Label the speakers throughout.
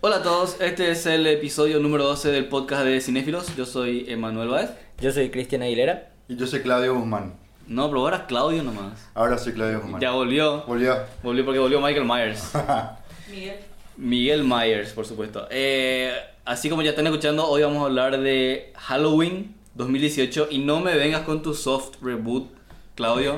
Speaker 1: Hola a todos, este es el episodio número 12 del podcast de Cinéfilos. Yo soy Emanuel Baez.
Speaker 2: Yo soy Cristian Aguilera.
Speaker 3: Y yo soy Claudio Guzmán.
Speaker 1: No, pero ahora es Claudio nomás.
Speaker 3: Ahora soy Claudio Guzmán.
Speaker 1: Ya volvió.
Speaker 3: Volvió.
Speaker 1: Volvió porque volvió Michael Myers.
Speaker 4: Miguel.
Speaker 1: Miguel Myers, por supuesto. Eh, así como ya están escuchando, hoy vamos a hablar de Halloween 2018 y no me vengas con tu soft reboot, Claudio.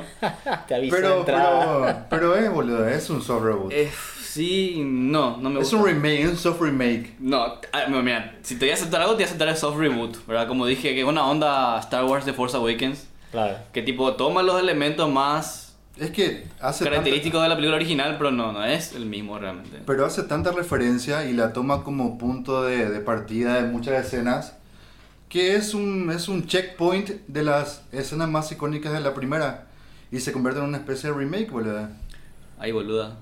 Speaker 2: Te aviso de
Speaker 3: Ah, Pero,
Speaker 2: entrada.
Speaker 3: pero, pero es, boludo, es un soft reboot.
Speaker 1: Eh, sí, no, no me
Speaker 3: es
Speaker 1: gusta.
Speaker 3: un remake, es un soft remake.
Speaker 1: No, ah, no, mira, si te voy a aceptar algo, te voy a aceptar el soft reboot, ¿verdad? Como dije, que es una onda Star Wars de Force Awakens,
Speaker 2: Claro.
Speaker 1: que tipo toma los elementos más
Speaker 3: Es que hace tanta,
Speaker 1: característicos de la película original, pero no, no es el mismo realmente.
Speaker 3: pero hace tanta referencia y la toma como punto de, de partida de muchas escenas que es un, es un checkpoint de las escenas más icónicas de la primera y se convierte en una especie de remake, boludo.
Speaker 1: Ay, boluda.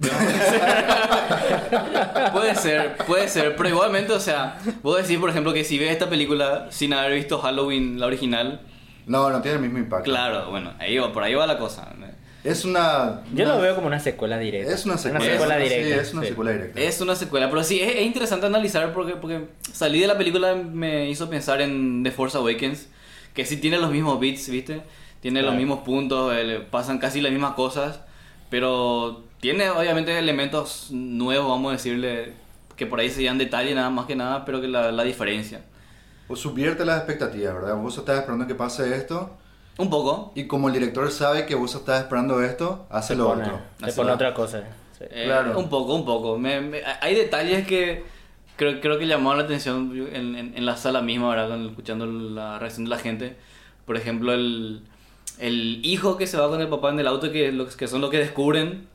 Speaker 1: puede ser, puede ser, pero igualmente, o sea, vos decís, por ejemplo, que si ves esta película sin haber visto Halloween, la original,
Speaker 3: No, no tiene el mismo impacto.
Speaker 1: claro, bueno, ahí va, por ahí va la cosa. ¿no?
Speaker 3: Es una...
Speaker 2: Yo
Speaker 3: una-
Speaker 2: lo veo como una secuela directa.
Speaker 3: Es una secuela, sí,
Speaker 2: directa.
Speaker 3: es una
Speaker 2: sí.
Speaker 3: secuela directa.
Speaker 1: Es una secuela, pero sí, es, es interesante analizar porque, porque salí de la película me hizo pensar en The Force Awakens, que sí tiene los mismos beats, ¿viste? Tiene los
Speaker 2: Claro.
Speaker 1: mismos puntos, eh, le pasan casi las mismas cosas, pero tiene obviamente elementos nuevos, vamos a decirle, que por ahí serían detalle nada más que nada, pero que la, la diferencia.
Speaker 3: O subvierte las expectativas, ¿verdad? Vos estás esperando que pase esto
Speaker 1: Un poco.
Speaker 3: y como el director sabe que vos estás esperando esto, hace
Speaker 2: Se
Speaker 3: lo
Speaker 2: pone,
Speaker 3: otro.
Speaker 2: se
Speaker 1: Así
Speaker 2: pone
Speaker 1: va.
Speaker 2: otra cosa. sí.
Speaker 1: Eh,
Speaker 3: Claro.
Speaker 1: Un poco, un poco. Me- me- hay detalles que creo, creo que llamaron la atención en, en- en la sala misma, ¿verdad? Con- Escuchando la reacción de la gente. Por ejemplo, el, el hijo que se va con el papá en el auto, que, los, que son los que descubren.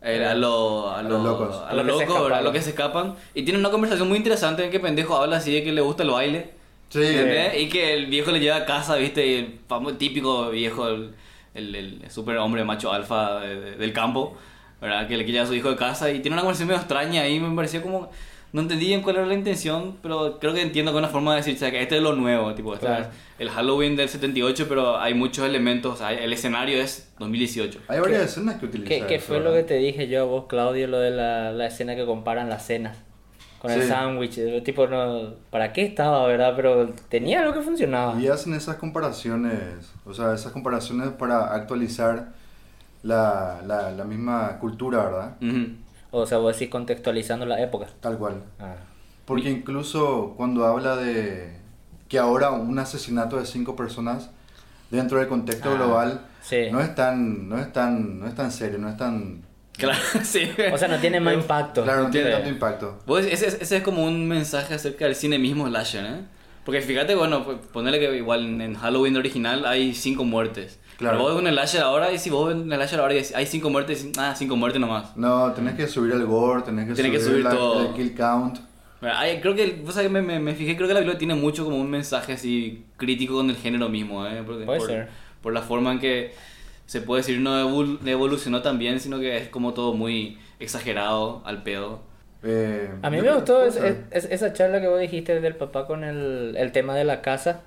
Speaker 1: eh, a, lo- a
Speaker 3: A
Speaker 1: lo-
Speaker 3: los locos.
Speaker 1: a los
Speaker 2: Los que se
Speaker 1: locos, ¿verdad?
Speaker 2: escaparon.
Speaker 1: Los que se escapan. Y tienen una conversación muy interesante en que pendejo habla así de que le gusta el baile.
Speaker 3: Sí,
Speaker 2: ¿eh?
Speaker 3: eh,
Speaker 1: ¿entendés? Y que el viejo le lleva a casa, ¿viste? Y el famo- típico viejo, el, el, el super hombre macho alfa de- de- del campo, ¿verdad? Que le quería a su hijo de casa y tiene una conversación medio extraña ahí, me pareció como... No entendí bien cuál era la intención, pero creo que entiendo que una forma de decir, o sea, que este es lo nuevo, tipo, este
Speaker 2: Claro.
Speaker 1: es el Halloween del 78, pero hay muchos elementos, o sea, el escenario es 2018.
Speaker 3: Hay varias escenas que utilizan.
Speaker 2: ¿Qué, qué fue lo que te dije yo a vos, Claudio, lo de la, la escena que comparan las cenas? Con el
Speaker 3: Sí.
Speaker 2: sándwich, eh, tipo, no, ¿para qué estaba, verdad? Pero tenía algo que funcionaba.
Speaker 3: Y hacen esas comparaciones, o sea, esas comparaciones para actualizar la, la, la misma cultura, ¿verdad?
Speaker 1: Ujú.
Speaker 2: O sea, vos decís contextualizando la época.
Speaker 3: Tal cual.
Speaker 2: Ah,
Speaker 3: Porque incluso cuando habla de que ahora un asesinato de cinco personas dentro del contexto
Speaker 2: Ah,
Speaker 3: global
Speaker 2: sí.
Speaker 3: no es tan no es tan no es tan serio, no es tan
Speaker 1: Claro, sí.
Speaker 2: O sea, no tiene más impacto.
Speaker 3: claro, no tiene
Speaker 2: Sí.
Speaker 3: tanto impacto.
Speaker 1: Vos, Pues, ese, ese es como un mensaje acerca del cine mismo slasher, ¿eh? Porque fíjate, bueno, pues, ponerle que igual en- en Halloween original hay cinco muertes.
Speaker 3: Claro.
Speaker 1: Pero vos ves un slasher ahora y si vos ves un slasher ahora y decís, hay cinco muertes, y- ah, cinco muertes nomás.
Speaker 3: No, tenés que subir el gore, tenés que
Speaker 1: Tenés que
Speaker 3: subir,
Speaker 1: subir
Speaker 3: la-
Speaker 1: todo.
Speaker 3: el kill count.
Speaker 1: Pero hay- creo que, vos sabés que me, me- me fijé, creo que la película tiene mucho como un mensaje así crítico con el género mismo, ¿eh? Porque
Speaker 2: Puede
Speaker 1: por,
Speaker 2: ser.
Speaker 1: por la forma en que se puede decir no evol- evolucionó también, sino que es como todo muy exagerado, al pedo.
Speaker 3: Eh,
Speaker 2: A mí
Speaker 3: yo
Speaker 2: me
Speaker 3: creo
Speaker 2: gustó
Speaker 3: que
Speaker 2: es-
Speaker 3: puede
Speaker 2: es-
Speaker 3: ser.
Speaker 2: es- esa charla que vos dijiste del papá con el, el tema de la casa.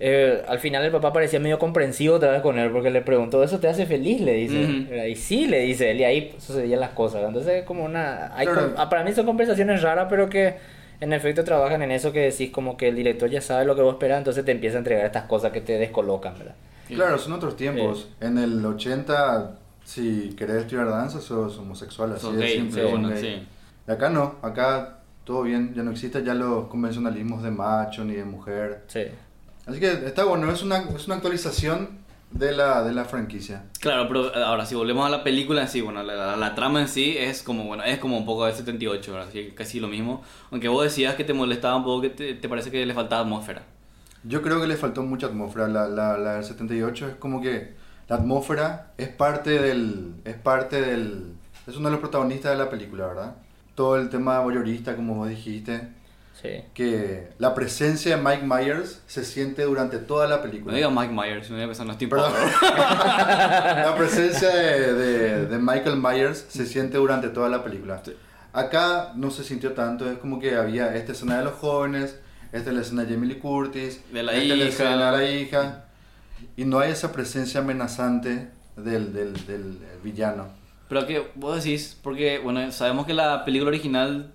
Speaker 2: Eh, al final el papá parecía medio comprensivo otra vez con él porque le preguntó, ¿eso te hace feliz? Le dice.
Speaker 1: Ujú.
Speaker 2: ¿verdad? Y sí, le dice él. Y ahí sucedían las cosas. Entonces es como una... hay
Speaker 3: Claro.
Speaker 2: con- ah, para mí son conversaciones raras, pero que en efecto trabajan en eso que decís como que el director ya sabe lo que vos esperás, entonces te empieza a entregar estas cosas que te descolocan, ¿verdad?
Speaker 3: Claro, son otros tiempos. En el 80, si querés estudiar danza, sos homosexual, así
Speaker 1: Son
Speaker 3: de
Speaker 1: gay,
Speaker 3: simple,
Speaker 1: sí,
Speaker 3: son
Speaker 1: bueno,
Speaker 3: gay.
Speaker 1: sí.
Speaker 3: Y Acá no, acá todo bien, ya no existen ya los convencionalismos de macho ni de mujer.
Speaker 2: Sí.
Speaker 3: Así que está bueno, es una, es una actualización de la, de la franquicia.
Speaker 1: Claro, pero eh, ahora si volvemos a la película en sí, bueno, la, la- la trama en sí es como, bueno, es como un poco del 78, ¿verdad? Así que casi lo mismo. Aunque vos decías que te molestaba un poco, que te, te parece que le faltaba atmósfera.
Speaker 3: Yo creo que le faltó mucha atmósfera. La, la, la del 78 es como que la atmósfera es parte del. Es parte del. Es uno de los protagonistas de la película, ¿verdad? Todo el tema voyeurista, como vos dijiste.
Speaker 2: Sí.
Speaker 3: que la presencia de Mike Myers se siente durante toda la
Speaker 1: No
Speaker 3: película.
Speaker 1: digas Mike Myers, no voy a pensar, no estoy
Speaker 3: Perdón.
Speaker 1: pagado.
Speaker 3: la presencia de, de- de Michael Myers se siente durante toda la película.
Speaker 1: Sí.
Speaker 3: Acá no se sintió tanto, es como que había esta escena de los jóvenes, esta es la escena de Jamie Lee Curtis,
Speaker 1: De la
Speaker 3: esta es
Speaker 1: hija.
Speaker 3: la escena de la hija, y no hay esa presencia amenazante del, del- del villano.
Speaker 1: Pero que vos decís, porque bueno, sabemos que la película original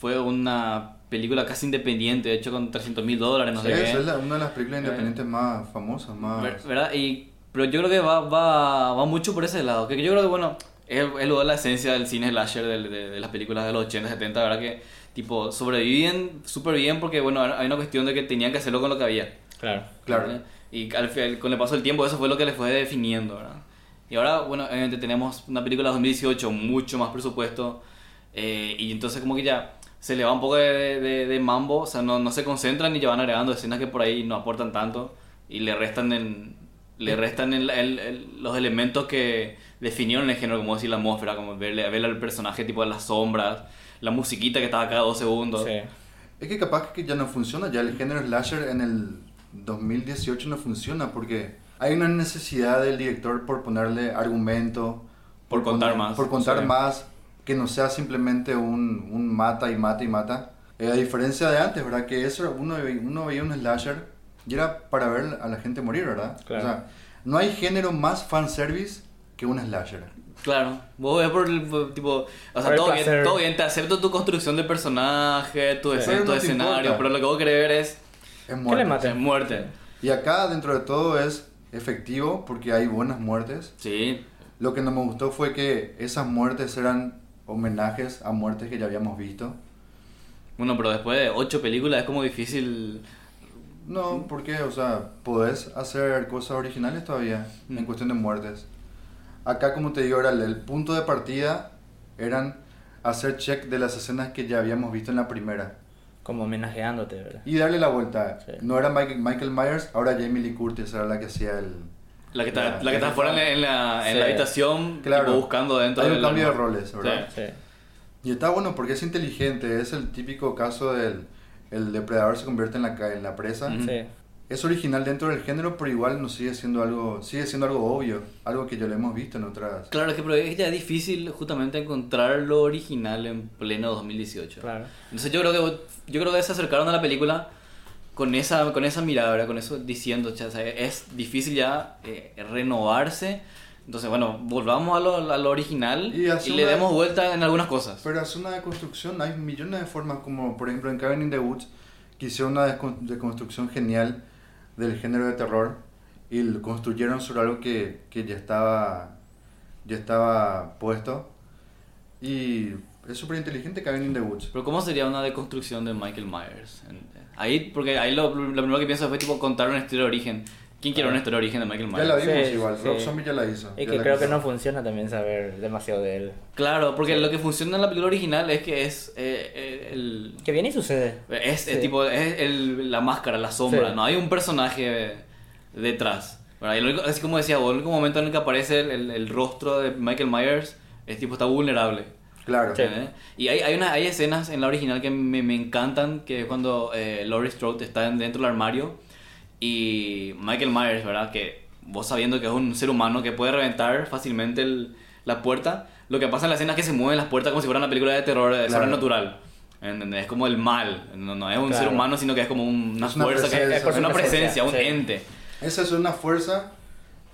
Speaker 1: fue una película casi independiente, de hecho con 300 mil dólares, no
Speaker 3: Sí,
Speaker 1: sé qué.
Speaker 3: esa es la- una de las películas
Speaker 1: Eh.
Speaker 3: independientes más famosas, más...
Speaker 1: Ver- ¿Verdad? Y, pero yo creo que va, va, va mucho por ese lado. Que yo creo que, bueno, es, es lo de la esencia del cine slasher del- de, de las películas de los 80, 70, ¿verdad? Que, tipo, sobreviven súper bien porque, bueno, hay una cuestión de que tenían que hacerlo con lo que había.
Speaker 2: Claro.
Speaker 3: Claro.
Speaker 1: ¿verdad? Y al, fi- al- con el paso del tiempo eso fue lo que les fue definiendo, ¿verdad? Y ahora, bueno, obviamente tenemos una película de 2018, mucho más presupuesto, eh, y entonces como que ya se le va un poco de, de- de mambo, o sea, no, no se concentran y ya van agregando escenas que por ahí no aportan tanto y le restan en, le restan en la- el- el- los elementos que definieron el género, como decir la atmósfera, como verle, verle al personaje tipo las sombras, la musiquita que estaba cada dos segundos.
Speaker 2: Sí.
Speaker 3: Es que capaz que ya no funciona, ya el género slasher en el 2018 no funciona porque hay una necesidad del director por ponerle argumento,
Speaker 1: Por contar
Speaker 3: poner-
Speaker 1: más,
Speaker 3: por contar
Speaker 1: sí.
Speaker 3: más, que no sea simplemente un, un mata y mata y mata. Eh, a diferencia de antes, ¿verdad? Que eso uno, ve- uno veía un slasher y era para ver a la gente morir, ¿verdad?
Speaker 2: Claro.
Speaker 3: O sea, no hay género más fanservice que un slasher.
Speaker 1: Claro, vos ves por el por- tipo, o
Speaker 2: Por
Speaker 1: sea,
Speaker 2: el
Speaker 1: todo bien,
Speaker 2: placer.
Speaker 1: todo bien, te acepto tu construcción de personaje, tu,
Speaker 2: Sí.
Speaker 1: escen-
Speaker 3: Pero no
Speaker 1: tu
Speaker 3: te
Speaker 1: escenario,
Speaker 3: importa.
Speaker 1: pero lo que vos querés ver es
Speaker 3: Es
Speaker 2: ¿Qué le
Speaker 3: muerte.
Speaker 2: mata?
Speaker 1: es muerte.
Speaker 3: Y acá dentro de todo es efectivo porque hay buenas muertes.
Speaker 1: Sí,
Speaker 3: Lo que no me gustó fue que esas muertes eran homenajes a muertes que ya habíamos visto.
Speaker 1: bueno, pero después de ocho películas es como difícil.
Speaker 3: No, porque, o sea, podés hacer cosas originales todavía en
Speaker 1: Mm.
Speaker 3: cuestión de muertes. Acá, como te digo, era el, el punto de partida eran hacer check de las escenas que ya habíamos visto en la primera
Speaker 2: Como homenajeándote, ¿verdad?
Speaker 3: y darle la vuelta.
Speaker 2: Sí.
Speaker 3: No era Mike- Michael Myers, ahora Jamie Lee Curtis era la que hacía el.
Speaker 1: La que está,
Speaker 3: Ya,
Speaker 1: la que está
Speaker 3: esa
Speaker 1: fuera en
Speaker 3: fue-
Speaker 1: la, en la, en
Speaker 2: Sí.
Speaker 1: la habitación,
Speaker 3: Claro.
Speaker 1: tipo, buscando dentro
Speaker 3: Hay un
Speaker 1: del-
Speaker 3: cambio de roles, ¿verdad?
Speaker 1: Sí.
Speaker 2: Sí.
Speaker 3: Y está bueno porque es inteligente, es el típico caso del el depredador se convierte en la, ca- en la presa.
Speaker 1: Ujú.
Speaker 2: Sí.
Speaker 3: Es original dentro del género, pero igual nos sigue siendo algo, sigue siendo algo obvio, algo que ya lo hemos visto en otras.
Speaker 1: Claro, es que pero es ya difícil justamente encontrar lo original en pleno 2018.
Speaker 2: Claro.
Speaker 1: Entonces yo creo que yo creo que se acercaron a la película con esa con esa mirada, ¿verdad? con eso diciendo, "Che, o sea, es difícil ya eh, renovarse. Entonces, bueno, volvamos a lo, a lo original
Speaker 3: Y
Speaker 1: y,
Speaker 3: hace
Speaker 1: le
Speaker 3: una-
Speaker 1: demos vuelta en algunas cosas.
Speaker 3: Pero es una deconstrucción, hay millones de formas, como por ejemplo en Cabin in the Woods, que hicieron una descon- deconstrucción genial del género de terror y lo construyeron sobre algo que, que ya estaba ya estaba puesto. Y es súper inteligente Cabin in the Woods.
Speaker 1: Pero ¿cómo sería una deconstrucción de Michael Myers? En- eh, Ahí, porque ahí lo, lo primero que pienso fue tipo contar una historia de origen. ¿Quién quiere una historia de origen de Michael
Speaker 3: Ah. Ya la
Speaker 1: Myers?
Speaker 2: vi.
Speaker 3: vimos
Speaker 2: Sí,
Speaker 3: igual,
Speaker 2: sí.
Speaker 3: Rob Zombie ya la hizo.
Speaker 2: Y
Speaker 3: ya
Speaker 2: que
Speaker 3: la
Speaker 2: creo que
Speaker 3: hizo.
Speaker 2: no funciona también saber demasiado de él.
Speaker 1: Claro, porque lo que funciona en la película original es que es eh, eh, el,
Speaker 2: Que viene y sucede.
Speaker 1: Es, es
Speaker 2: Sí.
Speaker 1: tipo es el- la máscara, la sombra,
Speaker 2: Sí.
Speaker 1: no hay un personaje detrás. ¿verdad? Y lo único- así como decía, vos, el único momento en el que aparece el, el- el rostro de Michael Myers es tipo está vulnerable.
Speaker 3: Claro.
Speaker 2: Sí.
Speaker 1: ¿entendés? Y hay, hay, una, hay escenas en la original que me, me encantan, que es cuando eh, Laurie Strode está en- dentro del armario y Michael Myers, ¿verdad? Que vos sabiendo que es un ser humano que puede reventar fácilmente el- la puerta, lo que pasa en la escena es que se mueven las puertas como si fuera una película de terror eh,
Speaker 3: Claro.
Speaker 1: sobrenatural. ¿entendés? Es como el mal, no, no es un
Speaker 2: Claro.
Speaker 1: ser humano, sino que es como un- una,
Speaker 3: Es una
Speaker 1: fuerza, que,
Speaker 3: presencia.
Speaker 1: es una presencia, un
Speaker 2: Sí.
Speaker 1: ente.
Speaker 3: Esa es una fuerza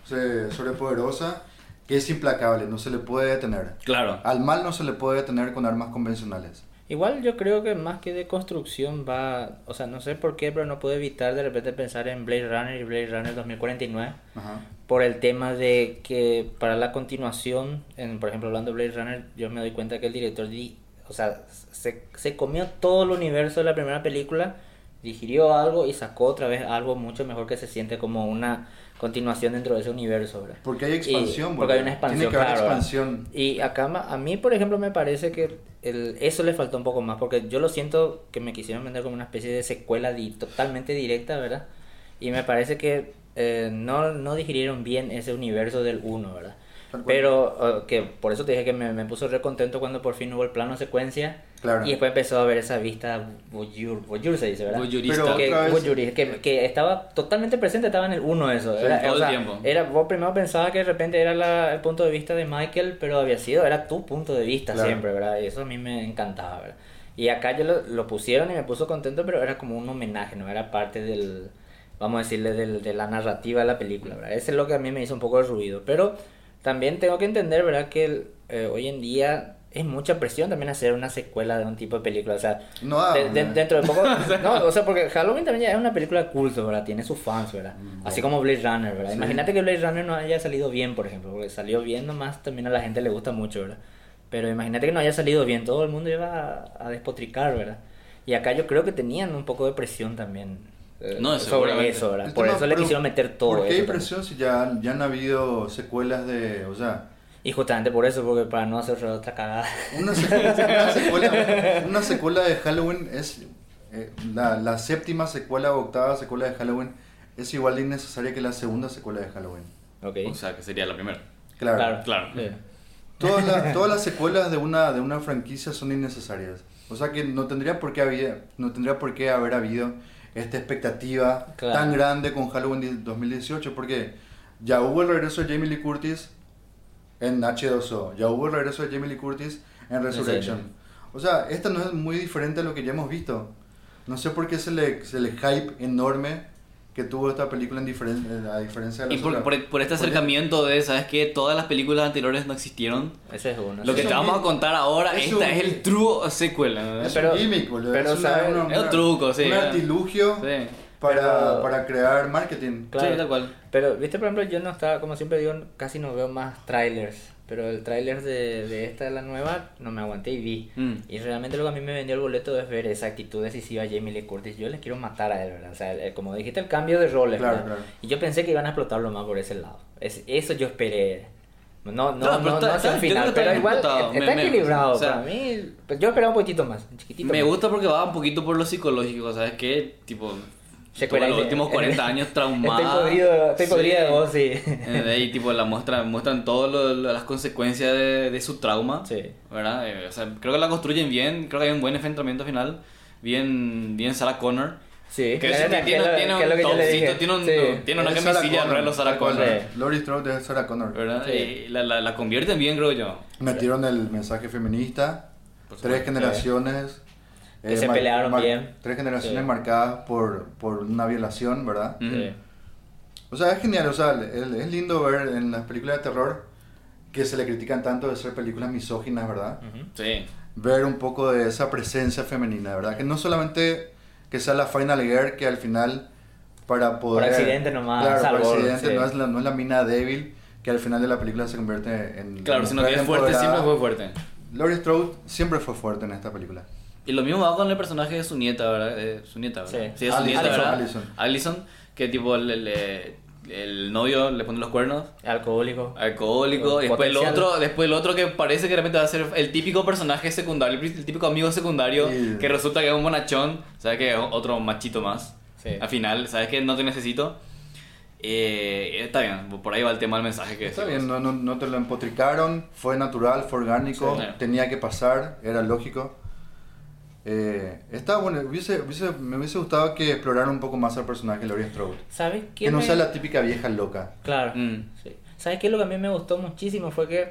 Speaker 3: se- sobrepoderosa que es implacable, no se le puede detener.
Speaker 1: Claro.
Speaker 3: Al mal no se le puede detener con armas convencionales.
Speaker 2: Igual yo creo que más que de construcción va, o sea, no sé por qué, pero no puedo evitar de repente pensar en Blade Runner y Blade Runner 2049
Speaker 3: Ajá.
Speaker 2: por el tema de que para la continuación, en, por ejemplo hablando de Blade Runner, yo me doy cuenta que el director, di, o sea, se, se comió todo el universo de la primera película, digirió algo y sacó otra vez algo mucho mejor que se siente como una continuación dentro de ese universo, ¿verdad?
Speaker 3: Porque hay expansión,
Speaker 2: Y-
Speaker 3: boludo.
Speaker 2: porque hay una expansión,
Speaker 3: Tiene que haber
Speaker 2: claro, ¿verdad?
Speaker 3: expansión.
Speaker 2: Y acá ma- a mí, por ejemplo, me parece que el- eso le faltó un poco más, porque yo lo siento que me quisieron vender como una especie de secuela di- totalmente directa, ¿verdad? Y me parece que eh, no, no digirieron bien ese universo del 1, ¿verdad?
Speaker 3: Tal cual.
Speaker 2: Pero eh, que por eso te dije que me, me puso re contento cuando por fin hubo el plano secuencia
Speaker 3: Claro.
Speaker 2: y después empezó a ver esa vista voyeur, voyeur se dice, ¿verdad?
Speaker 1: Voyeurista.
Speaker 3: Pero-
Speaker 2: que,
Speaker 3: Otra vez-
Speaker 2: voyeuris- que, que estaba totalmente presente, estaba en el uno eso.
Speaker 3: Sí,
Speaker 2: Era,
Speaker 1: todo
Speaker 2: o
Speaker 1: el
Speaker 2: sea,
Speaker 1: tiempo.
Speaker 2: era- vos primero pensabas que de repente era la- el punto de vista de Michael, pero había sido, era tu punto de vista
Speaker 3: Claro.
Speaker 2: siempre, ¿verdad? Y eso a mí me encantaba, ¿verdad? Y acá yo lo, lo pusieron y me puso contento, pero era como un homenaje, no era parte del, vamos a decirle, del- de la narrativa de la película, ¿verdad? Ese es lo que a mí me hizo un poco de ruido, pero También tengo que entender, ¿verdad? Que el- eh, hoy en día es mucha presión también hacer una secuela de un tipo de película. O sea,
Speaker 3: No, ah,
Speaker 2: de- de-
Speaker 3: hombre.
Speaker 2: dentro de poco... no, o sea, porque Halloween también ya es una película de culto, ¿verdad? Tiene sus fans, ¿verdad? Así como Blade Runner, ¿verdad?
Speaker 3: Mm, Sí.
Speaker 2: Imagínate que Blade Runner no haya salido bien, por ejemplo. Porque salió bien nomás, también a la gente le gusta mucho, ¿verdad? Pero imagínate que no haya salido bien. Todo el mundo iba a, a despotricar, ¿verdad? Y acá yo creo que tenían un poco de presión también. eh,
Speaker 1: No,
Speaker 2: sobre
Speaker 1: seguramente.
Speaker 2: eso, ¿verdad?
Speaker 3: El
Speaker 2: Por
Speaker 3: tema,
Speaker 2: eso le
Speaker 3: pero,
Speaker 2: quisieron meter todo.
Speaker 3: ¿Por qué
Speaker 2: eso
Speaker 3: hay
Speaker 2: también.
Speaker 3: presión si ya, ya han habido secuelas de. O sea,
Speaker 2: Y justamente por eso, porque para no hacer otra cagada.
Speaker 3: una secuela, una secuela, una secuela de Halloween es. eh, la, la séptima secuela o octava secuela de Halloween es igual de innecesaria que la segunda secuela de Halloween.
Speaker 2: Ok.
Speaker 1: O sea, que sería la primera.
Speaker 3: Claro.
Speaker 1: claro.
Speaker 2: Sí.
Speaker 3: Todas, las- todas las secuelas de una, de una franquicia son innecesarias. O sea que no tendría por qué haber, no tendría por qué haber habido esta expectativa
Speaker 2: Claro.
Speaker 3: tan grande con Halloween di- 2018, porque ya hubo el regreso de Jamie Lee Curtis en H2O, ya hubo el regreso de Jamie Lee Curtis en Resurrection. O sea, esta no es muy diferente a lo que ya hemos visto. No sé por qué se le, se le hype enorme que tuvo esta película en diferen- a diferencia de la
Speaker 1: Y por, por- por este acercamiento de, ¿sabes qué? Todas las películas anteriores no existieron.
Speaker 2: Ese es uno.
Speaker 1: Lo que
Speaker 3: Eso
Speaker 1: te
Speaker 3: es
Speaker 1: vamos
Speaker 3: un-
Speaker 1: a contar ahora,
Speaker 3: eso es
Speaker 1: esta
Speaker 3: un-
Speaker 1: es el true sequel. ¿no?
Speaker 3: Es
Speaker 2: Pero-
Speaker 3: un gimmick, boludo.
Speaker 2: pero,
Speaker 3: es, una-
Speaker 2: ¿sabes?
Speaker 3: una-
Speaker 1: Es un truco, sí,
Speaker 3: Un
Speaker 1: ya.
Speaker 3: artilugio
Speaker 1: Sí.
Speaker 3: para,
Speaker 2: Pero-
Speaker 3: para crear marketing.
Speaker 2: Claro.
Speaker 1: Sí, tal cual.
Speaker 2: Pero, viste, por ejemplo, yo no estaba, como siempre digo, casi no veo más trailers. Pero el trailer de, de esta, de la nueva, no me aguanté y vi.
Speaker 1: Mm.
Speaker 2: Y realmente lo que a mí me vendió el boleto es ver esa actitud decisiva de Jamie Lee Curtis. Yo le quiero matar a él, ¿verdad? O sea, el- el- como dijiste, el cambio de roles.
Speaker 3: Claro,
Speaker 2: ¿verdad?
Speaker 3: claro.
Speaker 2: Y yo pensé que iban a explotarlo más por ese lado. Es, eso yo esperé. No, no,
Speaker 1: Claro,
Speaker 2: no,
Speaker 1: pero
Speaker 2: no,
Speaker 1: está-
Speaker 2: hacia el
Speaker 1: está- yo
Speaker 2: final,
Speaker 1: creo que está
Speaker 2: pero
Speaker 1: bien
Speaker 2: igual
Speaker 1: explotado.
Speaker 2: está
Speaker 1: Me- me-
Speaker 2: equilibrado
Speaker 1: o sea,
Speaker 2: para mí. pues, Yo esperaba un poquitito más, un chiquitito
Speaker 1: Me
Speaker 2: más.
Speaker 1: gusta porque va un poquito por lo psicológico, ¿sabes qué? Tipo, estuvo
Speaker 2: cuela
Speaker 1: los
Speaker 2: ahí.
Speaker 1: últimos 40 años traumada.
Speaker 2: Estoy podrido, estoy
Speaker 1: Sí.
Speaker 2: podrido de vos, sí.
Speaker 1: Eh, Y tipo, la muestran, muestran todas las consecuencias de, de su trauma.
Speaker 2: Sí.
Speaker 1: ¿Verdad? Eh, o sea, creo que la construyen bien, creo que hay un buen enfrentamiento final. Bien, bien Sarah Connor.
Speaker 2: Sí,
Speaker 1: Que
Speaker 2: claro,
Speaker 1: sí,
Speaker 2: que
Speaker 1: tiene,
Speaker 2: es lo-
Speaker 1: tiene
Speaker 2: que es lo
Speaker 1: un
Speaker 2: que yo le dije.
Speaker 1: topcito, tiene, un-
Speaker 2: Sí.
Speaker 1: tiene una
Speaker 3: Es Sarah
Speaker 1: camisilla de
Speaker 3: Connor,
Speaker 1: Relo Sarah
Speaker 3: tal cual.
Speaker 1: Connor.
Speaker 2: Sí.
Speaker 3: Laurie Strode es Sarah Connor.
Speaker 1: ¿Verdad?
Speaker 2: Sí.
Speaker 1: Y la, la, la convierten bien, creo yo.
Speaker 3: Metieron el mensaje feminista.
Speaker 1: Por supuesto.
Speaker 3: Tres generaciones. eh,
Speaker 2: Que se
Speaker 3: mar-
Speaker 2: pelearon
Speaker 3: mar-
Speaker 2: bien.
Speaker 3: Tres generaciones
Speaker 2: Sí.
Speaker 3: marcadas por, por una violación, ¿verdad?
Speaker 1: Mm.
Speaker 2: Sí.
Speaker 3: O sea, es genial. O sea, el- es lindo ver en las películas de terror que se le critican tanto de ser películas misóginas, ¿verdad?
Speaker 2: Ujú.
Speaker 1: Sí.
Speaker 3: ver un poco de esa presencia femenina, ¿verdad? Que no solamente que sea la Final Girl, que al final para poder...
Speaker 2: accidente nomás,
Speaker 3: Claro,
Speaker 2: salvó,
Speaker 3: por accidente,
Speaker 2: sí.
Speaker 3: no, es la, no es la mina débil que al final de la película se convierte en...
Speaker 1: Claro,
Speaker 3: en
Speaker 1: sino
Speaker 3: mujer
Speaker 1: que es fuerte,
Speaker 3: empoderada.
Speaker 1: siempre fue fuerte.
Speaker 3: Laurie Strode siempre fue fuerte en esta película.
Speaker 1: Y lo mismo va con el personaje de su nieta, ¿verdad? Eh, su nieta, ¿verdad?
Speaker 2: Sí.
Speaker 1: Sí, es su
Speaker 3: Allison,
Speaker 1: nieta, ¿verdad?
Speaker 3: Allison.
Speaker 1: Allison, que tipo le- le- el novio le pone los cuernos.
Speaker 2: Alcohólico.
Speaker 1: Alcohólico,
Speaker 2: Eh,
Speaker 1: después el
Speaker 2: potencial.
Speaker 1: otro, después el otro que parece que de repente va a ser el típico personaje secundario, el típico amigo secundario
Speaker 3: Sí.
Speaker 1: que resulta que es un bonachón, sabes que es otro machito más.
Speaker 2: Sí.
Speaker 1: Al final, sabes que no te necesito. Eh, está bien, por ahí va el tema del mensaje que
Speaker 3: Está
Speaker 1: decimos.
Speaker 3: bien, no, no, no te lo empotricaron, fue natural, fue orgánico,
Speaker 1: Sí, claro.
Speaker 3: tenía que pasar, era lógico. Eh, está bueno, hubiese- hubiese- me hubiese gustado que exploraran un poco más al personaje de Laurie Strode.
Speaker 2: ¿Sabes qué?
Speaker 3: Que no
Speaker 2: me-
Speaker 3: sea la típica vieja loca.
Speaker 2: Claro.
Speaker 1: Mm.
Speaker 2: Sí. ¿Sabes qué? Lo que a mí me gustó muchísimo fue que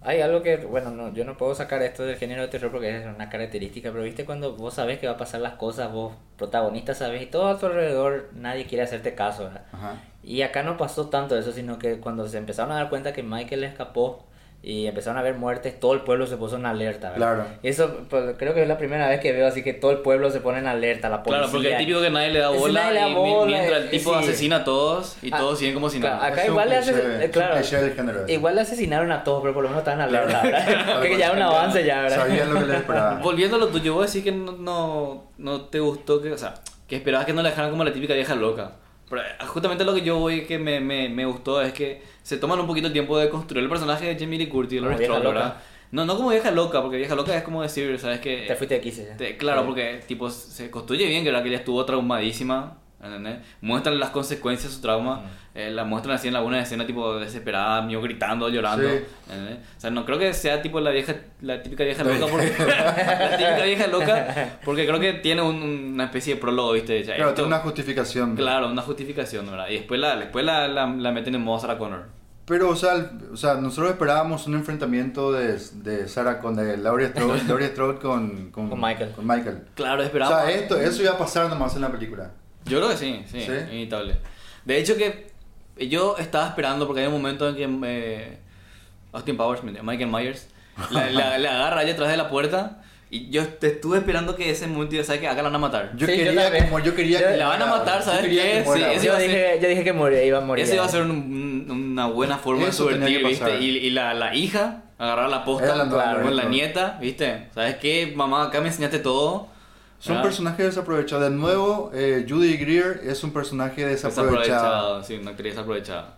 Speaker 2: hay algo que, bueno, no, yo no puedo sacar esto del género de terror porque es una característica, pero viste cuando vos sabes que va a pasar las cosas, vos protagonista sabes y todo a tu alrededor nadie quiere hacerte caso, ¿verdad?
Speaker 3: Ajá.
Speaker 2: Y acá no pasó tanto eso, sino que cuando se empezaron a dar cuenta que Michael escapó y empezaron a haber muertes, todo el pueblo se puso en alerta. ¿verdad?
Speaker 3: Claro.
Speaker 2: Eso pues, creo que es la primera vez que veo así que todo el pueblo se pone en alerta, la policía.
Speaker 1: Claro, porque el típico que nadie le da
Speaker 2: Ese
Speaker 1: bola,
Speaker 2: nadie le da
Speaker 1: y mi-
Speaker 2: bola,
Speaker 1: mientras
Speaker 2: eh,
Speaker 1: el tipo
Speaker 2: sí.
Speaker 1: asesina a todos y
Speaker 2: Ah,
Speaker 1: todos siguen como si
Speaker 2: claro,
Speaker 1: nada.
Speaker 2: acá
Speaker 3: Es un
Speaker 2: igual le
Speaker 3: cliché,
Speaker 2: hace-
Speaker 3: es un
Speaker 2: claro.
Speaker 3: cliché del género ese.
Speaker 2: Igual le asesinaron a todos, pero por lo menos estaban
Speaker 3: Claro.
Speaker 2: alerta. ¿verdad? Creo que ya es un avance ya, ¿verdad?
Speaker 3: Sabían lo que les esperaba.
Speaker 1: Volviendo a lo tuyo, vos decís que no, no, no te gustó, que, o sea, que esperabas que no la dejaran como la típica vieja loca. Pero eh, justamente lo que yo voy que me, me, me gustó es que se toman un poquito el tiempo de construir el personaje de Jamie Lee Curtis,
Speaker 2: Como
Speaker 1: Laurie
Speaker 2: vieja
Speaker 1: Strode,
Speaker 2: loca.
Speaker 1: ¿verdad? No, no como vieja loca, porque vieja loca es como decir, ¿sabes qué?
Speaker 2: Te fuiste de 15. ya.
Speaker 1: Te- claro, porque tipo se construye bien, que la que ella estuvo traumadísima, ¿entendés? Muestran las consecuencias de su trauma,
Speaker 3: Mm.
Speaker 1: eh, la muestran así en alguna escena tipo desesperada, mío gritando, llorando,
Speaker 3: Sí.
Speaker 1: ¿entendés? O sea, no creo que sea tipo la vieja la típica vieja loca porque la típica vieja loca porque creo que tiene un- una especie de prólogo, ¿viste? Ya,
Speaker 3: Claro,
Speaker 1: esto-
Speaker 3: tiene una justificación.
Speaker 1: claro, una justificación, ¿verdad? Y después la después la, la, la meten en modo Sarah Connor.
Speaker 3: Pero, o sea, el- o sea, nosotros esperábamos un enfrentamiento de, de Sarah con de Laurie Strode, Laurie Strode con, con,
Speaker 2: Con Michael.
Speaker 3: con Michael.
Speaker 1: Claro,
Speaker 3: O
Speaker 1: esperaba.
Speaker 3: sea, esto, eso iba a pasar nomás en la película.
Speaker 1: Yo creo que sí, sí,
Speaker 3: ¿Sí?
Speaker 1: inevitable. De hecho que yo estaba esperando porque hay un momento en que eh, Austin Powers, mentira, Michael Myers, la, la- la agarra allá atrás de la puerta y yo te estuve esperando que ese momento yo sabes que acá la van a matar.
Speaker 3: Yo
Speaker 2: Sí, yo
Speaker 3: quería
Speaker 2: también.
Speaker 3: como yo quería
Speaker 2: Yo-
Speaker 3: que
Speaker 1: La van a
Speaker 3: muera,
Speaker 1: matar,
Speaker 3: yo
Speaker 1: ¿sabes
Speaker 3: quería
Speaker 1: qué?
Speaker 3: que muera,
Speaker 1: Sí,
Speaker 3: bro.
Speaker 1: ese
Speaker 2: Yo
Speaker 1: va a ser-
Speaker 2: dije, yo dije que moría, iba a morir.
Speaker 1: Ese va a ser un- un- una buena forma
Speaker 3: Eso
Speaker 1: de subvertir,
Speaker 3: tenía que
Speaker 1: ¿viste?
Speaker 3: pasar.
Speaker 1: Y, y la, la hija, agarrar la posta
Speaker 3: Era la nueva
Speaker 1: con la
Speaker 3: Loreto.
Speaker 1: nieta, ¿viste? ¿Sabes qué? Mamá, acá me enseñaste todo.
Speaker 3: Son
Speaker 1: ¿verdad?
Speaker 3: personajes desaprovechados. De nuevo, eh, Judy Greer es un personaje desaprovechado.
Speaker 1: Desaprovechado, sí, una actriz desaprovechada.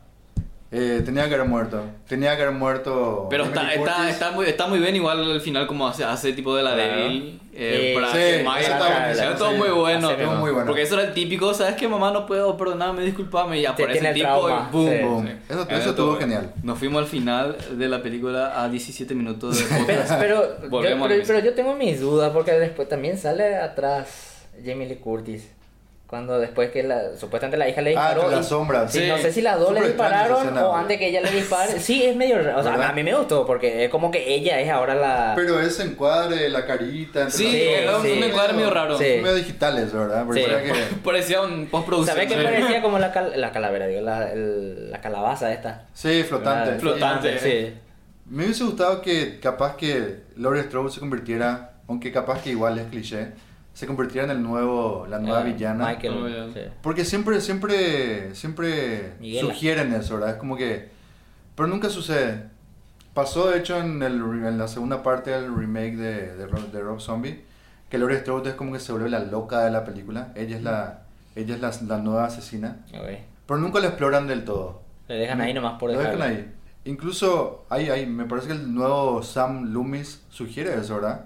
Speaker 3: Eh, tenía que haber muerto. Tenía que haber muerto.
Speaker 1: Pero está,
Speaker 3: Emily
Speaker 1: está,
Speaker 3: Curtis.
Speaker 1: está, muy, está muy bien, igual al final, como hace, hace tipo de la
Speaker 2: Claro.
Speaker 1: débil. Eh,
Speaker 2: Sí,
Speaker 1: para
Speaker 3: sí,
Speaker 1: hacer
Speaker 3: eso
Speaker 1: Maya.
Speaker 3: está buenísimo,
Speaker 1: Eso todo
Speaker 3: sí.
Speaker 1: muy bueno.
Speaker 2: Hace
Speaker 3: Estuvo muy bueno.
Speaker 1: Porque eso era el típico, ¿sabes qué? Mamá, no puedo perdonarme, disculpame. Y aparece
Speaker 2: tiene
Speaker 1: el
Speaker 2: el
Speaker 1: tipo
Speaker 2: trauma,
Speaker 1: y boom,
Speaker 2: sí.
Speaker 1: boom.
Speaker 3: Boom. Eso- eso estuvo
Speaker 1: todo.
Speaker 3: genial.
Speaker 1: Nos fuimos al final de la película a 17 minutos de
Speaker 2: Pero,
Speaker 1: podcast.
Speaker 2: pero, yo,
Speaker 1: Volvemos a lo
Speaker 2: pero-
Speaker 1: mismo.
Speaker 2: pero yo tengo mis dudas porque después también sale atrás Jamie Lee Curtis. Cuando después que la, supuestamente la hija le
Speaker 3: Ah,
Speaker 2: disparó.
Speaker 3: entre las
Speaker 2: y-
Speaker 3: sombras.
Speaker 2: sí,
Speaker 1: Sí.
Speaker 2: No sé si las dos le
Speaker 3: Súper extraña esa
Speaker 2: dispararon
Speaker 3: escena,
Speaker 2: o
Speaker 3: güey.
Speaker 2: antes que ella le dispare. Sí, es medio raro. O sea,
Speaker 3: ¿Verdad?
Speaker 2: a mí me gustó porque es como que ella es ahora la.
Speaker 3: Pero ese encuadre, la carita. entre
Speaker 1: Sí,
Speaker 3: las
Speaker 2: sí,
Speaker 3: cosas,
Speaker 2: sí.
Speaker 3: son
Speaker 2: un
Speaker 1: encuadre medio raro.
Speaker 3: son
Speaker 2: Sí.
Speaker 3: medio digitales, ¿verdad? Porque
Speaker 2: Sí.
Speaker 3: era que-
Speaker 1: Parecía un postproducción.
Speaker 2: ¿Sabes qué
Speaker 1: sí.
Speaker 2: parecía como la, cal- la calavera, digo, la, el- la calabaza esta?
Speaker 3: Sí, flotante.
Speaker 2: La-
Speaker 1: Flotante. eh.
Speaker 2: sí.
Speaker 3: Me hubiese gustado que capaz que Laurie Strode se convirtiera, aunque capaz que igual es cliché, se convirtiera en el nuevo, la nueva
Speaker 2: Eh,
Speaker 3: villana.
Speaker 2: Michael.
Speaker 1: Oh, yeah.
Speaker 2: sí.
Speaker 3: Porque siempre, siempre, siempre
Speaker 2: Miguela.
Speaker 3: sugieren eso, ¿verdad? Es como que... Pero nunca sucede. Pasó, de hecho, en, el, re- en la segunda parte del remake de, de, Rob, de Rob Zombie, que Laurie Strode es como que se vuelve la loca de la película. Ella es la, ella es la, la nueva asesina.
Speaker 2: Ok.
Speaker 3: Pero nunca lo exploran del todo.
Speaker 2: Le dejan ahí nomás por
Speaker 3: Lo dejan
Speaker 2: dejarlo.
Speaker 3: ahí. Incluso, ahí, ahí, me parece que el nuevo Sam Loomis sugiere eso, ¿verdad?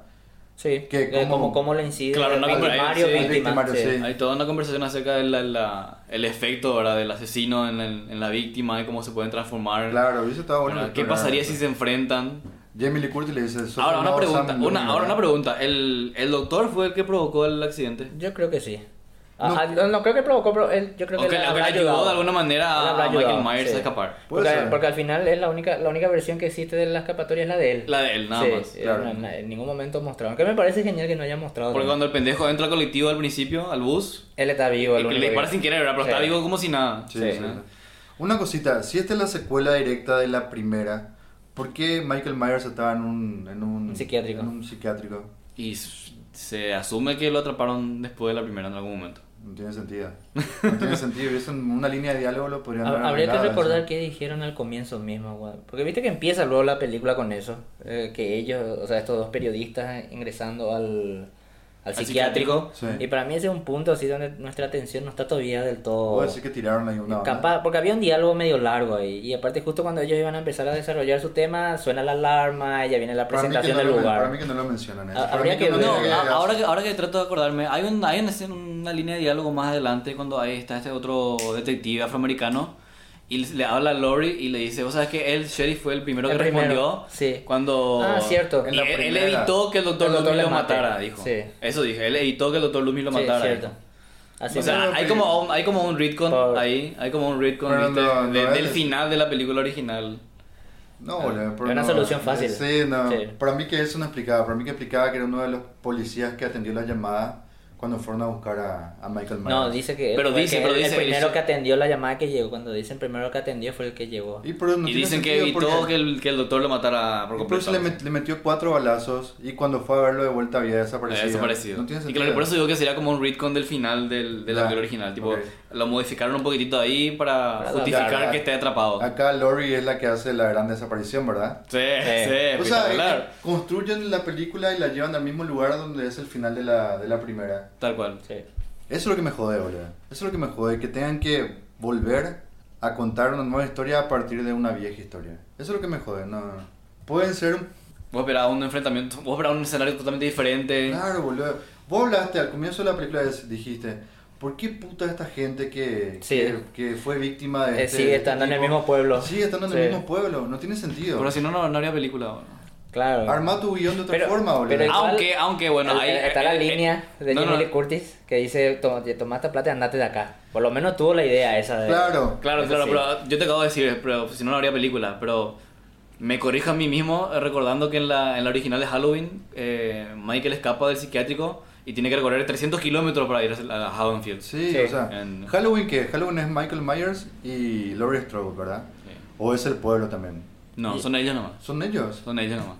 Speaker 2: Sí.
Speaker 3: Que
Speaker 2: eh,
Speaker 3: cómo-
Speaker 2: como, cómo le incide.
Speaker 1: Claro,
Speaker 2: el
Speaker 1: no, como-
Speaker 2: victimario,
Speaker 1: sí,
Speaker 2: víctima,
Speaker 3: el victimario,
Speaker 2: sí.
Speaker 3: sí.
Speaker 1: Hay toda una conversación acerca del el efecto ¿verdad? del asesino en, el- en la víctima y cómo se pueden transformar.
Speaker 3: Claro, hubiese estado bueno.
Speaker 1: ¿verdad? ¿Qué
Speaker 3: explorar
Speaker 1: pasaría
Speaker 3: eso.
Speaker 1: si se enfrentan?
Speaker 3: Jamie Lee Curtis le dice... "Sos
Speaker 1: Ahora
Speaker 3: el
Speaker 1: una
Speaker 3: nuevo
Speaker 1: pregunta,
Speaker 3: Sam Loomis",
Speaker 1: una, ahora
Speaker 3: ¿verdad?
Speaker 1: una pregunta. ¿El, ¿El doctor fue el que provocó el accidente?
Speaker 2: Yo creo que sí.
Speaker 3: No.
Speaker 2: Ajá, no. no creo que provocó, pero él, yo creo que
Speaker 1: Aunque
Speaker 2: él
Speaker 1: le
Speaker 2: habrá
Speaker 1: ayudó
Speaker 2: ayudado.
Speaker 1: de alguna manera
Speaker 2: Él
Speaker 1: a,
Speaker 2: habrá
Speaker 1: a Michael
Speaker 2: ayudado,
Speaker 1: Myers
Speaker 2: sí.
Speaker 1: a escapar.
Speaker 3: Puede
Speaker 2: Porque,
Speaker 3: ser.
Speaker 2: porque al final es la única, la única versión que existe de la escapatoria es la de él.
Speaker 1: La de él, nada
Speaker 2: Sí,
Speaker 1: más.
Speaker 2: eh,
Speaker 3: claro.
Speaker 2: no- no- en ningún momento mostraron. Que me parece genial que no hayan mostrado.
Speaker 1: Porque
Speaker 2: ¿no?
Speaker 1: cuando el pendejo entra al colectivo al principio, al bus,
Speaker 2: Él está vivo, el
Speaker 1: le
Speaker 2: único
Speaker 1: le dispara
Speaker 2: que-
Speaker 1: sin querer, ¿verdad? pero está
Speaker 2: Sí.
Speaker 1: vivo como si nada.
Speaker 3: Sí,
Speaker 2: Sí,
Speaker 3: sí.
Speaker 1: ¿no?
Speaker 3: Una cosita, si esta es la secuela directa de la primera, ¿por qué Michael Myers estaba en un, en un,
Speaker 2: Un psiquiátrico.
Speaker 3: En un psiquiátrico.
Speaker 1: Y s- se asume que lo atraparon después de la primera en algún momento.
Speaker 3: No tiene sentido. No tiene sentido. Hubiesen una línea de diálogo, lo podrían haber
Speaker 2: Ha- Habría que
Speaker 3: arreglado,
Speaker 2: recordar
Speaker 3: eso.
Speaker 2: qué dijeron al comienzo mismo, güey. Porque viste que empieza luego la película con eso. eh, que ellos, o sea, estos dos periodistas ingresando al, al
Speaker 1: Al
Speaker 2: psiquiátrico.
Speaker 3: psiquiátrico, sí.
Speaker 2: Y para mí ese es un punto así donde nuestra atención no está todavía del todo.
Speaker 3: Puedo decir que tiraron ahí una. onda.
Speaker 2: Capaz, porque había un diálogo medio largo ahí. Y aparte, justo cuando ellos iban a empezar a desarrollar su tema, suena la alarma, ya viene la
Speaker 3: Para mí, que
Speaker 2: presentación
Speaker 3: no
Speaker 2: del
Speaker 3: lo, men-
Speaker 2: lugar.
Speaker 3: para mí que no lo mencionan. Eso.
Speaker 2: Ah,
Speaker 3: Para
Speaker 2: habría
Speaker 3: mí
Speaker 2: que
Speaker 3: no
Speaker 2: ver.
Speaker 1: No,
Speaker 3: tiene
Speaker 1: a- ahora, que, ahora que trato de acordarme, hay, un, hay una, escena- una línea de diálogo más adelante cuando ahí está este otro detective afroamericano y le habla a Lori y le dice, vos sabes que el sheriff fue el primero
Speaker 2: El
Speaker 1: que
Speaker 2: primero,
Speaker 1: respondió
Speaker 2: sí.
Speaker 1: cuando...
Speaker 2: Ah, cierto.
Speaker 1: Y
Speaker 3: En la
Speaker 1: él, él
Speaker 3: primera.
Speaker 1: evitó que el doctor,
Speaker 2: El doctor
Speaker 1: Loomis
Speaker 2: le
Speaker 1: lo
Speaker 2: mate.
Speaker 1: matara, dijo.
Speaker 2: Sí.
Speaker 1: Eso dije, él evitó que el doctor Loomis lo
Speaker 2: Sí,
Speaker 1: matara.
Speaker 2: cierto.
Speaker 1: dijo.
Speaker 2: Así
Speaker 1: o sea,
Speaker 3: mismo.
Speaker 1: hay como un, hay como un retcon
Speaker 2: Por-
Speaker 1: ahí, hay como un retcon
Speaker 3: Pero
Speaker 1: ¿viste?
Speaker 3: no, no
Speaker 1: de-
Speaker 3: es-
Speaker 1: del final de la película original.
Speaker 3: No, boludo. pero
Speaker 2: Era una
Speaker 3: no.
Speaker 2: solución fácil.
Speaker 3: Sí, no.
Speaker 2: Sí.
Speaker 3: Para mí que eso no explicaba. Para mí que explicaba que era uno de los policías que atendió la llamada cuando fueron a buscar a, a Michael Myers.
Speaker 2: No, dice que, él
Speaker 1: Pero
Speaker 2: fue el
Speaker 1: dice,
Speaker 2: que-
Speaker 1: pero
Speaker 2: el
Speaker 1: dice,
Speaker 2: primero
Speaker 1: dice-
Speaker 2: que atendió la llamada que llegó. Cuando dicen primero que atendió fue el que llegó.
Speaker 3: Y, pero no
Speaker 1: y
Speaker 3: tiene
Speaker 1: dicen que
Speaker 3: sentido
Speaker 1: evitó
Speaker 3: porque-
Speaker 1: que el, que el doctor lo matara por completo.
Speaker 3: Incluso le, met- le metió cuatro balazos y cuando fue a verlo de vuelta había desaparecido.
Speaker 1: Había desaparecido.
Speaker 3: No tiene
Speaker 1: Eh, y
Speaker 3: sentido.
Speaker 1: claro, por eso digo que sería como un retcon del final del, del
Speaker 3: Ya,
Speaker 1: anterior original. Tipo,
Speaker 3: ok.
Speaker 1: lo modificaron un poquitito ahí para
Speaker 2: Para
Speaker 1: justificar
Speaker 3: adaptar, Ah,
Speaker 1: que esté atrapado.
Speaker 3: Acá Lori es la que hace la gran desaparición, ¿verdad?
Speaker 1: Sí, sí,
Speaker 3: eh, o sea,
Speaker 1: Eh, espectacular.
Speaker 3: es que construyen la película y la llevan al mismo lugar donde es el final de la, de la primera.
Speaker 1: Tal cual.
Speaker 2: Sí.
Speaker 3: Eso es lo que me jode, boludo. Eso es lo que me jode, que tengan que volver a contar una nueva historia a partir de una vieja historia. Eso es lo que me jode, no. Pueden ser un
Speaker 1: Vos esperabas un enfrentamiento, vos esperabas un escenario totalmente diferente.
Speaker 3: Claro, boludo. Vos hablaste al comienzo de la película, des- dijiste, ¿por qué puta esta gente que,
Speaker 2: Sí.
Speaker 3: que, que fue víctima de
Speaker 2: Eh,
Speaker 3: este
Speaker 2: sigue estando en el mismo pueblo.
Speaker 3: Sigue estando en el
Speaker 2: Sí.
Speaker 3: mismo pueblo, no tiene sentido.
Speaker 1: Pero si no, no, no habría película. boludo.
Speaker 2: Claro.
Speaker 3: Arma tu guión de otra
Speaker 2: Pero-
Speaker 3: forma, boludo.
Speaker 2: pero- igual-
Speaker 1: aunque, aunque, bueno,
Speaker 2: El-
Speaker 1: ahí.
Speaker 2: está
Speaker 1: eh,
Speaker 2: la
Speaker 1: eh,
Speaker 2: línea de
Speaker 1: no,
Speaker 2: Jamie
Speaker 1: no,
Speaker 2: Lee Curtis que dice: "Toma- Toma esta plata y andate de acá. Por lo menos tuvo la idea esa de.
Speaker 3: Claro.
Speaker 1: Claro,
Speaker 2: Eso
Speaker 1: claro,
Speaker 2: sí.
Speaker 1: pero yo te acabo de decir, pero si no, no habría película. Pero me corrijo a mí mismo eh, recordando que en la, en la original de Halloween, eh, Michael escapa del psiquiátrico y tiene que recorrer 300 kilómetros para ir a a Haddonfield.
Speaker 3: Sí,
Speaker 2: Sí.
Speaker 3: o sea,
Speaker 1: En-
Speaker 3: Halloween qué? Halloween es Michael Myers y Laurie Strode, ¿verdad?
Speaker 1: Sí.
Speaker 3: O es el pueblo también.
Speaker 1: Eh, No, son ellos nomás.
Speaker 3: Son ellos.
Speaker 1: Son ellos nomás.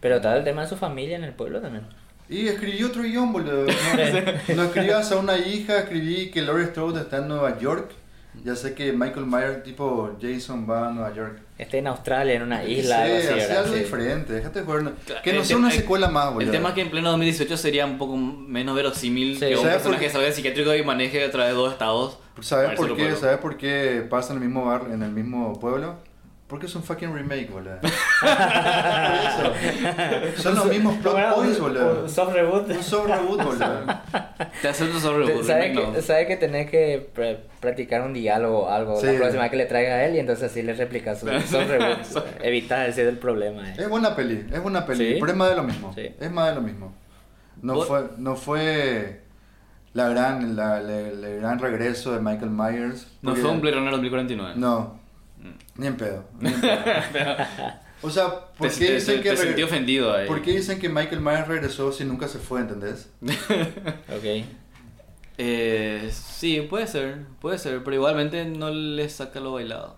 Speaker 2: Pero está el tema de su familia en el pueblo también.
Speaker 3: Y escribí otro guión, boludo. No, no escribas a una hija, escribí que Laurie Strode está en Nueva York. Ya sé que Michael Myers, tipo Jason, va a Nueva York.
Speaker 2: Está Este en Australia, en una
Speaker 3: Sí,
Speaker 2: isla. algo así,
Speaker 3: hacer
Speaker 2: ¿verdad?
Speaker 3: algo
Speaker 2: Sí.
Speaker 3: diferente, déjate de joder.
Speaker 1: Claro,
Speaker 3: Que no
Speaker 1: el
Speaker 3: sea
Speaker 1: te-
Speaker 3: una
Speaker 1: el-
Speaker 3: secuela más, boludo.
Speaker 1: El tema es que en pleno 2018 sería un poco menos verosímil
Speaker 2: Sí.
Speaker 1: que un
Speaker 3: ¿Sabes por
Speaker 1: personaje
Speaker 3: qué?
Speaker 1: que salga del psiquiátrico y maneje a través de dos estados.
Speaker 3: ¿Sabes por
Speaker 1: Marcelo
Speaker 3: qué?
Speaker 1: Polo.
Speaker 3: ¿Sabes por qué pasa en el mismo bar, en el mismo pueblo? Porque es un fucking remake, boludo. Por eso. Son los mismos
Speaker 2: ¿Cómo era?
Speaker 3: plot points,
Speaker 2: Un-
Speaker 3: boludo.
Speaker 2: un soft reboot.
Speaker 3: Un soft reboot, boludo.
Speaker 1: Te acepto sobre
Speaker 2: Te-
Speaker 1: el
Speaker 2: ¿Sabe
Speaker 1: remake, no.
Speaker 2: que, sabe que tenés que pr- practicar un diálogo o algo
Speaker 3: Sí.
Speaker 2: la próxima vez que le traiga a él y entonces así le replicas su,
Speaker 1: Sí.
Speaker 2: soft reboot. Evitar ese es el problema. eh.
Speaker 3: Es buena peli, es buena peli,
Speaker 2: Sí.
Speaker 3: pero es más de lo mismo.
Speaker 2: Sí.
Speaker 3: Es más de lo mismo. No
Speaker 1: Vos-
Speaker 3: fue, no fue la gran, la, la- el gran regreso de Michael Myers.
Speaker 1: No
Speaker 3: porque-
Speaker 1: fue un Blade Runner 2049.
Speaker 3: No,
Speaker 2: Mm.
Speaker 3: ni en pedo. ni en pedo. o sea,
Speaker 1: Te,
Speaker 3: ¿por qué
Speaker 1: te,
Speaker 3: dicen
Speaker 1: te-
Speaker 3: que
Speaker 1: te
Speaker 3: reg-
Speaker 1: sentí ofendido ahí.
Speaker 3: ¿Por qué dicen que Michael Myers regresó si nunca se fue, entendés?
Speaker 2: Ok.
Speaker 1: Eh, sí, puede ser, puede ser, pero igualmente no le saca lo bailado.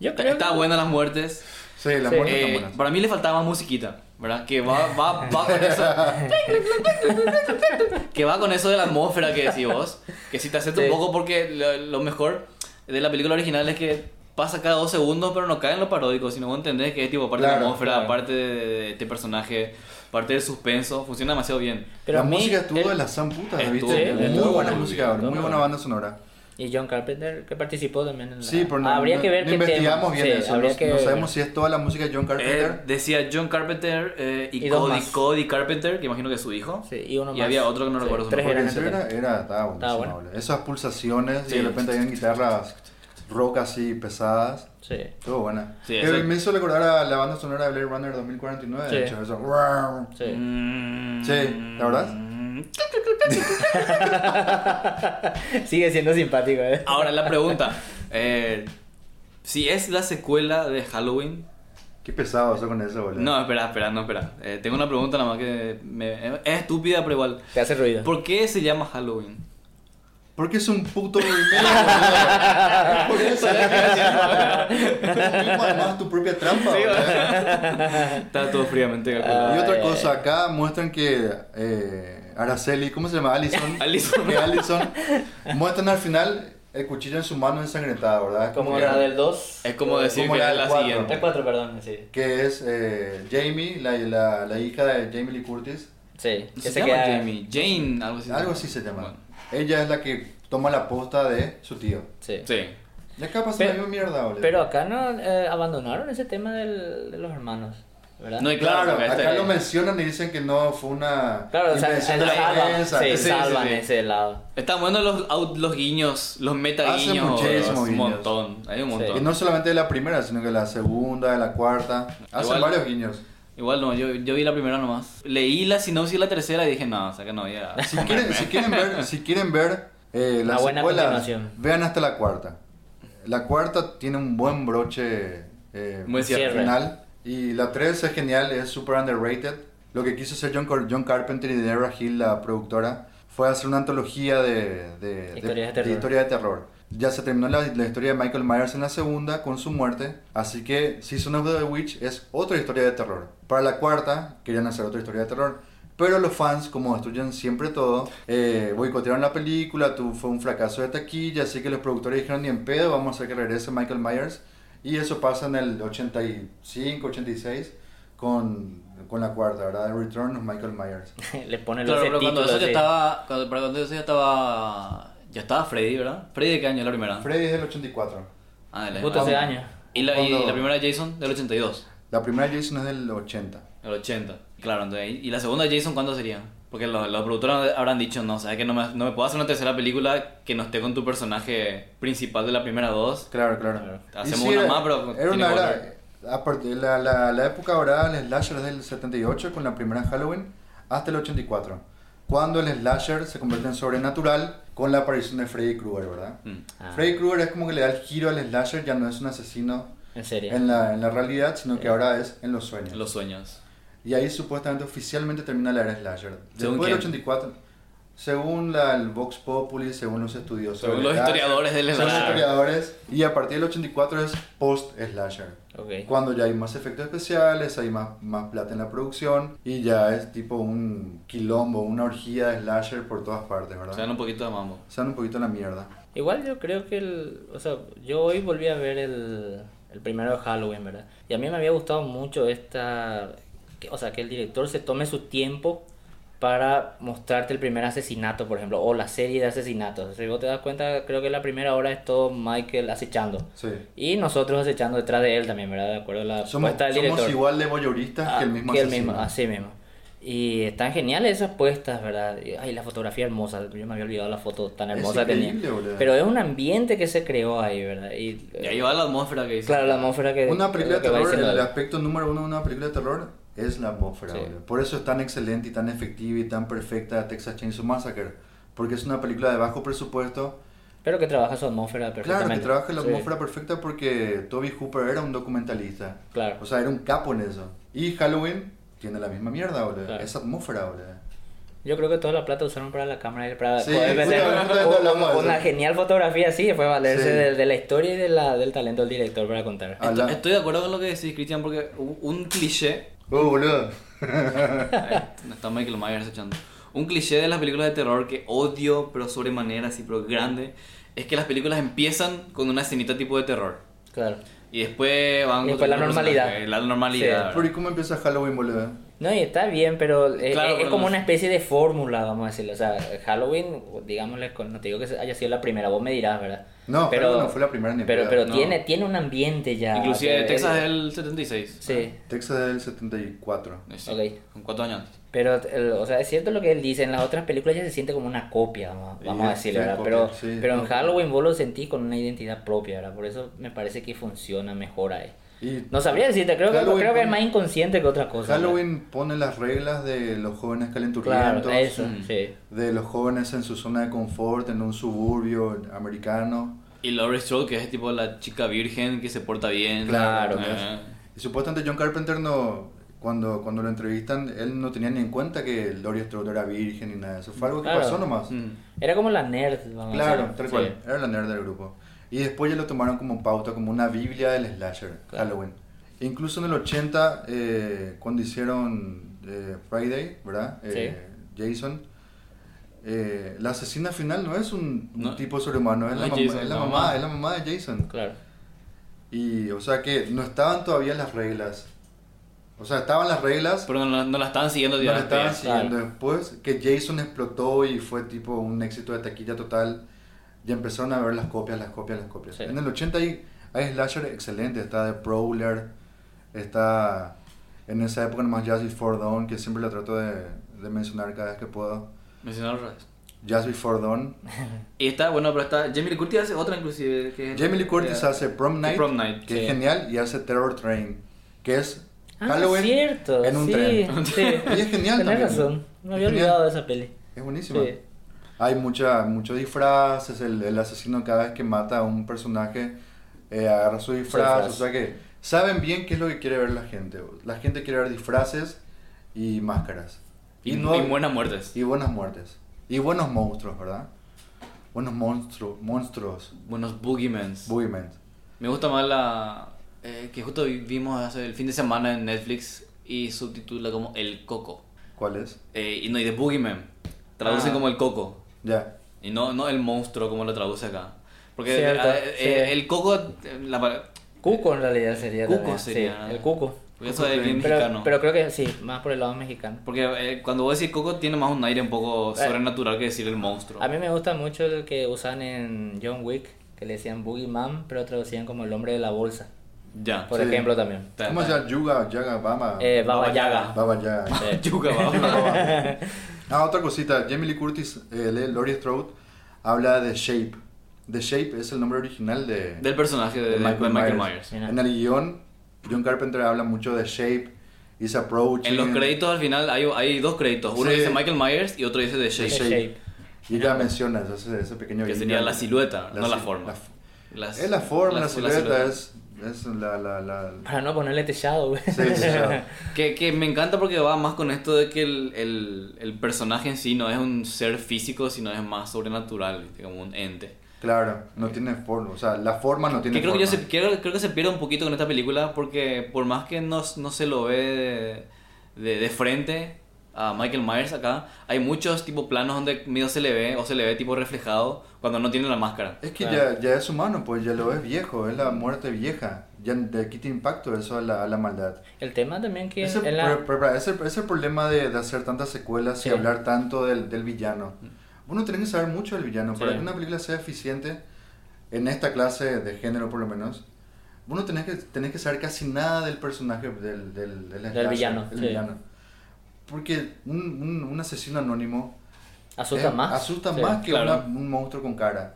Speaker 2: Yo
Speaker 1: Está,
Speaker 2: creo
Speaker 1: está
Speaker 2: que-
Speaker 1: buena las muertes.
Speaker 3: Sí, la
Speaker 2: Sí.
Speaker 3: muerte
Speaker 1: Eh,
Speaker 3: está buena.
Speaker 1: para mí le faltaba más musiquita, ¿verdad? Que va, va, va con eso. que va con eso de la atmósfera que decís vos. Que si te acepto
Speaker 2: Sí.
Speaker 1: un poco porque lo, lo mejor de la película original es que pasa cada dos segundos, pero no cae en lo paródico, sino vos entendés que es tipo parte de
Speaker 3: Claro,
Speaker 1: la atmósfera,
Speaker 2: claro.
Speaker 1: parte de, de este personaje, parte del suspenso. Funciona demasiado bien.
Speaker 2: Pero
Speaker 3: la
Speaker 2: a mí,
Speaker 3: música estuvo
Speaker 2: él-
Speaker 3: de la san puta,
Speaker 1: Estuvo-
Speaker 3: ¿viste?
Speaker 2: Sí,
Speaker 3: muy
Speaker 2: estuvo
Speaker 3: buena
Speaker 2: muy
Speaker 3: música,
Speaker 2: bien,
Speaker 3: muy buena
Speaker 2: estuvo.
Speaker 3: banda sonora.
Speaker 2: Y John Carpenter, que participó también en la...
Speaker 3: Sí, pero no,
Speaker 2: Habría
Speaker 3: no-
Speaker 2: que ver
Speaker 3: no
Speaker 2: qué
Speaker 3: investigamos
Speaker 2: tema.
Speaker 3: bien
Speaker 2: Sí,
Speaker 3: eso.
Speaker 2: habría
Speaker 3: No,
Speaker 2: que
Speaker 3: no
Speaker 2: ver.
Speaker 3: sabemos si es toda la música de John
Speaker 1: Eh,
Speaker 3: Carpenter.
Speaker 1: decía John Carpenter eh, y,
Speaker 2: Y dos
Speaker 1: Cody,
Speaker 2: más.
Speaker 1: Cody Carpenter, que imagino que es su hijo.
Speaker 2: Sí, y uno
Speaker 1: Y
Speaker 2: más.
Speaker 1: había otro que no recuerdo su
Speaker 2: Tres
Speaker 1: nombre.
Speaker 3: Porque
Speaker 2: eran
Speaker 3: en serio
Speaker 2: antes.
Speaker 3: era, era- estaba buenísimo,
Speaker 2: Estaba bueno.
Speaker 3: boludo. Esas pulsaciones
Speaker 1: Sí.
Speaker 3: y de repente habían guitarras rock así pesadas.
Speaker 2: Sí.
Speaker 3: Estuvo buena.
Speaker 1: Sí,
Speaker 3: Pero
Speaker 1: eso-
Speaker 3: me hizo recordar a la banda sonora de Blade Runner 2049.
Speaker 2: Sí.
Speaker 3: De hecho, eso. ¡guau!
Speaker 2: Sí.
Speaker 1: Mm.
Speaker 3: Sí, ¿la verdad?
Speaker 1: Mm.
Speaker 2: Sigue siendo simpático, ¿eh?
Speaker 1: Ahora la pregunta. eh, si es la secuela de Halloween.
Speaker 3: Qué pesado eso con eso, boludo.
Speaker 1: No, espera, espera, no, espera. Eh, tengo una pregunta nada más que me- es estúpida, pero igual.
Speaker 2: Te hace ruido.
Speaker 1: ¿Por qué se llama Halloween?
Speaker 3: Porque es un puto remake, boludo. Por eso es que Tú mismo armás tu propia trampa,
Speaker 1: Sí,
Speaker 3: boludo.
Speaker 1: Está todo fríamente calculado.
Speaker 2: Ah.
Speaker 3: Y
Speaker 2: Ay,
Speaker 3: otra
Speaker 2: ay,
Speaker 3: cosa, acá muestran que eh, Araceli, ¿cómo se llama? Allison.
Speaker 1: Allison.
Speaker 3: Que Allison. Muestran al final el cuchillo en su mano ensangrentada, ¿verdad?
Speaker 2: Como
Speaker 3: que-
Speaker 2: la del 2.
Speaker 1: Es como decir
Speaker 3: Como
Speaker 1: que
Speaker 3: la
Speaker 1: es la
Speaker 3: cuatro.
Speaker 1: siguiente.
Speaker 2: El 4, perdón, sí.
Speaker 3: Que es eh, Jamie, la, la, la hija de Jamie Lee Curtis.
Speaker 2: Sí,
Speaker 1: No
Speaker 2: que
Speaker 1: se,
Speaker 2: se,
Speaker 1: llama
Speaker 2: queda...
Speaker 1: Jamie, Jane, algo así.
Speaker 3: Algo así se llama.
Speaker 1: Bueno,
Speaker 3: Ella es la que toma la posta de su tío.
Speaker 2: Sí.
Speaker 1: sí.
Speaker 3: Y acá pasa
Speaker 2: Pero-
Speaker 3: la misma mierda, boludo.
Speaker 2: Pero acá no eh, abandonaron ese tema del- de los hermanos, ¿verdad?
Speaker 1: No, y claro,
Speaker 3: Claro,
Speaker 1: porque
Speaker 3: acá
Speaker 1: este-
Speaker 3: lo mencionan y dicen que no fue una
Speaker 2: Claro, o sea,
Speaker 3: invención
Speaker 2: el
Speaker 3: de la
Speaker 2: salvan,
Speaker 3: prensa.
Speaker 2: sí,
Speaker 1: Sí, sí,
Speaker 2: salvan
Speaker 1: sí.
Speaker 2: ese lado.
Speaker 1: Están bueno los, out- los guiños, los meta
Speaker 3: Hacen
Speaker 1: guiños.
Speaker 3: muchísimos
Speaker 1: Un
Speaker 3: guiños.
Speaker 1: montón, hay un
Speaker 2: Sí.
Speaker 1: montón.
Speaker 3: Y no solamente de la primera, sino que de la segunda, de la cuarta. Hacen
Speaker 1: Igual-
Speaker 3: varios guiños.
Speaker 1: Igual no, yo, yo vi la primera nomás. Leí la sinopsis de la tercera y dije, no, o sea que no había.
Speaker 3: Si quieren, si quieren ver, si quieren ver eh,
Speaker 2: Una
Speaker 3: las
Speaker 2: buena
Speaker 3: secuelas,
Speaker 2: continuación.
Speaker 3: vean hasta la cuarta. La cuarta tiene un buen broche eh,
Speaker 1: Buen
Speaker 2: cierre.
Speaker 3: final. Y la 3 es genial, es super underrated. Lo que quiso hacer John, Car- John Carpenter y Deborah Hill, la productora, fue hacer una antología de, de,
Speaker 2: Historias de
Speaker 3: de-
Speaker 2: terror.
Speaker 3: historia de terror. Ya se terminó la, la historia de Michael Myers en la segunda con su muerte. Así que Season of the Witch es otra historia de terror. Para la cuarta querían hacer otra historia de terror. Pero los fans, como destruyen siempre todo, eh, boicotearon la película, tu- fue un fracaso de taquilla, así que los productores dijeron, ni en pedo, vamos a hacer que regrese Michael Myers. Y eso pasa en el 85, 86 con, con la cuarta, ¿verdad? The Return of Michael Myers.
Speaker 2: Le ponen
Speaker 1: Claro,
Speaker 2: los
Speaker 1: pero cuando
Speaker 2: títulos.
Speaker 1: eso ya
Speaker 2: sí.
Speaker 1: estaba. Cuando, pero cuando eso ya estaba. Ya estaba Freddy, ¿verdad? ¿Freddy de qué año la primera?
Speaker 3: Freddy es del 84.
Speaker 1: Ah, de la
Speaker 2: Justo
Speaker 1: ah,
Speaker 2: ese
Speaker 1: bueno.
Speaker 2: año.
Speaker 1: Y la, y
Speaker 3: Cuando-
Speaker 1: la primera Jason del 82,
Speaker 3: La primera Jason es del 80.
Speaker 1: el 80. Claro, entonces. ¿Y la segunda Jason cuándo sería? Porque lo- los productores habrán dicho, no, o sea, que no me, no me puedo hacer una tercera película que no esté con tu personaje principal de la primera dos.
Speaker 3: Claro, claro.
Speaker 1: Claro. Hacemos una más, pero
Speaker 3: Era
Speaker 1: tiene
Speaker 3: una
Speaker 1: que
Speaker 3: era-
Speaker 1: volver.
Speaker 3: a partir- la, la, la época dorada del slasher es del 78 con la primera Halloween hasta el 84. Cuando el slasher se convierte en sobrenatural con la aparición de Freddy Krueger, ¿verdad?
Speaker 1: Mm.
Speaker 2: Ah,
Speaker 3: Freddy Krueger es como que le da el giro al slasher, ya no es un asesino
Speaker 2: En serio.
Speaker 3: en la, en la realidad, sino que ahora es en los sueños.
Speaker 1: Los sueños.
Speaker 3: Y ahí supuestamente oficialmente termina la era slasher.
Speaker 1: ¿Según
Speaker 3: Después del
Speaker 1: quién?
Speaker 3: 84, según la, el Vox Populi, según los estudiosos.
Speaker 1: Según
Speaker 3: del
Speaker 1: los
Speaker 3: slasher,
Speaker 1: historiadores del
Speaker 3: según los
Speaker 1: slasher.
Speaker 3: historiadores, Y a partir del 84 es post-slasher.
Speaker 2: Ok.
Speaker 3: Cuando ya hay más efectos especiales, hay más, más plata en la producción y ya es tipo un quilombo, una orgía de slasher por todas partes, ¿verdad?
Speaker 1: O sea, un poquito de mambo.
Speaker 3: Sean un poquito la mierda.
Speaker 2: Igual yo creo que el... O sea, yo hoy volví a ver el, el primero de Halloween, ¿verdad? Y a mí me había gustado mucho esta... que- o sea, que el director se tome su tiempo para mostrarte el primer asesinato, por ejemplo, o la serie de asesinatos. Si vos te das cuenta, creo que la primera hora es todo Michael acechando.
Speaker 3: Sí.
Speaker 2: Y nosotros acechando detrás de él también, ¿verdad? De acuerdo a la
Speaker 3: Somos,
Speaker 2: propuesta del
Speaker 3: somos
Speaker 2: Pues director.
Speaker 3: igual de voyeuristas
Speaker 2: Ah,
Speaker 3: que el mismo
Speaker 2: que
Speaker 3: asesino.
Speaker 2: así mismo. Y están geniales esas puestas, ¿verdad? Y, Ay, la fotografía hermosa. Yo me había olvidado la foto tan
Speaker 3: Es
Speaker 2: hermosa que
Speaker 3: increíble,
Speaker 2: tenía.
Speaker 3: boludo.
Speaker 2: Pero es un ambiente que se creó ahí, ¿verdad? Y,
Speaker 1: Y ahí va la atmósfera que dice.
Speaker 2: claro, la atmósfera que.
Speaker 3: Una película
Speaker 2: que
Speaker 3: de
Speaker 2: va
Speaker 3: terror,
Speaker 2: diciendo
Speaker 3: el
Speaker 2: él.
Speaker 3: aspecto número uno de una película de terror es la atmósfera.
Speaker 2: Sí.
Speaker 3: boludo. Por eso es tan excelente y tan efectiva y tan perfecta Texas Chainsaw Massacre. Porque es una película de bajo presupuesto.
Speaker 2: Pero que trabaja su atmósfera
Speaker 3: Claro,
Speaker 2: perfectamente.
Speaker 3: que trabaja la
Speaker 2: Sí.
Speaker 3: atmósfera perfecta porque Toby Hooper era un documentalista.
Speaker 2: Claro.
Speaker 3: O sea, era un capo en eso. Y Halloween tiene la misma mierda, boludo.
Speaker 2: Claro.
Speaker 3: Esa atmósfera, boludo.
Speaker 2: Yo creo que toda la plata usaron para la cámara y para
Speaker 3: Sí,
Speaker 2: poder meter
Speaker 3: justamente, justamente hablamos de
Speaker 2: una,
Speaker 3: eso.
Speaker 2: una genial fotografía así. Fue valerse
Speaker 3: Sí.
Speaker 2: de, de la historia y de la, del talento del director para contar.
Speaker 3: Ah.
Speaker 1: Estoy,
Speaker 3: Habla-
Speaker 1: estoy de acuerdo con lo que decís, Cristian, porque u- un cliché.
Speaker 3: Oh, boludo.
Speaker 1: Ahí está Michael Myers echando. Un cliché de las películas de terror que odio, pero sobremanera, así, pero grande, es que las películas empiezan con una escenita tipo de terror.
Speaker 2: Claro.
Speaker 1: Y después van
Speaker 2: Y después la
Speaker 1: otro
Speaker 2: normalidad.
Speaker 1: personaje, La normalidad.
Speaker 3: Pero ¿y cómo empieza Halloween, boludo?
Speaker 2: No, y está bien, pero eh,
Speaker 1: Claro,
Speaker 2: es, es
Speaker 1: pero
Speaker 2: como
Speaker 1: no-
Speaker 2: una especie de fórmula, vamos a decirlo. O sea, Halloween, digámosle, con- no te digo que haya sido la primera, vos me dirás, ¿verdad?
Speaker 3: No,
Speaker 2: pero
Speaker 3: Halloween no fue la primera ni en
Speaker 2: Pero,
Speaker 3: pedo,
Speaker 2: pero
Speaker 1: no.
Speaker 2: tiene, tiene un ambiente ya.
Speaker 1: Inclusive
Speaker 2: que-
Speaker 1: Texas
Speaker 2: eh,
Speaker 1: es el 76.
Speaker 2: Sí,
Speaker 3: Texas del 74.
Speaker 1: Eh,
Speaker 2: Ok.
Speaker 1: Con cuatro años antes.
Speaker 2: pero, el- o sea, es cierto lo que él dice. En las otras películas ya se siente como una copia, vamos,
Speaker 3: Sí,
Speaker 2: vamos a decirlo,
Speaker 3: sí,
Speaker 2: ¿verdad?
Speaker 3: copia,
Speaker 2: pero,
Speaker 3: sí.
Speaker 2: pero en Halloween vos lo sentís con una identidad propia, ¿verdad? Por eso me parece que funciona mejor ahí.
Speaker 3: Y
Speaker 2: No sabría decirte, creo, que,
Speaker 3: Halloween
Speaker 2: creo que es
Speaker 3: pone-
Speaker 2: más inconsciente que otra cosa. ¿verdad?
Speaker 3: Halloween pone las reglas de los jóvenes calenturientos,
Speaker 2: Claro, eso,
Speaker 1: Mm.
Speaker 2: sí.
Speaker 3: de los jóvenes en su zona de confort, en un suburbio americano.
Speaker 1: Y Laurie Strode, que es tipo la chica virgen que se porta bien.
Speaker 2: Claro.
Speaker 1: Eh,
Speaker 3: Y supuestamente John Carpenter no, cuando, cuando lo entrevistan, él no tenía ni en cuenta que Laurie Strode era virgen ni nada. de Eso fue algo que
Speaker 2: Claro.
Speaker 3: pasó nomás.
Speaker 1: mm.
Speaker 2: Era como la nerd, vamos a
Speaker 3: Claro,
Speaker 2: decirlo.
Speaker 3: tal
Speaker 2: Sí.
Speaker 3: cual. Era la nerd del grupo. Y después ya lo tomaron como pauta, como una biblia del slasher,
Speaker 2: Claro.
Speaker 3: Halloween. Incluso en el 80, eh, cuando hicieron eh, Friday, ¿verdad? Eh, Jason. eh, la asesina final no es un, un
Speaker 1: No.
Speaker 3: tipo sobrehumano, es,
Speaker 1: No
Speaker 3: la,
Speaker 1: es
Speaker 3: mamá,
Speaker 1: Jason,
Speaker 3: es la
Speaker 1: la
Speaker 3: mamá,
Speaker 1: mamá.
Speaker 3: es la mamá de Jason.
Speaker 2: Claro.
Speaker 3: Y, o sea que no estaban todavía las reglas. O sea, estaban las reglas,
Speaker 1: Pero no, no la estaban siguiendo
Speaker 3: no la
Speaker 1: directamente.
Speaker 3: estaban
Speaker 2: claro.
Speaker 3: siguiendo después, que Jason explotó y fue tipo un éxito de taquilla total. Y empezaron a ver las copias, las copias, las copias.
Speaker 2: Sí.
Speaker 3: En el 80 hay, hay slasher excelente, está The Prowler, está en esa época nomás Jazz Before Dawn, que siempre la trato de, de mencionar cada vez que puedo.
Speaker 1: Mencionaron otra vez.
Speaker 3: Jazz Before Dawn.
Speaker 1: Y está, bueno, pero está. Jamie Lee Curtis hace otra, inclusive. Que es-
Speaker 3: Jamie Lee Curtis
Speaker 1: que-
Speaker 3: hace Prom Night,
Speaker 1: Prom Night,
Speaker 3: que
Speaker 2: sí.
Speaker 3: es genial, y hace Terror Train, que es
Speaker 2: Ah,
Speaker 3: Halloween
Speaker 2: cierto,
Speaker 3: en un
Speaker 2: sí,
Speaker 3: tren.
Speaker 2: Sí.
Speaker 3: Y es genial
Speaker 2: Tenés
Speaker 3: también.
Speaker 2: razón.
Speaker 3: Es
Speaker 2: Me había
Speaker 3: genial.
Speaker 2: olvidado de esa peli.
Speaker 3: Es buenísima.
Speaker 2: Sí.
Speaker 3: Hay mucha, muchos disfraces, el, el asesino cada vez que mata a un personaje eh, agarra su disfraz,
Speaker 2: disfraz.
Speaker 3: o sea que saben bien qué es lo que quiere ver la gente. La gente quiere ver disfraces y máscaras.
Speaker 1: Y,
Speaker 3: no-
Speaker 1: y buenas muertes.
Speaker 3: y buenas muertes. Y buenos monstruos, ¿verdad? Buenos monstruos, monstruos,
Speaker 1: Buenos boogeymans.
Speaker 3: boogeymen.
Speaker 1: Me gusta más la. eh, que justo vi- vimos hace el fin de semana en Netflix y subtitula como El Coco.
Speaker 3: ¿Cuáles?
Speaker 1: Eh, y no, y de Boogeyman. Traducen
Speaker 2: Ah.
Speaker 1: como El Coco.
Speaker 3: Ya.
Speaker 1: Y no, no el monstruo como lo traduce acá. Porque
Speaker 2: Cierto,
Speaker 1: eh, eh,
Speaker 2: sí.
Speaker 1: el coco. eh, La, pa-
Speaker 2: Cuco en realidad sería.
Speaker 1: Cuco
Speaker 2: también,
Speaker 1: sería.
Speaker 2: Sí, el cuco.
Speaker 1: porque eso es bien mexicano.
Speaker 2: Pero, pero creo que sí, más por el lado mexicano.
Speaker 1: Porque eh, cuando vos decís coco tiene más un aire un poco
Speaker 2: Eh.
Speaker 1: sobrenatural que decir el monstruo.
Speaker 2: A mí me gusta mucho el que usan en John Wick, que le decían Boogeyman, pero traducían como el hombre de la bolsa.
Speaker 1: Ya.
Speaker 2: Por
Speaker 3: Sí.
Speaker 2: ejemplo, también.
Speaker 1: Ta-
Speaker 3: ¿Cómo se
Speaker 1: ta-
Speaker 3: llama? Yuga, Yaga, Baba.
Speaker 2: Eh, Baba,
Speaker 1: Baba
Speaker 2: Yaga.
Speaker 1: Yaga.
Speaker 3: Baba Yaga.
Speaker 1: Yuca, va.
Speaker 3: Ah, otra cosita, Jamie Lee Curtis, eh, de Laurie Strode, habla de Shape. The Shape es el nombre original de,
Speaker 1: Del personaje de, de Michael, Myers.
Speaker 2: Mira.
Speaker 3: En el guión, John Carpenter habla mucho de Shape, His Approach.
Speaker 1: En los
Speaker 3: and-
Speaker 1: créditos al final hay, hay dos créditos. Uno
Speaker 3: Sí.
Speaker 1: dice Michael Myers y otro dice The
Speaker 3: de
Speaker 1: Shape.
Speaker 2: Shape.
Speaker 3: Shape. Y ella menciona ese, ese pequeño
Speaker 1: Que
Speaker 3: guiño.
Speaker 1: sería la silueta, no la
Speaker 3: si-
Speaker 1: forma.
Speaker 3: f-
Speaker 1: Las-
Speaker 3: es la forma, la,
Speaker 1: las-
Speaker 3: silueta, es Es la, la, la...
Speaker 2: Para no ponerle techado, güey.
Speaker 3: Sí, sí, ya.
Speaker 1: Que, que me encanta porque va más con esto de que el, el, el personaje en sí no es un ser físico, sino es más sobrenatural, ¿viste? como un ente.
Speaker 3: Claro, no tiene forma. O sea, la forma no tiene
Speaker 1: Que creo, que
Speaker 3: forma.
Speaker 1: yo se, creo, creo que se pierde un poquito con esta película porque por más que no, no se lo ve de, de, de frente a Michael Myers acá, hay muchos tipo planos donde medio se le ve o se le ve tipo reflejado cuando no tiene la máscara.
Speaker 3: Es que ya, ya es humano, pues ya lo es viejo, es la muerte vieja. Ya de aquí te impacto eso a la, a la maldad.
Speaker 2: El tema también que
Speaker 3: Ese,
Speaker 2: en la-
Speaker 3: pero- pero- pero ese- ese es el problema de, de hacer tantas secuelas
Speaker 2: Sí. Mm.
Speaker 3: y hablar tanto del, del villano. Uno tiene que saber mucho del villano. Para
Speaker 2: Sí.
Speaker 3: que una película sea eficiente, en esta clase de género por lo menos, uno tenés que, tenés que saber casi nada del personaje del, del, de la
Speaker 2: Del
Speaker 3: clase,
Speaker 2: villano,
Speaker 3: del
Speaker 2: sí.
Speaker 3: villano. Porque un, un- un asesino anónimo
Speaker 2: asusta
Speaker 3: es-
Speaker 2: más.
Speaker 3: asusta
Speaker 2: Sí.
Speaker 3: eh, más que
Speaker 1: claro.
Speaker 3: una- un monstruo con cara.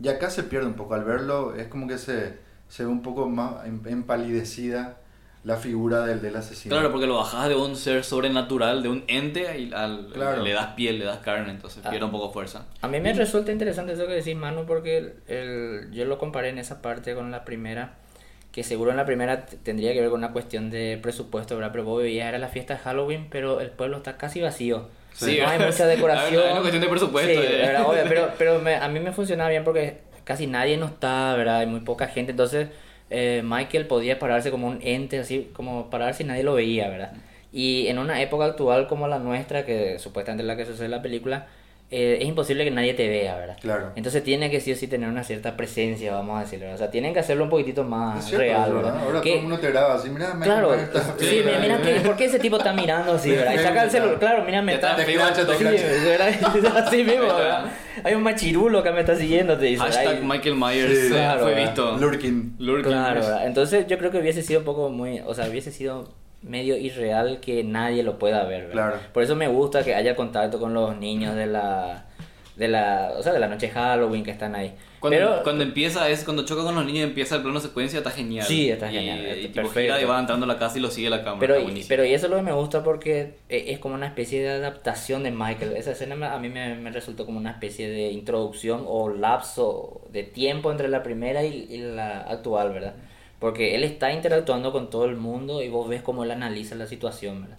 Speaker 3: Y acá se pierde un poco. Al verlo es como que se, se ve un poco más em- empalidecida la figura del, del asesino.
Speaker 1: Claro, porque lo bajas de un ser sobrenatural, de un ente, y al,
Speaker 3: Claro.
Speaker 1: le das piel, le das carne, entonces
Speaker 2: Ah.
Speaker 1: pierde un poco fuerza.
Speaker 2: A mí me resulta interesante eso que decís, Manu, porque el- el- yo lo comparé en esa parte con la primera, que seguro en la primera t- tendría que ver con una cuestión de presupuesto, ¿verdad? Pero vos veías, era la fiesta de Halloween, pero el pueblo está casi vacío.
Speaker 1: Sí.
Speaker 2: no hay mucha
Speaker 1: Hay
Speaker 2: decoración.
Speaker 1: una- hay una cuestión de presupuesto,
Speaker 2: Sí,
Speaker 1: eh.
Speaker 2: ¿verdad? Obvio, pero, pero me- a mí me funcionaba bien porque casi nadie no está, ¿verdad? Hay muy poca gente, entonces eh, Michael podía pararse como un ente, así como pararse y nadie lo veía, ¿verdad? Y en una época actual como la nuestra, que supuestamente es la que sucede la película, eh, es imposible que nadie te vea, ¿verdad?
Speaker 3: Claro.
Speaker 2: Entonces tiene que sí o sí tener una cierta presencia, vamos a decirlo. ¿verdad? O sea, tienen que hacerlo un poquitito más
Speaker 3: Ah, Es cierto,
Speaker 2: real,
Speaker 3: es
Speaker 2: ¿verdad?
Speaker 3: Ahora
Speaker 2: Que-
Speaker 3: todo el mundo te graba así, mira, me
Speaker 2: Claro,
Speaker 3: me- está-
Speaker 2: sí, mira, mira que, ¿por qué ese tipo está mirando así, verdad? Y saca el celular, claro, mira, me
Speaker 1: Ya
Speaker 2: está...
Speaker 1: está,
Speaker 3: Te cracha, te
Speaker 2: Sí,
Speaker 3: cracha.
Speaker 2: ¿verdad? Así mismo, ¿verdad? Hay un machirulo que me está siguiendo, te dice. ¿verdad?
Speaker 1: Hashtag
Speaker 2: Y-
Speaker 1: Michael Myers
Speaker 3: Sí,
Speaker 1: eh,
Speaker 2: claro,
Speaker 1: fue
Speaker 2: ¿verdad?
Speaker 1: visto.
Speaker 3: Lurking.
Speaker 1: Lurking.
Speaker 2: Claro, ¿verdad? entonces yo creo que hubiese sido un poco muy, o sea, hubiese sido medio irreal que nadie lo pueda ver, ¿verdad?
Speaker 3: Claro.
Speaker 2: Por eso me gusta que haya contacto con los niños de la, de la, o sea, de la noche de Halloween que están ahí.
Speaker 1: Cuando,
Speaker 2: Pero
Speaker 1: cuando empieza, es cuando choca con los niños, empieza el plano secuencia, está genial.
Speaker 2: Sí, está
Speaker 1: Y-
Speaker 2: genial,
Speaker 1: Y,
Speaker 2: está
Speaker 1: tipo
Speaker 2: perfecto.
Speaker 1: gira y va entrando a la casa y lo sigue la cámara.
Speaker 2: Pero,
Speaker 1: está buenísimo.
Speaker 2: pero y eso es lo que me gusta porque e- es como una especie de adaptación de Michael. Esa escena me- a mí me, me resultó como una especie de introducción o lapso de tiempo entre la primera y, y la actual, ¿verdad? Porque él está interactuando con todo el mundo y vos ves cómo él analiza la situación, ¿verdad?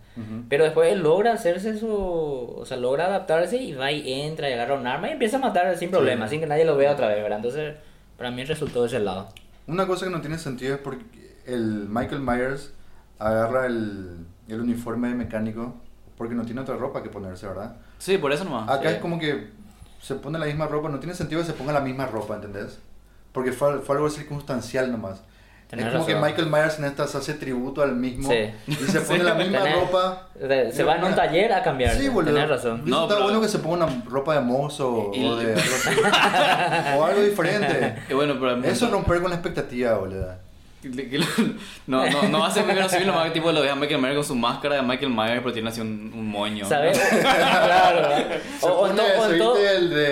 Speaker 2: Pero después él logra hacerse su... O sea, logra adaptarse y va y entra y agarra un arma y empieza a matar sin problema, sin que nadie lo vea otra vez, ¿verdad? Entonces, para mí resultó de ese lado.
Speaker 3: Una cosa que no tiene sentido es porque el Michael Myers agarra el, el uniforme de mecánico porque no tiene otra ropa que ponerse, ¿verdad?
Speaker 1: Sí, por eso nomás.
Speaker 3: Acá
Speaker 2: sí.
Speaker 3: es como que se pone la misma ropa, no tiene sentido que se ponga la misma ropa, ¿entendés? Porque fue, fue algo circunstancial nomás.
Speaker 2: Tenés
Speaker 3: es como
Speaker 2: razón.
Speaker 3: que Michael Myers en estas hace tributo al mismo
Speaker 2: Sí.
Speaker 3: y se pone la misma
Speaker 2: Tenés-
Speaker 3: ropa.
Speaker 2: de- Se
Speaker 3: No,
Speaker 2: va en un
Speaker 3: no.
Speaker 2: taller a cambiar.
Speaker 3: Sí, boludo.
Speaker 2: Tenés razón.
Speaker 1: No,
Speaker 3: No, está
Speaker 1: pero-
Speaker 3: bueno que se ponga una ropa de mozo
Speaker 1: Y-
Speaker 3: o de algo así. o algo diferente.
Speaker 1: Y bueno, pero
Speaker 3: Eso es romper con la expectativa, boludo.
Speaker 1: Que- que lo- No, no, no va a ser primero civil, nomás que tipo lo ve a Michael Myers con su máscara de Michael Myers, pero tiene así un, un moño.
Speaker 2: ¿Sabes? claro. ¿verdad?
Speaker 3: Se
Speaker 2: O, o en
Speaker 3: pone,
Speaker 2: todo- o
Speaker 3: se
Speaker 2: en todo-
Speaker 3: viste el de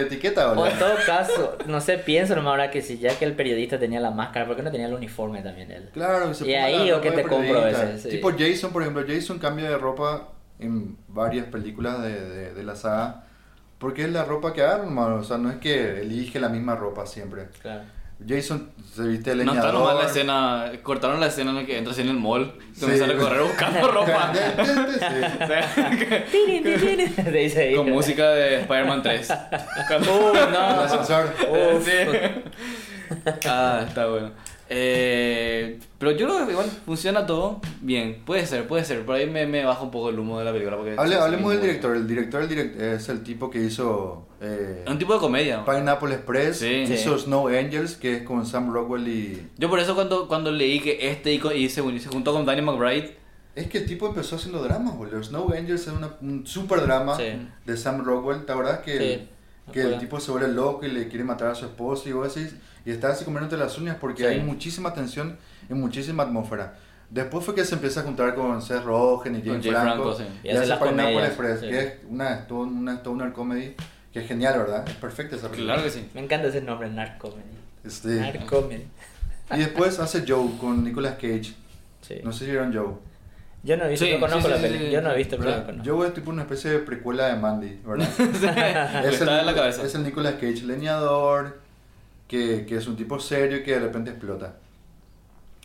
Speaker 2: o
Speaker 3: etiqueta,
Speaker 2: en
Speaker 3: boludo.
Speaker 2: todo caso, no sé, pienso nomás ahora que si ya que el periodista tenía la máscara, ¿por qué no tenía el uniforme también él?
Speaker 3: Claro, que se
Speaker 2: Y
Speaker 3: ponga
Speaker 2: ahí
Speaker 3: la
Speaker 2: o que
Speaker 3: ropa de
Speaker 2: te compro
Speaker 3: periodista.
Speaker 2: ese, sí.
Speaker 3: Tipo Jason, por ejemplo. Jason cambia de ropa en varias películas de, de, de la saga. Porque es la ropa que agarra, hermano. O sea, no es que elige la misma ropa siempre.
Speaker 2: Claro.
Speaker 3: Jason se viste
Speaker 1: No está
Speaker 3: leñador.
Speaker 1: nomás la escena, cortaron la escena en la que entras en el mall,
Speaker 3: Sí.
Speaker 1: donde sale a correr buscando ropa.
Speaker 3: Sí.
Speaker 1: O sea, que-
Speaker 2: Tiri, tiri, tiri. Te dice ahí.
Speaker 1: con música de Spider-Man 3.
Speaker 2: Uh,
Speaker 3: El
Speaker 2: no.
Speaker 3: ascensor.
Speaker 2: Uf.
Speaker 1: Sí. Ah, está bueno. Eh, pero yo creo que igual funciona todo bien. Puede ser, puede ser. Por ahí me, me baja un poco el humo de la película. Porque
Speaker 3: Hable-
Speaker 1: es
Speaker 3: hablemos
Speaker 1: muy
Speaker 3: del
Speaker 1: bueno.
Speaker 3: director. El director el direct- es el tipo que hizo eh,
Speaker 1: Es un tipo de comedia.
Speaker 3: Pineapple Express,
Speaker 1: Sí.
Speaker 3: hizo
Speaker 2: Sí.
Speaker 3: Snow Angels, que es con Sam Rockwell y...
Speaker 1: Yo por eso cuando, cuando leí que este y, co- y se, y se juntó con Danny McBride,
Speaker 3: Es que el tipo empezó haciendo dramas, boludo. Snow Angels es una- un super drama
Speaker 2: Sí.
Speaker 3: de Sam Rockwell, ¿te acordás? Que,
Speaker 2: Sí, me
Speaker 3: el, que el
Speaker 2: acuerdo.
Speaker 3: tipo se vuelve loco y le quiere matar a su esposo y vos decís, y está así comiéndote las uñas porque
Speaker 2: Sí.
Speaker 3: hay muchísima tensión y muchísima atmósfera. Después fue que se empieza a juntar con Seth Rogen y James
Speaker 1: Jay Franco,
Speaker 3: Franco,
Speaker 1: sí.
Speaker 2: Y
Speaker 3: y,
Speaker 2: hace
Speaker 3: hace
Speaker 2: las
Speaker 3: Pineapple
Speaker 2: comedias,
Speaker 3: Express,
Speaker 2: sí.
Speaker 3: que es una, stone- una stoner comedy, que es genial, ¿verdad? Es perfecta esa película.
Speaker 1: claro que sí.
Speaker 2: Me encanta ese nombre, Narcomedy.
Speaker 3: Este,
Speaker 2: Narcomedy.
Speaker 3: y después hace Joe con Nicolas Cage.
Speaker 2: Sí.
Speaker 3: No sé si vieron Joe.
Speaker 2: Yo no he visto,
Speaker 1: Sí,
Speaker 2: pero conozco
Speaker 1: sí,
Speaker 2: la
Speaker 1: sí,
Speaker 2: peli.
Speaker 1: sí, sí.
Speaker 2: Yo Este no he visto, pero la
Speaker 3: ¿verdad?
Speaker 2: conozco.
Speaker 3: Joe es tipo una especie de precuela de Mandy, ¿verdad?
Speaker 1: Me
Speaker 3: es, el,
Speaker 1: Ah, está en la cabeza.
Speaker 3: es el Nicolas Cage leñador, que, que es un tipo serio y que de repente explota.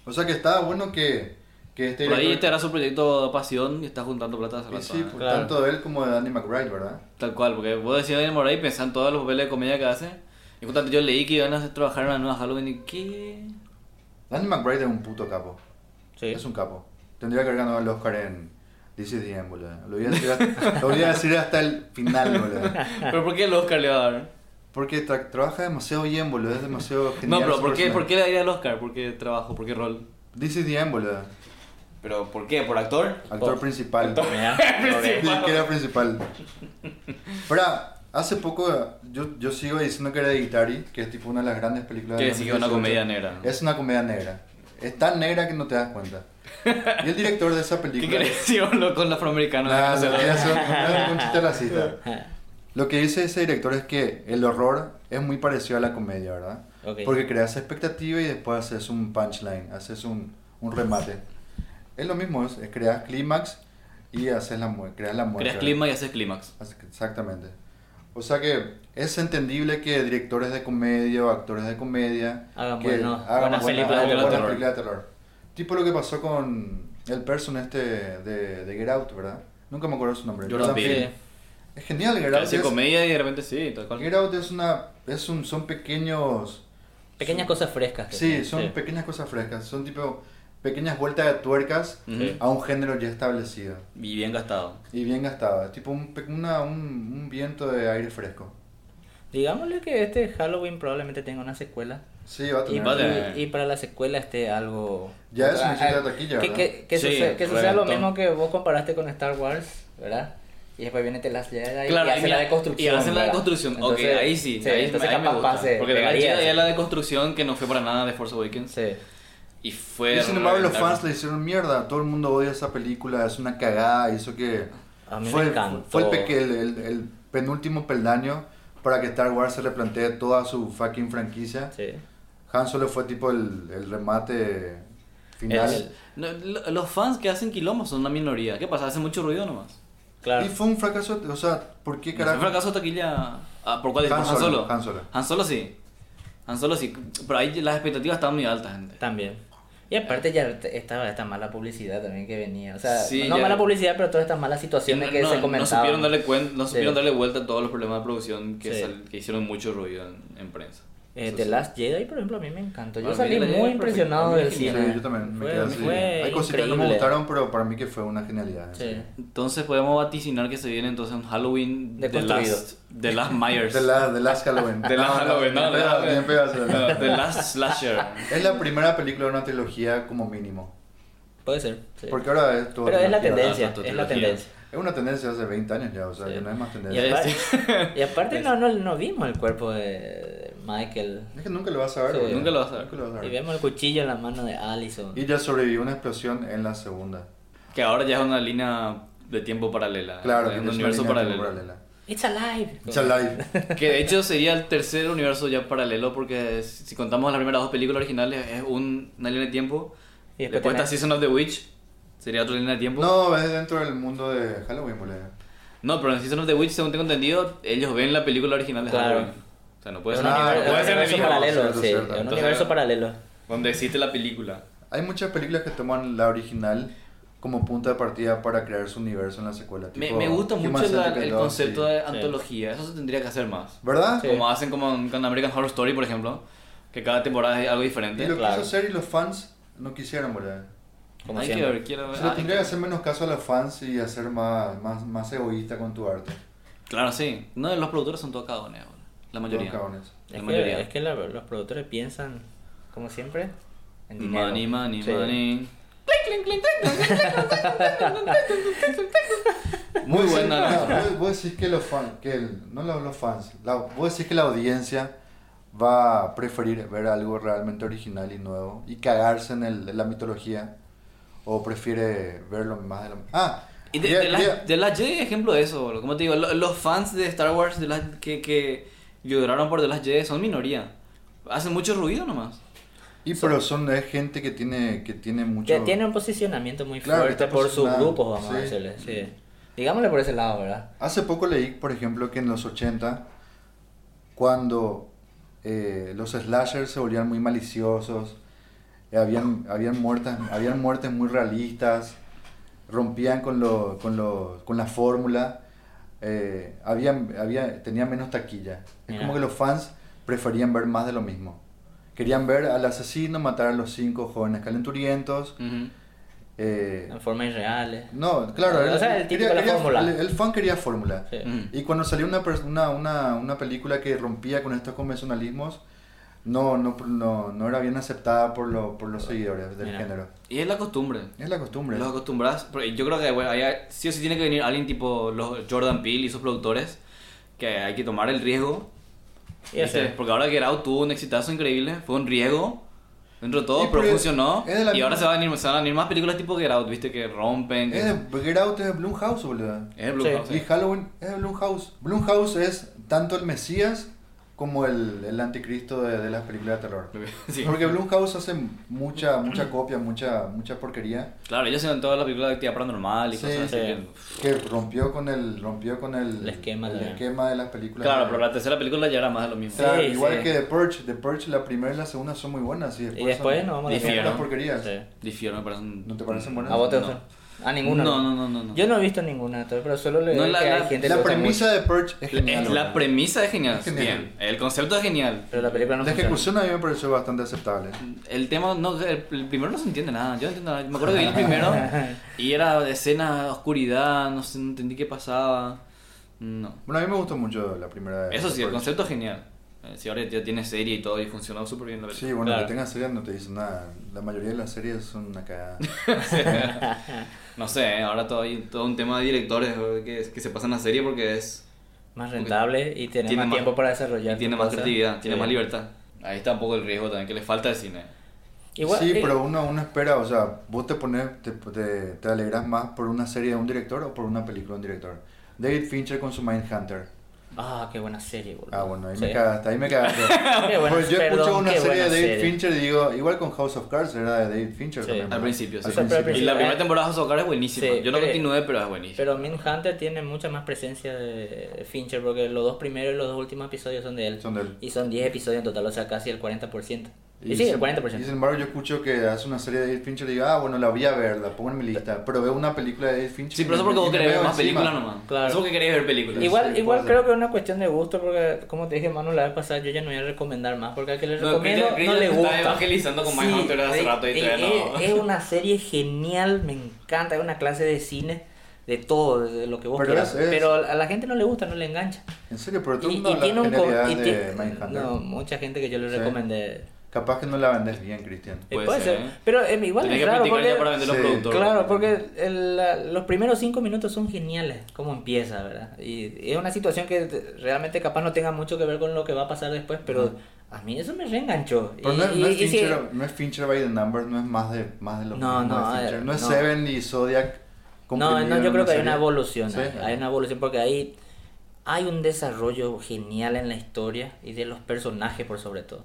Speaker 3: O sea que está bueno que, que este
Speaker 1: Por ahí
Speaker 3: director-
Speaker 1: este era su proyecto de pasión y está juntando plata hace
Speaker 3: Y
Speaker 1: rato,
Speaker 3: sí,
Speaker 1: ¿eh?
Speaker 3: por
Speaker 2: Claro.
Speaker 3: tanto él como de Andy McBride, ¿verdad?
Speaker 1: Tal cual, porque vos decías Daniel Moray y pensás en todos los papeles de comedia que hace. Y justamente yo leí que iban a hacer trabajar en una nueva Halloween y ¿qué?
Speaker 3: Andy McBride es un puto capo.
Speaker 2: Sí.
Speaker 3: Es un capo. Tendría que haber ganado el Oscar en This is the End, boludo. Lo voy a decir hasta, lo voy a decir hasta el final, boludo.
Speaker 1: ¿Pero por qué el Oscar le va a dar?
Speaker 3: Porque tra- trabaja demasiado bien, boludo. Es demasiado
Speaker 1: No,
Speaker 3: genial.
Speaker 1: pero
Speaker 3: su
Speaker 1: ¿por qué,
Speaker 3: personaje.
Speaker 1: ¿por qué le daría el Oscar? ¿Por qué trabajo? ¿Por qué rol?
Speaker 3: This is the End, boludo.
Speaker 1: ¿Pero por qué? ¿Por actor?
Speaker 3: Actor
Speaker 2: Oh.
Speaker 3: principal.
Speaker 2: Mira,
Speaker 3: Sí, que era principal. Pero hace poco yo, yo sigo diciendo que era de Guitari, que es tipo una de las grandes películas
Speaker 1: Que
Speaker 3: de
Speaker 1: sí, que es una
Speaker 3: 2018.
Speaker 1: comedia negra, ¿no?
Speaker 3: Es una comedia negra. Es tan negra que no te das cuenta. Y el director de esa
Speaker 1: ¿Qué
Speaker 3: película...
Speaker 1: querés decir boludo, con los afroamericanos?
Speaker 3: Nah,
Speaker 1: O
Speaker 3: no,
Speaker 1: sea,
Speaker 3: quería hacer un- un chiste racista. Lo que dice ese director es que el horror es muy parecido a la comedia, ¿verdad?
Speaker 2: Ok.
Speaker 3: Porque creas expectativa y después haces un punchline, haces un, un remate. Es lo mismo, es, es creas clímax y haces la, mue- creas la muerte.
Speaker 1: Creas clima y haces clímax.
Speaker 3: Así que- Exactamente. O sea que es entendible que directores de comedia o actores de comedia
Speaker 2: Hagan
Speaker 3: que
Speaker 2: buenos- buenas películas
Speaker 1: de
Speaker 3: buenas
Speaker 1: terror.
Speaker 3: películas de terror. Tipo lo que pasó con el person este de, de Get Out, ¿verdad? Nunca me acuerdo su nombre.
Speaker 1: Jordan Peele.
Speaker 3: Peele. Es genial Get
Speaker 1: Que
Speaker 3: Out.
Speaker 1: hace
Speaker 3: es-
Speaker 1: comedia y de repente sí, tal cual.
Speaker 3: Get Out es una es un son pequeños
Speaker 2: Pequeñas cosas frescas. que
Speaker 3: sí,
Speaker 2: tiene,
Speaker 3: son pequeñas cosas frescas, son tipo pequeñas vueltas de tuercas
Speaker 1: Ujú.
Speaker 3: a un género ya establecido
Speaker 1: Y bien gastado.
Speaker 3: y bien gastado, es tipo un, pe- una- un, un viento de aire fresco.
Speaker 2: Digámosle que este Halloween probablemente tenga una secuela.
Speaker 3: Sí, va a
Speaker 2: Y,
Speaker 3: tener.
Speaker 1: va a tener.
Speaker 2: y- y para la secuela esté algo...
Speaker 3: Ya es una cita de
Speaker 2: Ah,
Speaker 3: taquilla,
Speaker 2: Que,
Speaker 3: ¿verdad?
Speaker 2: que, que
Speaker 1: Sí,
Speaker 2: suceda, que suceda lo
Speaker 1: reventón.
Speaker 2: mismo que vos comparaste con Star Wars, ¿verdad? Y después viene The Last Jedi
Speaker 1: Claro,
Speaker 2: y hace
Speaker 1: mira,
Speaker 2: la deconstrucción.
Speaker 1: Y hace la
Speaker 2: ¿verdad?
Speaker 1: deconstrucción. Ok,
Speaker 2: Entonces-
Speaker 1: ahí sí.
Speaker 2: sí,
Speaker 1: ahí,
Speaker 2: entonces
Speaker 1: ahí me
Speaker 2: capaz
Speaker 1: gusta.
Speaker 2: pase,
Speaker 1: Porque de la
Speaker 2: pegaría,
Speaker 1: chida ya
Speaker 2: sí.
Speaker 1: la deconstrucción que no fue para nada de Force Awakens.
Speaker 2: Sí.
Speaker 1: Y fue.
Speaker 3: Y sin embargo, los
Speaker 1: reventar.
Speaker 3: fans le hicieron mierda. Todo el mundo odia esa película, es una cagada. Hizo que.
Speaker 2: A mí me
Speaker 3: fue,
Speaker 2: encantó.
Speaker 3: Fue el, peque- el, el- el penúltimo peldaño para que Star Wars se replantee toda su fucking franquicia.
Speaker 2: sí.
Speaker 3: Han Solo fue tipo el, el remate final.
Speaker 1: Es- no, lo- los fans que hacen quilombo son una minoría. ¿Qué pasa? Hacen mucho ruido nomás.
Speaker 2: Claro.
Speaker 3: Y fue un fracaso. O sea, ¿por qué
Speaker 1: ¿Fue
Speaker 3: carajo?
Speaker 1: fracaso taquilla? Ah, ¿Por cuál?
Speaker 3: Han
Speaker 1: ¿Por Han
Speaker 3: Solo,
Speaker 1: Solo.
Speaker 3: Han Solo.
Speaker 1: Han Solo sí. Han Solo sí. Pero ahí las expectativas estaban muy altas, gente.
Speaker 2: También. Y aparte ya te- estaba esta mala publicidad también que venía. O sea,
Speaker 1: Sí,
Speaker 2: no
Speaker 1: ya-
Speaker 2: mala publicidad, pero todas estas malas situaciones que
Speaker 1: no,
Speaker 2: se
Speaker 1: no
Speaker 2: comentaban.
Speaker 1: supieron darle cuen- no
Speaker 2: Sí.
Speaker 1: supieron darle vuelta a todos los problemas de producción que,
Speaker 2: Sí.
Speaker 1: sal- que hicieron mucho ruido en, en prensa.
Speaker 2: Eh,
Speaker 1: Eso
Speaker 2: The
Speaker 1: sí.
Speaker 2: Last Jedi, por ejemplo, a mí me encantó. Yo
Speaker 1: Para mí
Speaker 2: salí
Speaker 1: The Last
Speaker 2: muy
Speaker 1: Jedi fue
Speaker 2: impresionado del
Speaker 1: perfecto.
Speaker 3: Sí,
Speaker 1: Sí,
Speaker 2: cine.
Speaker 3: yo también me
Speaker 2: Fue-
Speaker 3: quedé así.
Speaker 2: fue
Speaker 3: Hay cositas que no me
Speaker 2: increíble.
Speaker 3: gustaron, pero para mí que fue una genialidad.
Speaker 2: Sí.
Speaker 1: Entonces podemos vaticinar que se viene entonces un Halloween de The
Speaker 2: Deconstruido.
Speaker 1: Last, The Last Myers.
Speaker 3: De la, de las Halloween.
Speaker 1: The Last
Speaker 3: No, no,
Speaker 1: Halloween, no,
Speaker 3: ni en pedo,
Speaker 1: no,
Speaker 3: ni en pedo,
Speaker 1: no,
Speaker 3: ni en pedo.
Speaker 1: no, The Last Slasher.
Speaker 3: Es la primera película de una trilogía como mínimo.
Speaker 2: Puede ser. sí.
Speaker 3: Porque ahora es todo.
Speaker 2: Pero es la
Speaker 3: trilogía, ¿verdad?
Speaker 2: tendencia,
Speaker 1: tanto
Speaker 2: es la
Speaker 1: trilogía.
Speaker 2: tendencia.
Speaker 3: Es una tendencia hace 20 años ya, o sea,
Speaker 2: Sí.
Speaker 3: que no es más
Speaker 2: Y,
Speaker 3: tendencia.
Speaker 1: Ya
Speaker 2: aparte,
Speaker 1: ves.
Speaker 2: y aparte no, no, no vimos el cuerpo de Michael.
Speaker 3: Es que nunca lo vas a ver,
Speaker 2: Sí.
Speaker 3: boludo.
Speaker 1: Nunca lo vas a ver.
Speaker 3: Nunca lo vas a
Speaker 2: Y
Speaker 3: ver.
Speaker 2: vemos el cuchillo en la mano de Allison.
Speaker 3: Y ya sobrevivió una explosión en la segunda.
Speaker 1: Que ahora ya es una línea de tiempo paralela.
Speaker 3: Claro,
Speaker 1: es
Speaker 3: que
Speaker 1: Ah, un
Speaker 3: es una
Speaker 1: universo
Speaker 3: línea
Speaker 1: paralelo.
Speaker 3: paralela.
Speaker 2: It's alive.
Speaker 3: It's alive.
Speaker 1: Que de hecho sería el tercer universo ya paralelo porque si contamos las primeras dos películas originales es un- una línea de tiempo.
Speaker 2: Y después
Speaker 1: Después está
Speaker 2: tenés-
Speaker 1: Season of the Witch, sería otra línea de tiempo.
Speaker 3: No, es dentro del mundo de Halloween, boludo.
Speaker 1: No, pero en Season of the Witch, según tengo entendido, ellos ven la película original de
Speaker 2: Claro.
Speaker 1: Halloween. O sea, no puede
Speaker 2: Es
Speaker 1: ser,
Speaker 2: un
Speaker 3: Ah,
Speaker 2: universo-
Speaker 1: pues, puede
Speaker 2: un
Speaker 1: ser el
Speaker 2: universo
Speaker 1: mismo,
Speaker 2: paralelo,
Speaker 3: cierto,
Speaker 2: sí.
Speaker 3: cierto.
Speaker 2: Un
Speaker 1: Entonces-
Speaker 2: universo paralelo.
Speaker 1: donde existe la película.
Speaker 3: Hay muchas películas que toman la original como punta de partida para crear su universo en la secuela.
Speaker 1: Me,
Speaker 3: tipo
Speaker 1: me gusta
Speaker 3: Human
Speaker 1: mucho la-
Speaker 3: Centipede
Speaker 1: el
Speaker 3: 2,
Speaker 1: concepto
Speaker 3: sí.
Speaker 1: de antología, eso se tendría que hacer más.
Speaker 3: ¿Verdad?
Speaker 2: Sí.
Speaker 1: Como hacen como en- con American Horror Story, por ejemplo, que cada temporada es algo
Speaker 3: Y lo
Speaker 1: diferente.
Speaker 2: Claro.
Speaker 3: quiso hacer y los fans no quisieron, boludo.
Speaker 2: Como
Speaker 1: Hay que
Speaker 2: siempre.
Speaker 1: ver, quiero ver.
Speaker 3: Se le
Speaker 1: Ah,
Speaker 3: tendría que hacer menos caso a los fans y hacer más, más, más egoísta con tu arte.
Speaker 1: Claro, sí. No, los productores son todos cagones, boludo. la mayoría.
Speaker 3: Todos cagones.
Speaker 1: La
Speaker 2: Es
Speaker 1: mayoría.
Speaker 2: que, es que la- los productores piensan, como siempre, en dinero.
Speaker 1: Money, money,
Speaker 2: Sí.
Speaker 1: money.
Speaker 3: Muy
Speaker 1: buena la-
Speaker 3: Vos, vos decís que los fans, que el- no los, los fans, la- vos decís que la audiencia va a preferir ver algo realmente original y nuevo y cagarse en, el, en la mitología o prefiere verlo más de lo Ah,
Speaker 1: Y de,
Speaker 3: quería-
Speaker 1: de la,
Speaker 3: quería-
Speaker 1: de la Jedi es ejemplo de eso, boludo. como te digo, lo- los fans de Star Wars de la, que, que lloraron por The Last Jedi son minoría. Hacen mucho ruido nomás.
Speaker 3: y pero son es gente que tiene que tiene mucho
Speaker 2: Que tiene un posicionamiento muy
Speaker 3: Claro, que
Speaker 2: fuerte
Speaker 3: está
Speaker 2: por sus
Speaker 3: posicionado,
Speaker 2: grupos, vamos a
Speaker 3: sí.
Speaker 2: decirle. Sí. Digámosle por ese lado, ¿verdad?
Speaker 3: Hace poco leí, por ejemplo, que en los 80, cuando eh, los slashers se volvían muy maliciosos Eh, habían, habían, muertas, habían muertes muy realistas, rompían con, lo, con, lo, con la fórmula, eh, habían, había, tenían menos taquilla. Es
Speaker 2: Mira.
Speaker 3: como que los fans preferían ver más de lo mismo. Querían ver al asesino matar a los cinco jóvenes calenturientos.
Speaker 1: Ujú.
Speaker 3: eh,
Speaker 2: En forma irreal.
Speaker 3: no, claro,
Speaker 2: O sea, el típico de la fórmula.
Speaker 3: el- el fan quería fórmula.
Speaker 2: Sí.
Speaker 1: Ujú.
Speaker 3: Y cuando salió una, pers- una, una, una película que rompía con estos convencionalismos, no, no, no, no era bien aceptada por, lo- por los seguidores del
Speaker 2: Mira.
Speaker 3: género.
Speaker 1: Y es la costumbre.
Speaker 3: Es la costumbre.
Speaker 1: Los acostumbras. pero Yo creo que bueno, ahí hay- sí o sí tiene que venir alguien tipo los Jordan Peele y sus productores, que hay que tomar el riesgo.
Speaker 2: Y
Speaker 1: ¿viste?
Speaker 2: hacer.
Speaker 1: Porque ahora Get Out tuvo un exitazo increíble, fue un riesgo dentro de todo,
Speaker 3: Y
Speaker 1: pero
Speaker 3: pero
Speaker 1: funcionó.
Speaker 3: es de la
Speaker 1: Y ahora
Speaker 3: misma-
Speaker 1: se van, a venir, se van a venir más películas tipo Get Out, viste, que rompen. que-
Speaker 3: Es de Get Out es de Blumhouse, boludo.
Speaker 1: Es Blue
Speaker 2: Sí.
Speaker 1: House.
Speaker 3: Y Halloween es de Blumhouse. Blumhouse es tanto el Mesías como el, el anticristo de, de las películas de terror.
Speaker 1: eh. Sí.
Speaker 3: Porque Blumhouse hace mucha mucha copia, mucha mucha porquería
Speaker 1: Claro, ellos se ven todas las películas de actividad paranormal y
Speaker 3: Sí,
Speaker 1: cosas así.
Speaker 2: sí.
Speaker 1: que-
Speaker 3: que rompió con el rompió con el,
Speaker 2: El esquema
Speaker 3: el
Speaker 2: de-
Speaker 3: esquema de las películas.
Speaker 1: Claro, pero la tercera película ya era más de lo mismo.
Speaker 3: Claro,
Speaker 2: Sí,
Speaker 3: igual
Speaker 2: sí.
Speaker 3: que The Purge, The Purge la primera y la segunda son muy buenas y después,
Speaker 2: Y después
Speaker 3: son-
Speaker 2: no vamos a
Speaker 3: son
Speaker 1: decir,
Speaker 3: puras
Speaker 1: ¿no?
Speaker 3: porquerías.
Speaker 2: Sí.
Speaker 1: Difiero, me parecen.
Speaker 3: ¿No te parecen buenas?
Speaker 2: ¿A vos te
Speaker 1: No.
Speaker 2: gustan? ¿A ninguna?
Speaker 1: No, no, no, no, no.
Speaker 2: Yo no he visto ninguna, pero solo le
Speaker 1: No,
Speaker 2: veo
Speaker 1: la-
Speaker 2: que
Speaker 1: la-
Speaker 2: hay gente que
Speaker 3: La
Speaker 2: le gusta
Speaker 3: premisa de Purge es genial.
Speaker 1: Es
Speaker 3: boludo.
Speaker 1: la premisa es genial.
Speaker 3: Es genial.
Speaker 1: Bien, el concepto es genial.
Speaker 2: mucho, Pero la película no
Speaker 3: La
Speaker 2: funciona.
Speaker 3: ejecución a mí me pareció bastante aceptable.
Speaker 1: El tema, no, el, el primero no se entiende nada. Yo no entiendo nada. Me acuerdo que vi el primero y era de escena, oscuridad, no sé, no entendí qué pasaba. No.
Speaker 3: Bueno, a mí me gustó mucho la primera de
Speaker 1: Eso sí, el
Speaker 3: Purge.
Speaker 1: concepto es genial. Eh, Si ahora ya tiene serie y todo y funcionó súper bien la película.
Speaker 3: Sí, bueno,
Speaker 2: Claro.
Speaker 3: que tengas series no te dicen nada. La mayoría de las series son una cagada.
Speaker 1: No sé, eh, ahora todo hay todo un tema de directores eh, que, que se pasan a serie porque es.
Speaker 2: Más rentable y tiene,
Speaker 1: Tiene
Speaker 2: más
Speaker 1: más-
Speaker 2: tiempo para
Speaker 1: y
Speaker 2: desarrollar.
Speaker 1: tiene
Speaker 2: tu
Speaker 1: más
Speaker 2: cosa.
Speaker 1: creatividad, tiene
Speaker 2: Sí.
Speaker 1: más libertad. Ahí está un poco el riesgo también que le falta al cine.
Speaker 2: Igual,
Speaker 3: sí,
Speaker 2: eh,
Speaker 3: pero uno, uno espera, o sea, vos te pones, te, te, te alegras más por una serie de un director o por una película de un director. David Fincher con su Mindhunter.
Speaker 2: Ah, qué buena serie, boludo.
Speaker 3: Ah, bueno, ahí
Speaker 2: Sí.
Speaker 3: me cagaste, ahí me cagaste.
Speaker 2: Qué buena-
Speaker 3: Porque yo escucho
Speaker 2: perdón,
Speaker 3: una
Speaker 2: qué
Speaker 3: serie de
Speaker 2: buena
Speaker 3: David
Speaker 2: serie.
Speaker 3: Fincher y digo, igual con House of Cards era de David Fincher
Speaker 2: Sí,
Speaker 3: también,
Speaker 2: al
Speaker 1: Al
Speaker 3: ¿verdad?
Speaker 1: principio, sí.
Speaker 3: Al
Speaker 2: O sea, pero al
Speaker 1: Y la
Speaker 3: principio.
Speaker 2: principio-
Speaker 1: primera temporada de Socar es buenísima.
Speaker 2: Sí, eh,
Speaker 1: Yo no
Speaker 2: pero-
Speaker 1: continué, pero es buenísima.
Speaker 2: Pero Mindhunter tiene mucha más presencia de Fincher porque los dos primeros y los dos últimos episodios son de él.
Speaker 3: Son de él.
Speaker 2: Y son 10 episodios en total, o sea, casi el 40%. Y,
Speaker 3: Y
Speaker 2: sí,
Speaker 3: sin-
Speaker 2: el
Speaker 3: Y
Speaker 2: 40%.
Speaker 3: sin embargo, yo escucho que hace una serie de David Fincher y digo, ah, bueno, la voy a ver, la pongo en mi lista. Pero veo una película de David Fincher.
Speaker 1: Sí, pero
Speaker 3: y
Speaker 1: eso
Speaker 3: me-
Speaker 1: porque vos
Speaker 3: y me
Speaker 1: querés ver
Speaker 3: veo
Speaker 1: más
Speaker 3: encima.
Speaker 1: películas nomás.
Speaker 2: Claro.
Speaker 1: Eso porque querés ver películas.
Speaker 2: Igual,
Speaker 3: sí,
Speaker 2: igual
Speaker 3: puede
Speaker 2: creo
Speaker 3: ser.
Speaker 2: que es una cuestión de gusto porque, como te dije, Manu, la vez pasada yo ya no voy a recomendar más porque al que le
Speaker 1: No,
Speaker 2: recomiendo
Speaker 1: Cristian-
Speaker 2: no le
Speaker 1: Cristian está
Speaker 2: gusta.
Speaker 1: evangelizando con Mindhunter hace
Speaker 2: es-
Speaker 1: rato y
Speaker 2: es,
Speaker 1: todavía no.
Speaker 2: es- es una serie genial, me encanta, es una clase de cine, de todo, de lo que vos
Speaker 3: Pero
Speaker 2: quieras.
Speaker 3: es- es-
Speaker 2: Pero a la gente no le gusta, no le engancha.
Speaker 3: En serio, pero tú
Speaker 2: Y,
Speaker 3: no
Speaker 2: y
Speaker 3: la
Speaker 2: tiene un... co-
Speaker 3: genialidad
Speaker 2: y
Speaker 3: de
Speaker 2: ti-
Speaker 3: Mindhunter.
Speaker 2: no, mucha gente que yo le
Speaker 3: Sí.
Speaker 2: recomendé
Speaker 3: Capaz que no la vendes bien, Cristian.
Speaker 2: Eh,
Speaker 1: Puede
Speaker 2: Puede,
Speaker 1: ser,
Speaker 2: ser.
Speaker 1: ¿eh?
Speaker 2: Pero eh, igual
Speaker 1: Tenés
Speaker 2: es
Speaker 1: que
Speaker 2: raro
Speaker 1: practicar ya para
Speaker 2: porque...
Speaker 1: vender los
Speaker 3: Sí,
Speaker 1: productos.
Speaker 2: Claro, porque el- la- los primeros cinco minutos son geniales, cómo empieza, ¿verdad? Y es una situación que te- realmente capaz no tenga mucho que ver con lo que va a pasar después, pero a mí eso me reenganchó.
Speaker 3: Pero
Speaker 2: Y-
Speaker 3: no, es- no
Speaker 2: y-
Speaker 3: es
Speaker 2: y sí,
Speaker 3: Fincher, no es Fincher by the numbers, no es más de, más de lo
Speaker 2: No,
Speaker 3: mismo de
Speaker 2: no,
Speaker 3: Fincher.
Speaker 2: eh,
Speaker 3: no es
Speaker 2: no.
Speaker 3: Seven y Zodiac.
Speaker 2: no,
Speaker 3: comprimido
Speaker 2: no,
Speaker 3: en
Speaker 2: yo creo que hay
Speaker 3: serie.
Speaker 2: una evolución,
Speaker 3: Sí.
Speaker 2: hay- hay una evolución porque ahí hay un desarrollo genial en la historia y de los personajes por sobre todo.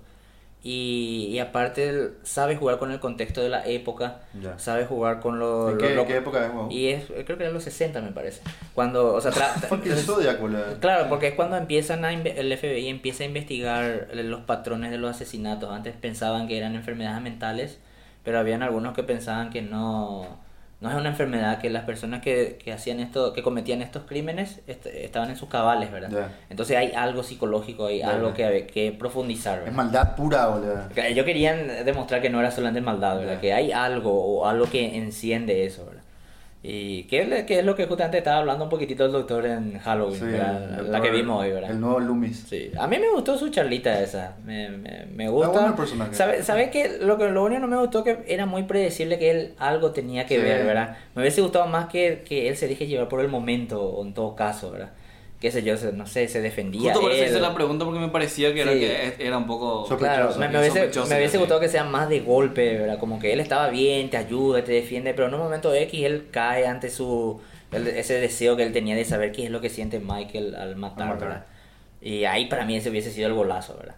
Speaker 2: Y, y aparte sabe jugar con el contexto de la época,
Speaker 3: Ya.
Speaker 2: sabe jugar con lo,
Speaker 3: ¿En
Speaker 2: lo-
Speaker 3: qué,
Speaker 2: lo-
Speaker 3: qué época es, wow?
Speaker 2: Y es, creo que eran los 60, me parece. Cuando, o sea, tra-
Speaker 3: Fucking Zodiac, boludo.
Speaker 2: claro, porque es cuando empiezan a inve- el FBI empieza a investigar los patrones de los asesinatos. Antes pensaban que eran enfermedades mentales, pero habían algunos que pensaban que no no es una enfermedad, que las personas que, que hacían esto, que cometían estos crímenes est- estaban en sus cabales, ¿verdad?
Speaker 3: Ya.
Speaker 2: Entonces hay algo psicológico, hay
Speaker 3: Ya,
Speaker 2: algo
Speaker 3: ya.
Speaker 2: que, que profundizar, ¿verdad?
Speaker 3: Es maldad pura, boludo.
Speaker 2: Que Ellos querían demostrar que no era solamente maldad, ¿verdad?
Speaker 3: Ya.
Speaker 2: Que hay algo o algo que enciende eso, ¿verdad? Y que es, lo- que es lo que justamente estaba hablando un poquitito el doctor en Halloween,
Speaker 3: Sí,
Speaker 2: ¿verdad?
Speaker 3: el
Speaker 2: la
Speaker 3: doctor-
Speaker 2: que vimos hoy, ¿verdad?
Speaker 3: El nuevo Loomis.
Speaker 2: Sí. A mí me gustó su charlita esa, me, me, me gusta.
Speaker 3: bueno el personaje.
Speaker 2: ¿Sabes sabe que lo, que lo único que no me gustó que era muy predecible que él algo tenía que
Speaker 3: Sí.
Speaker 2: ver, ¿verdad? Me hubiese gustado más que, que él se deje llevar por el momento, o en todo caso, ¿verdad? Qué sé yo, se- no sé, se defendía.
Speaker 1: Justo por eso
Speaker 2: él.
Speaker 1: hice la pregunta porque me parecía que, era,
Speaker 2: Sí.
Speaker 1: que es- era un poco.
Speaker 3: Sospe-
Speaker 2: Claro,
Speaker 3: Sospechoso,
Speaker 2: me, me
Speaker 1: bien
Speaker 2: hubiese,
Speaker 1: sospechoso,
Speaker 2: me hubiese
Speaker 1: sí.
Speaker 2: gustado que sea más de golpe, ¿verdad? Como que él estaba bien, te ayuda, te defiende, pero en un momento X él cae ante su el- ese deseo que él tenía de saber qué es lo que siente Michael al matar,
Speaker 3: Al matar.
Speaker 2: ¿verdad? Y ahí para mí ese hubiese sido el golazo, ¿verdad?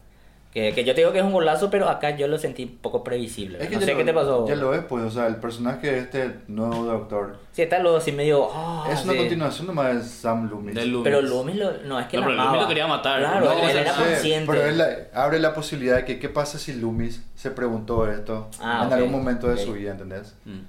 Speaker 2: Que, que yo te digo que es un golazo, pero acá yo lo sentí un poco previsible.
Speaker 3: Es que
Speaker 2: no
Speaker 3: ya
Speaker 2: sé
Speaker 3: lo-
Speaker 2: qué te pasó.
Speaker 3: Ya lo ves, pues, o sea, el personaje de este nuevo doctor
Speaker 2: Sí, está lo así medio. ah,
Speaker 3: es una
Speaker 2: sí.
Speaker 3: continuación nomás de Sam Loomis.
Speaker 1: Del Loomis.
Speaker 2: Pero Loomis lo, no es que
Speaker 1: No, pero
Speaker 2: la
Speaker 1: Loomis
Speaker 2: amaba.
Speaker 1: lo quería matar.
Speaker 2: Claro,
Speaker 1: No,
Speaker 2: él,
Speaker 1: o sea,
Speaker 2: era
Speaker 1: sí,
Speaker 2: consciente.
Speaker 3: Pero él la- abre la posibilidad de que qué pasa si Loomis se preguntó esto
Speaker 2: Ah,
Speaker 3: en
Speaker 2: ok,
Speaker 3: algún momento de su
Speaker 2: ok.
Speaker 3: vida, ¿entendés?
Speaker 1: Mm.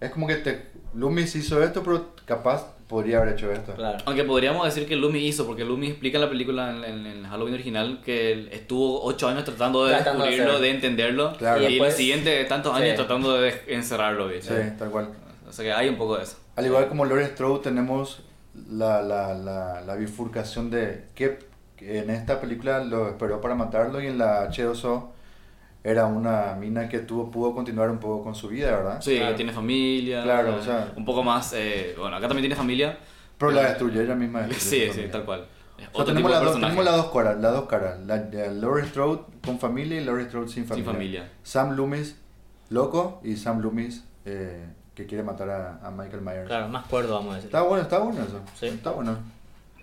Speaker 3: Es como que te, Loomis hizo esto, pero capaz podría haber hecho esto.
Speaker 2: Claro.
Speaker 1: Aunque podríamos decir que Lumi hizo, porque Lumi explica en la película, en, en- en Halloween original, que él estuvo ocho años tratando de
Speaker 2: Tratando de
Speaker 1: descubrirlo,
Speaker 2: hacer.
Speaker 1: de entenderlo,
Speaker 3: Claro.
Speaker 1: y,
Speaker 3: Y
Speaker 2: después-
Speaker 1: el siguiente tantos años
Speaker 2: Sí.
Speaker 1: tratando de encerrarlo. ¿viste?
Speaker 3: Sí, tal cual.
Speaker 1: O sea que hay un poco de eso.
Speaker 3: Al igual como Laurie Strode tenemos la, la, la, la bifurcación de que en esta película lo esperó para matarlo y en la H2O era una mina que tuvo, pudo continuar un poco con su vida, ¿verdad?
Speaker 1: Sí,
Speaker 2: Claro.
Speaker 1: tiene familia,
Speaker 3: Claro, o sea-
Speaker 1: un poco más, eh, bueno, acá también tiene familia.
Speaker 3: Pero la destruyó ella misma.
Speaker 1: Sí,
Speaker 3: destruyó su
Speaker 1: sí,
Speaker 3: familia.
Speaker 1: tal cual. Es
Speaker 3: O sea,
Speaker 1: otro
Speaker 3: tenemos,
Speaker 1: tipo de
Speaker 3: las dos,
Speaker 1: personaje.
Speaker 3: tenemos las dos caras, las dos caras. La, de Laurie Strode con familia y Laurie Strode sin familia.
Speaker 1: familia.
Speaker 3: Sam Loomis loco y Sam Loomis eh, que quiere matar a, a Michael Myers.
Speaker 2: Claro, más cuerdo, vamos a decir.
Speaker 3: Está bueno, está bueno eso.
Speaker 2: Sí.
Speaker 3: Está bueno.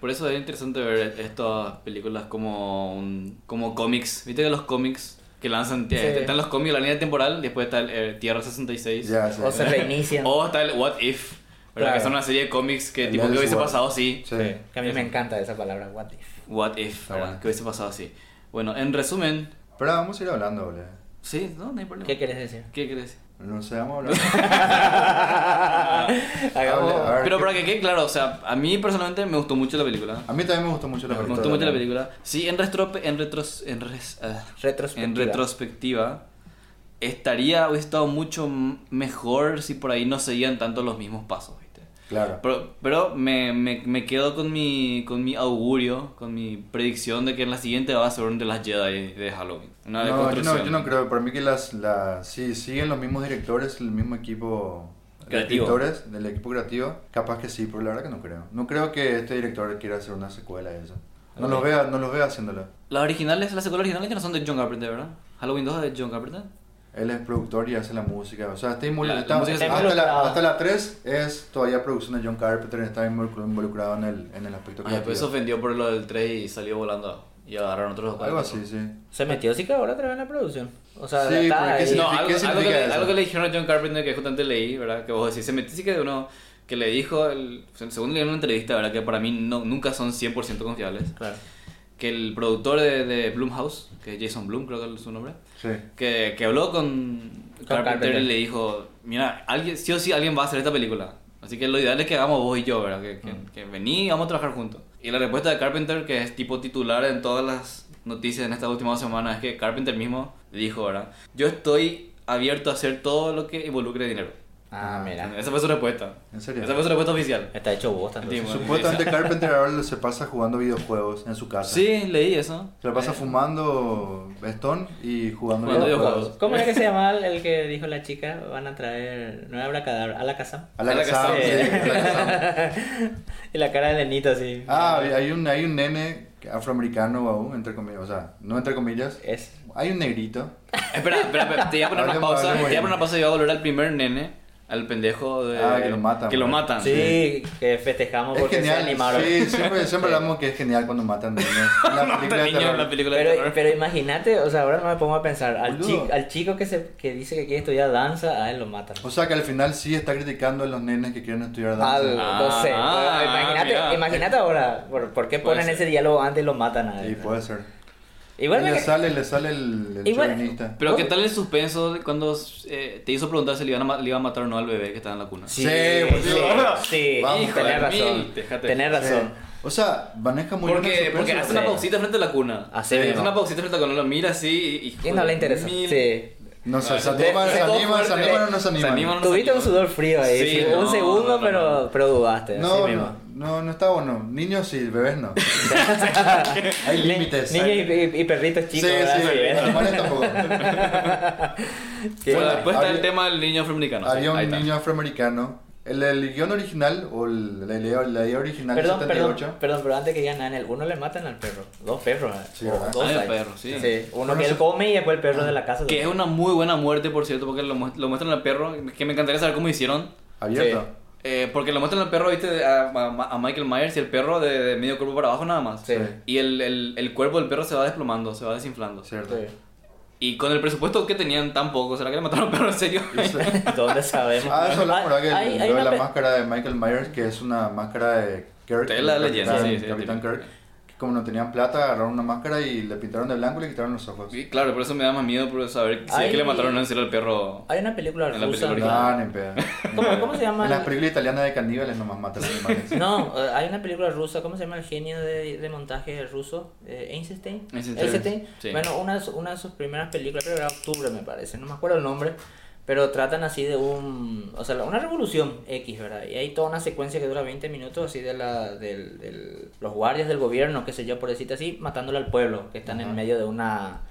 Speaker 1: Por eso es interesante ver estas películas como un- como cómics. Viste que los cómics que lanzan, este,
Speaker 2: Sí.
Speaker 1: están los cómics, la línea temporal, después está el, eh, Tierra 66.
Speaker 3: Ya, sí.
Speaker 2: O se reinician.
Speaker 1: O está el What If, ¿verdad?
Speaker 2: Claro.
Speaker 1: que son una serie de cómics que
Speaker 3: El
Speaker 1: tipo que
Speaker 3: Alice
Speaker 1: hubiese
Speaker 3: What-
Speaker 1: pasado así.
Speaker 3: Sí.
Speaker 2: Sí, que a mí me encanta esa palabra, what if.
Speaker 1: What If,
Speaker 3: Claro.
Speaker 1: ¿verdad? que hubiese pasado así. Bueno, en resumen,
Speaker 3: Pero vamos a ir hablando, boludo.
Speaker 1: sí, no, no hay problema.
Speaker 2: ¿Qué quieres decir?
Speaker 1: ¿Qué crees?
Speaker 3: No sé, vamos a hablar.
Speaker 2: Hagamos-
Speaker 3: Hable, a ver.
Speaker 1: Pero
Speaker 3: ¿qué-
Speaker 1: para que quede claro, o sea, a mí personalmente me gustó mucho la película.
Speaker 3: A mí también me gustó mucho
Speaker 1: Me
Speaker 3: la película.
Speaker 1: gustó mucho la película. Sí, en retro, en retros, en res- ah.
Speaker 2: Retrospectiva.
Speaker 1: en retrospectiva estaría hubiese estado mucho m- mejor si por ahí no seguían tanto los mismos pasos ¿viste?
Speaker 3: Claro.
Speaker 1: pero, pero me, me, me quedo con mi con mi augurio con mi predicción de que en la siguiente va a ser un de las Jedi de Halloween una
Speaker 3: No, yo no,
Speaker 1: deconstrucción.
Speaker 3: yo no creo. Para mí que las, las... Sí, siguen los mismos directores, el mismo equipo... de
Speaker 1: Creativo.
Speaker 3: Escritores del equipo creativo. Capaz que sí, pero la verdad que no creo. No creo que este director quiera hacer una secuela de eso. No los veo, no los veo haciéndolo.
Speaker 1: las originales las secuelas originales ya no son de John Carpenter ¿verdad? Halloween 2 es de John Carpenter
Speaker 3: Él es productor y hace la música. O sea, está involucrado.
Speaker 1: La- la
Speaker 3: está-
Speaker 1: música
Speaker 2: se-
Speaker 3: hasta, la,
Speaker 2: involucrado.
Speaker 3: hasta la 3 es todavía producción de John Carpenter. Está involucrado involucrado en el, en el aspecto
Speaker 1: Ay,
Speaker 3: creativo.
Speaker 1: pues se ofendió por lo del 3 y salió volando y agarraron otros dos
Speaker 3: Algo
Speaker 1: cuadros.
Speaker 3: así, sí.
Speaker 2: Se metió sí que ahora otra vez en la producción. O sea,
Speaker 3: Sí,
Speaker 2: está
Speaker 3: porque
Speaker 2: ahí.
Speaker 3: si
Speaker 1: No,
Speaker 3: ¿Qué
Speaker 1: algo,
Speaker 3: significa
Speaker 1: algo que le,
Speaker 3: eso?
Speaker 1: algo que le dijeron a John Carpenter que justamente leí, ¿verdad? Que vos decís, se metió, sí que uno que le dijo, el, según leí en una entrevista, ¿verdad? Que para mí no, nunca son 100% confiables.
Speaker 2: Claro.
Speaker 1: Que el productor de, de Blumhouse, que es Jason Blum, creo que es su nombre,
Speaker 3: Sí.
Speaker 1: que, que habló con,
Speaker 2: Con
Speaker 1: Carpenter,
Speaker 2: Carpenter.
Speaker 1: y le dijo, mira, alguien, sí o sí alguien va a hacer esta película. Así que lo ideal es que hagamos vos y yo, ¿verdad? Que, que,
Speaker 3: Mm.
Speaker 1: que vení y vamos a trabajar juntos. Y la respuesta de Carpenter, que es tipo titular en todas las noticias en esta última semana, es que Carpenter mismo dijo, ¿verdad? Yo estoy abierto a hacer todo lo que involucre dinero.
Speaker 2: Ah, mira.
Speaker 1: Esa fue su respuesta.
Speaker 3: ¿En serio?
Speaker 1: Esa fue su respuesta oficial.
Speaker 2: Está hecho bosta.
Speaker 1: Sí,
Speaker 2: entonces.
Speaker 1: bueno.
Speaker 3: Supuestamente Carpenter ahora se pasa jugando videojuegos en su casa.
Speaker 1: Sí, leí eso.
Speaker 3: Se la pasa fumando Stone y jugando
Speaker 1: Jugando
Speaker 3: videojuegos.
Speaker 1: videojuegos.
Speaker 2: ¿Cómo era que se llamaba el- el que dijo la chica? Van a traer. No habrá cadáver. A la casa. Eh.
Speaker 3: A la
Speaker 1: A la
Speaker 3: casa.
Speaker 1: casa.
Speaker 3: sí, Ah, a la casa.
Speaker 2: y la cara de nenito así.
Speaker 3: Ah, hay un, hay un nene afroamericano aún, entre comillas. O sea, no entre comillas.
Speaker 2: Es.
Speaker 3: Hay un negrito.
Speaker 1: Espera, espera, espera, te voy a poner una
Speaker 3: Hablemos,
Speaker 1: pausa. Te
Speaker 3: hablemos
Speaker 1: voy a
Speaker 3: bien.
Speaker 1: poner una pausa y voy a volver al primer nene, al pendejo de.
Speaker 3: Ah, que lo matan,
Speaker 1: Que lo
Speaker 3: bro.
Speaker 1: matan.
Speaker 2: Sí, que festejamos
Speaker 3: Es
Speaker 2: porque
Speaker 3: genial.
Speaker 2: se animaron.
Speaker 3: Sí, siempre, siempre hablamos que es genial cuando matan niños. En La
Speaker 1: Mata
Speaker 3: película de
Speaker 1: niños en la
Speaker 3: terror.
Speaker 1: película de
Speaker 2: Pero,
Speaker 1: terror.
Speaker 2: pero imagínate, o sea, ahora no me pongo a pensar. Al,
Speaker 3: Boludo.
Speaker 2: chico, al chico que, se, que dice que quiere estudiar danza, a él lo matan.
Speaker 3: O sea que al final sí está criticando a los nenes que quieren estudiar danza.
Speaker 2: Algo, no sé.
Speaker 1: Ah,
Speaker 2: Pero imagínate,
Speaker 1: mira.
Speaker 2: imagínate ahora, ¿por, por qué
Speaker 1: Puede
Speaker 2: ponen
Speaker 1: ser.
Speaker 2: ese diálogo antes y lo matan a
Speaker 3: Y pues,
Speaker 2: él?
Speaker 3: puede ser.
Speaker 2: Igual
Speaker 3: Y le
Speaker 2: me-
Speaker 3: sale, le sale el, el
Speaker 2: Igual-
Speaker 3: chauvinista.
Speaker 1: Pero ¿qué tal el suspenso de cuando eh, te hizo preguntar si le iban a ma- le iba a matar o no al bebé que estaba en la cuna?
Speaker 3: Sí, boludo.
Speaker 2: sí, sí,
Speaker 3: Vamos,
Speaker 2: tenés
Speaker 1: joder,
Speaker 2: razón.
Speaker 1: mil, déjate.
Speaker 2: tenés razón.
Speaker 3: Sí. O sea, maneja muy bien el
Speaker 1: Porque,
Speaker 3: suspenso,
Speaker 1: porque hace una
Speaker 2: sí.
Speaker 1: pausita frente a la cuna.
Speaker 2: Así
Speaker 1: Hace
Speaker 2: mismo.
Speaker 1: una pausita frente a la cuna, lo mira así Ah, y...
Speaker 2: Y no le interesa.
Speaker 1: mil-
Speaker 2: Sí.
Speaker 3: No sé, se
Speaker 1: Te-
Speaker 3: animan,
Speaker 1: te-
Speaker 3: se
Speaker 1: todo
Speaker 3: animan, se
Speaker 1: fuerte.
Speaker 3: animan o no se animan.
Speaker 1: animan o no se
Speaker 2: Tuviste un
Speaker 1: animan.
Speaker 2: sudor frío ahí,
Speaker 1: Sí,
Speaker 2: sí,
Speaker 1: no,
Speaker 2: un segundo,
Speaker 1: no, no,
Speaker 2: pero,
Speaker 1: no.
Speaker 2: pero dudaste.
Speaker 3: No,
Speaker 2: así mismo.
Speaker 3: no, no, no está bueno. Niños sí, bebés no. Hay
Speaker 2: Ni-
Speaker 3: límites.
Speaker 2: Niños
Speaker 3: Hay-
Speaker 2: y, y- y perritos
Speaker 3: Sí,
Speaker 2: chicos. ¿verdad?
Speaker 3: sí,
Speaker 2: Muy bien.
Speaker 3: animales tampoco.
Speaker 2: Sí,
Speaker 1: Bueno,
Speaker 3: Había-
Speaker 1: después está el tema del niño afroamericano. sí,
Speaker 3: Había
Speaker 1: ahí
Speaker 3: un
Speaker 1: está.
Speaker 3: niño afroamericano. El, el guión original o el- la idea, la idea original del
Speaker 2: Perdón,
Speaker 3: 78.
Speaker 2: perdón, perdón, pero antes que digan nada, en el uno le matan al perro, dos perros, ¿eh?
Speaker 3: Sí,
Speaker 2: O
Speaker 3: ¿verdad?
Speaker 2: dos
Speaker 1: Ah, el
Speaker 2: hay.
Speaker 1: perro, sí.
Speaker 2: Uno
Speaker 3: Bueno,
Speaker 2: que él
Speaker 3: se-
Speaker 2: come y después el perro de la casa.
Speaker 1: Que es una muy buena muerte, por cierto, porque lo, muest- lo muestran al perro, que me encantaría saber cómo hicieron.
Speaker 3: Abierto.
Speaker 1: Eh, porque le muestran al perro, viste, a, a- a Michael Myers y el perro de, de medio cuerpo para abajo nada más.
Speaker 2: Sí.
Speaker 1: Y el, el, el cuerpo del perro se va desplomando, se va desinflando.
Speaker 3: ¿Cierto?
Speaker 1: Y con el presupuesto que tenían tan poco, ¿será que le mataron al perro en serio?
Speaker 3: Eso-
Speaker 2: ¿Dónde sabemos?
Speaker 3: Ah, eso hablamos, ¿verdad? Que
Speaker 2: Hay- hay
Speaker 3: lo de
Speaker 2: una
Speaker 3: la
Speaker 2: pe-
Speaker 3: máscara de Michael Myers, que es una máscara de Kirk.
Speaker 1: De la
Speaker 3: del
Speaker 1: leyenda,
Speaker 3: Capitán-
Speaker 1: sí, sí,
Speaker 3: Capitán
Speaker 1: típico.
Speaker 3: Kirk. Que como no tenían plata, agarraron una máscara y le pintaron de blanco y le quitaron los ojos.
Speaker 1: Y claro, por eso me da más miedo por saber si es
Speaker 2: Ay.
Speaker 1: que le mataron o no en serio al perro.
Speaker 2: Hay una película
Speaker 1: En la
Speaker 2: rusa.
Speaker 1: película
Speaker 3: Ah, ni en pedo.
Speaker 2: ¿Cómo, cómo se llama?
Speaker 3: En las
Speaker 2: el-
Speaker 3: películas italianas de caníbales nomás matan animales.
Speaker 2: No, eh, hay una película rusa, ¿cómo se llama el genio de, de montaje ruso? Eh, Einstein.
Speaker 1: Einstein,
Speaker 2: Einstein.
Speaker 1: sí.
Speaker 2: Bueno, una, de su- una de sus primeras películas, creo que era Octubre, me parece, no me acuerdo el nombre, pero tratan así de un, o sea, una revolución X, ¿verdad? Y hay toda una secuencia que dura 20 minutos así de la, del, del- los guardias del gobierno, qué sé yo, por decirte así, matándole al pueblo, que están en
Speaker 3: Ajá.
Speaker 2: medio de una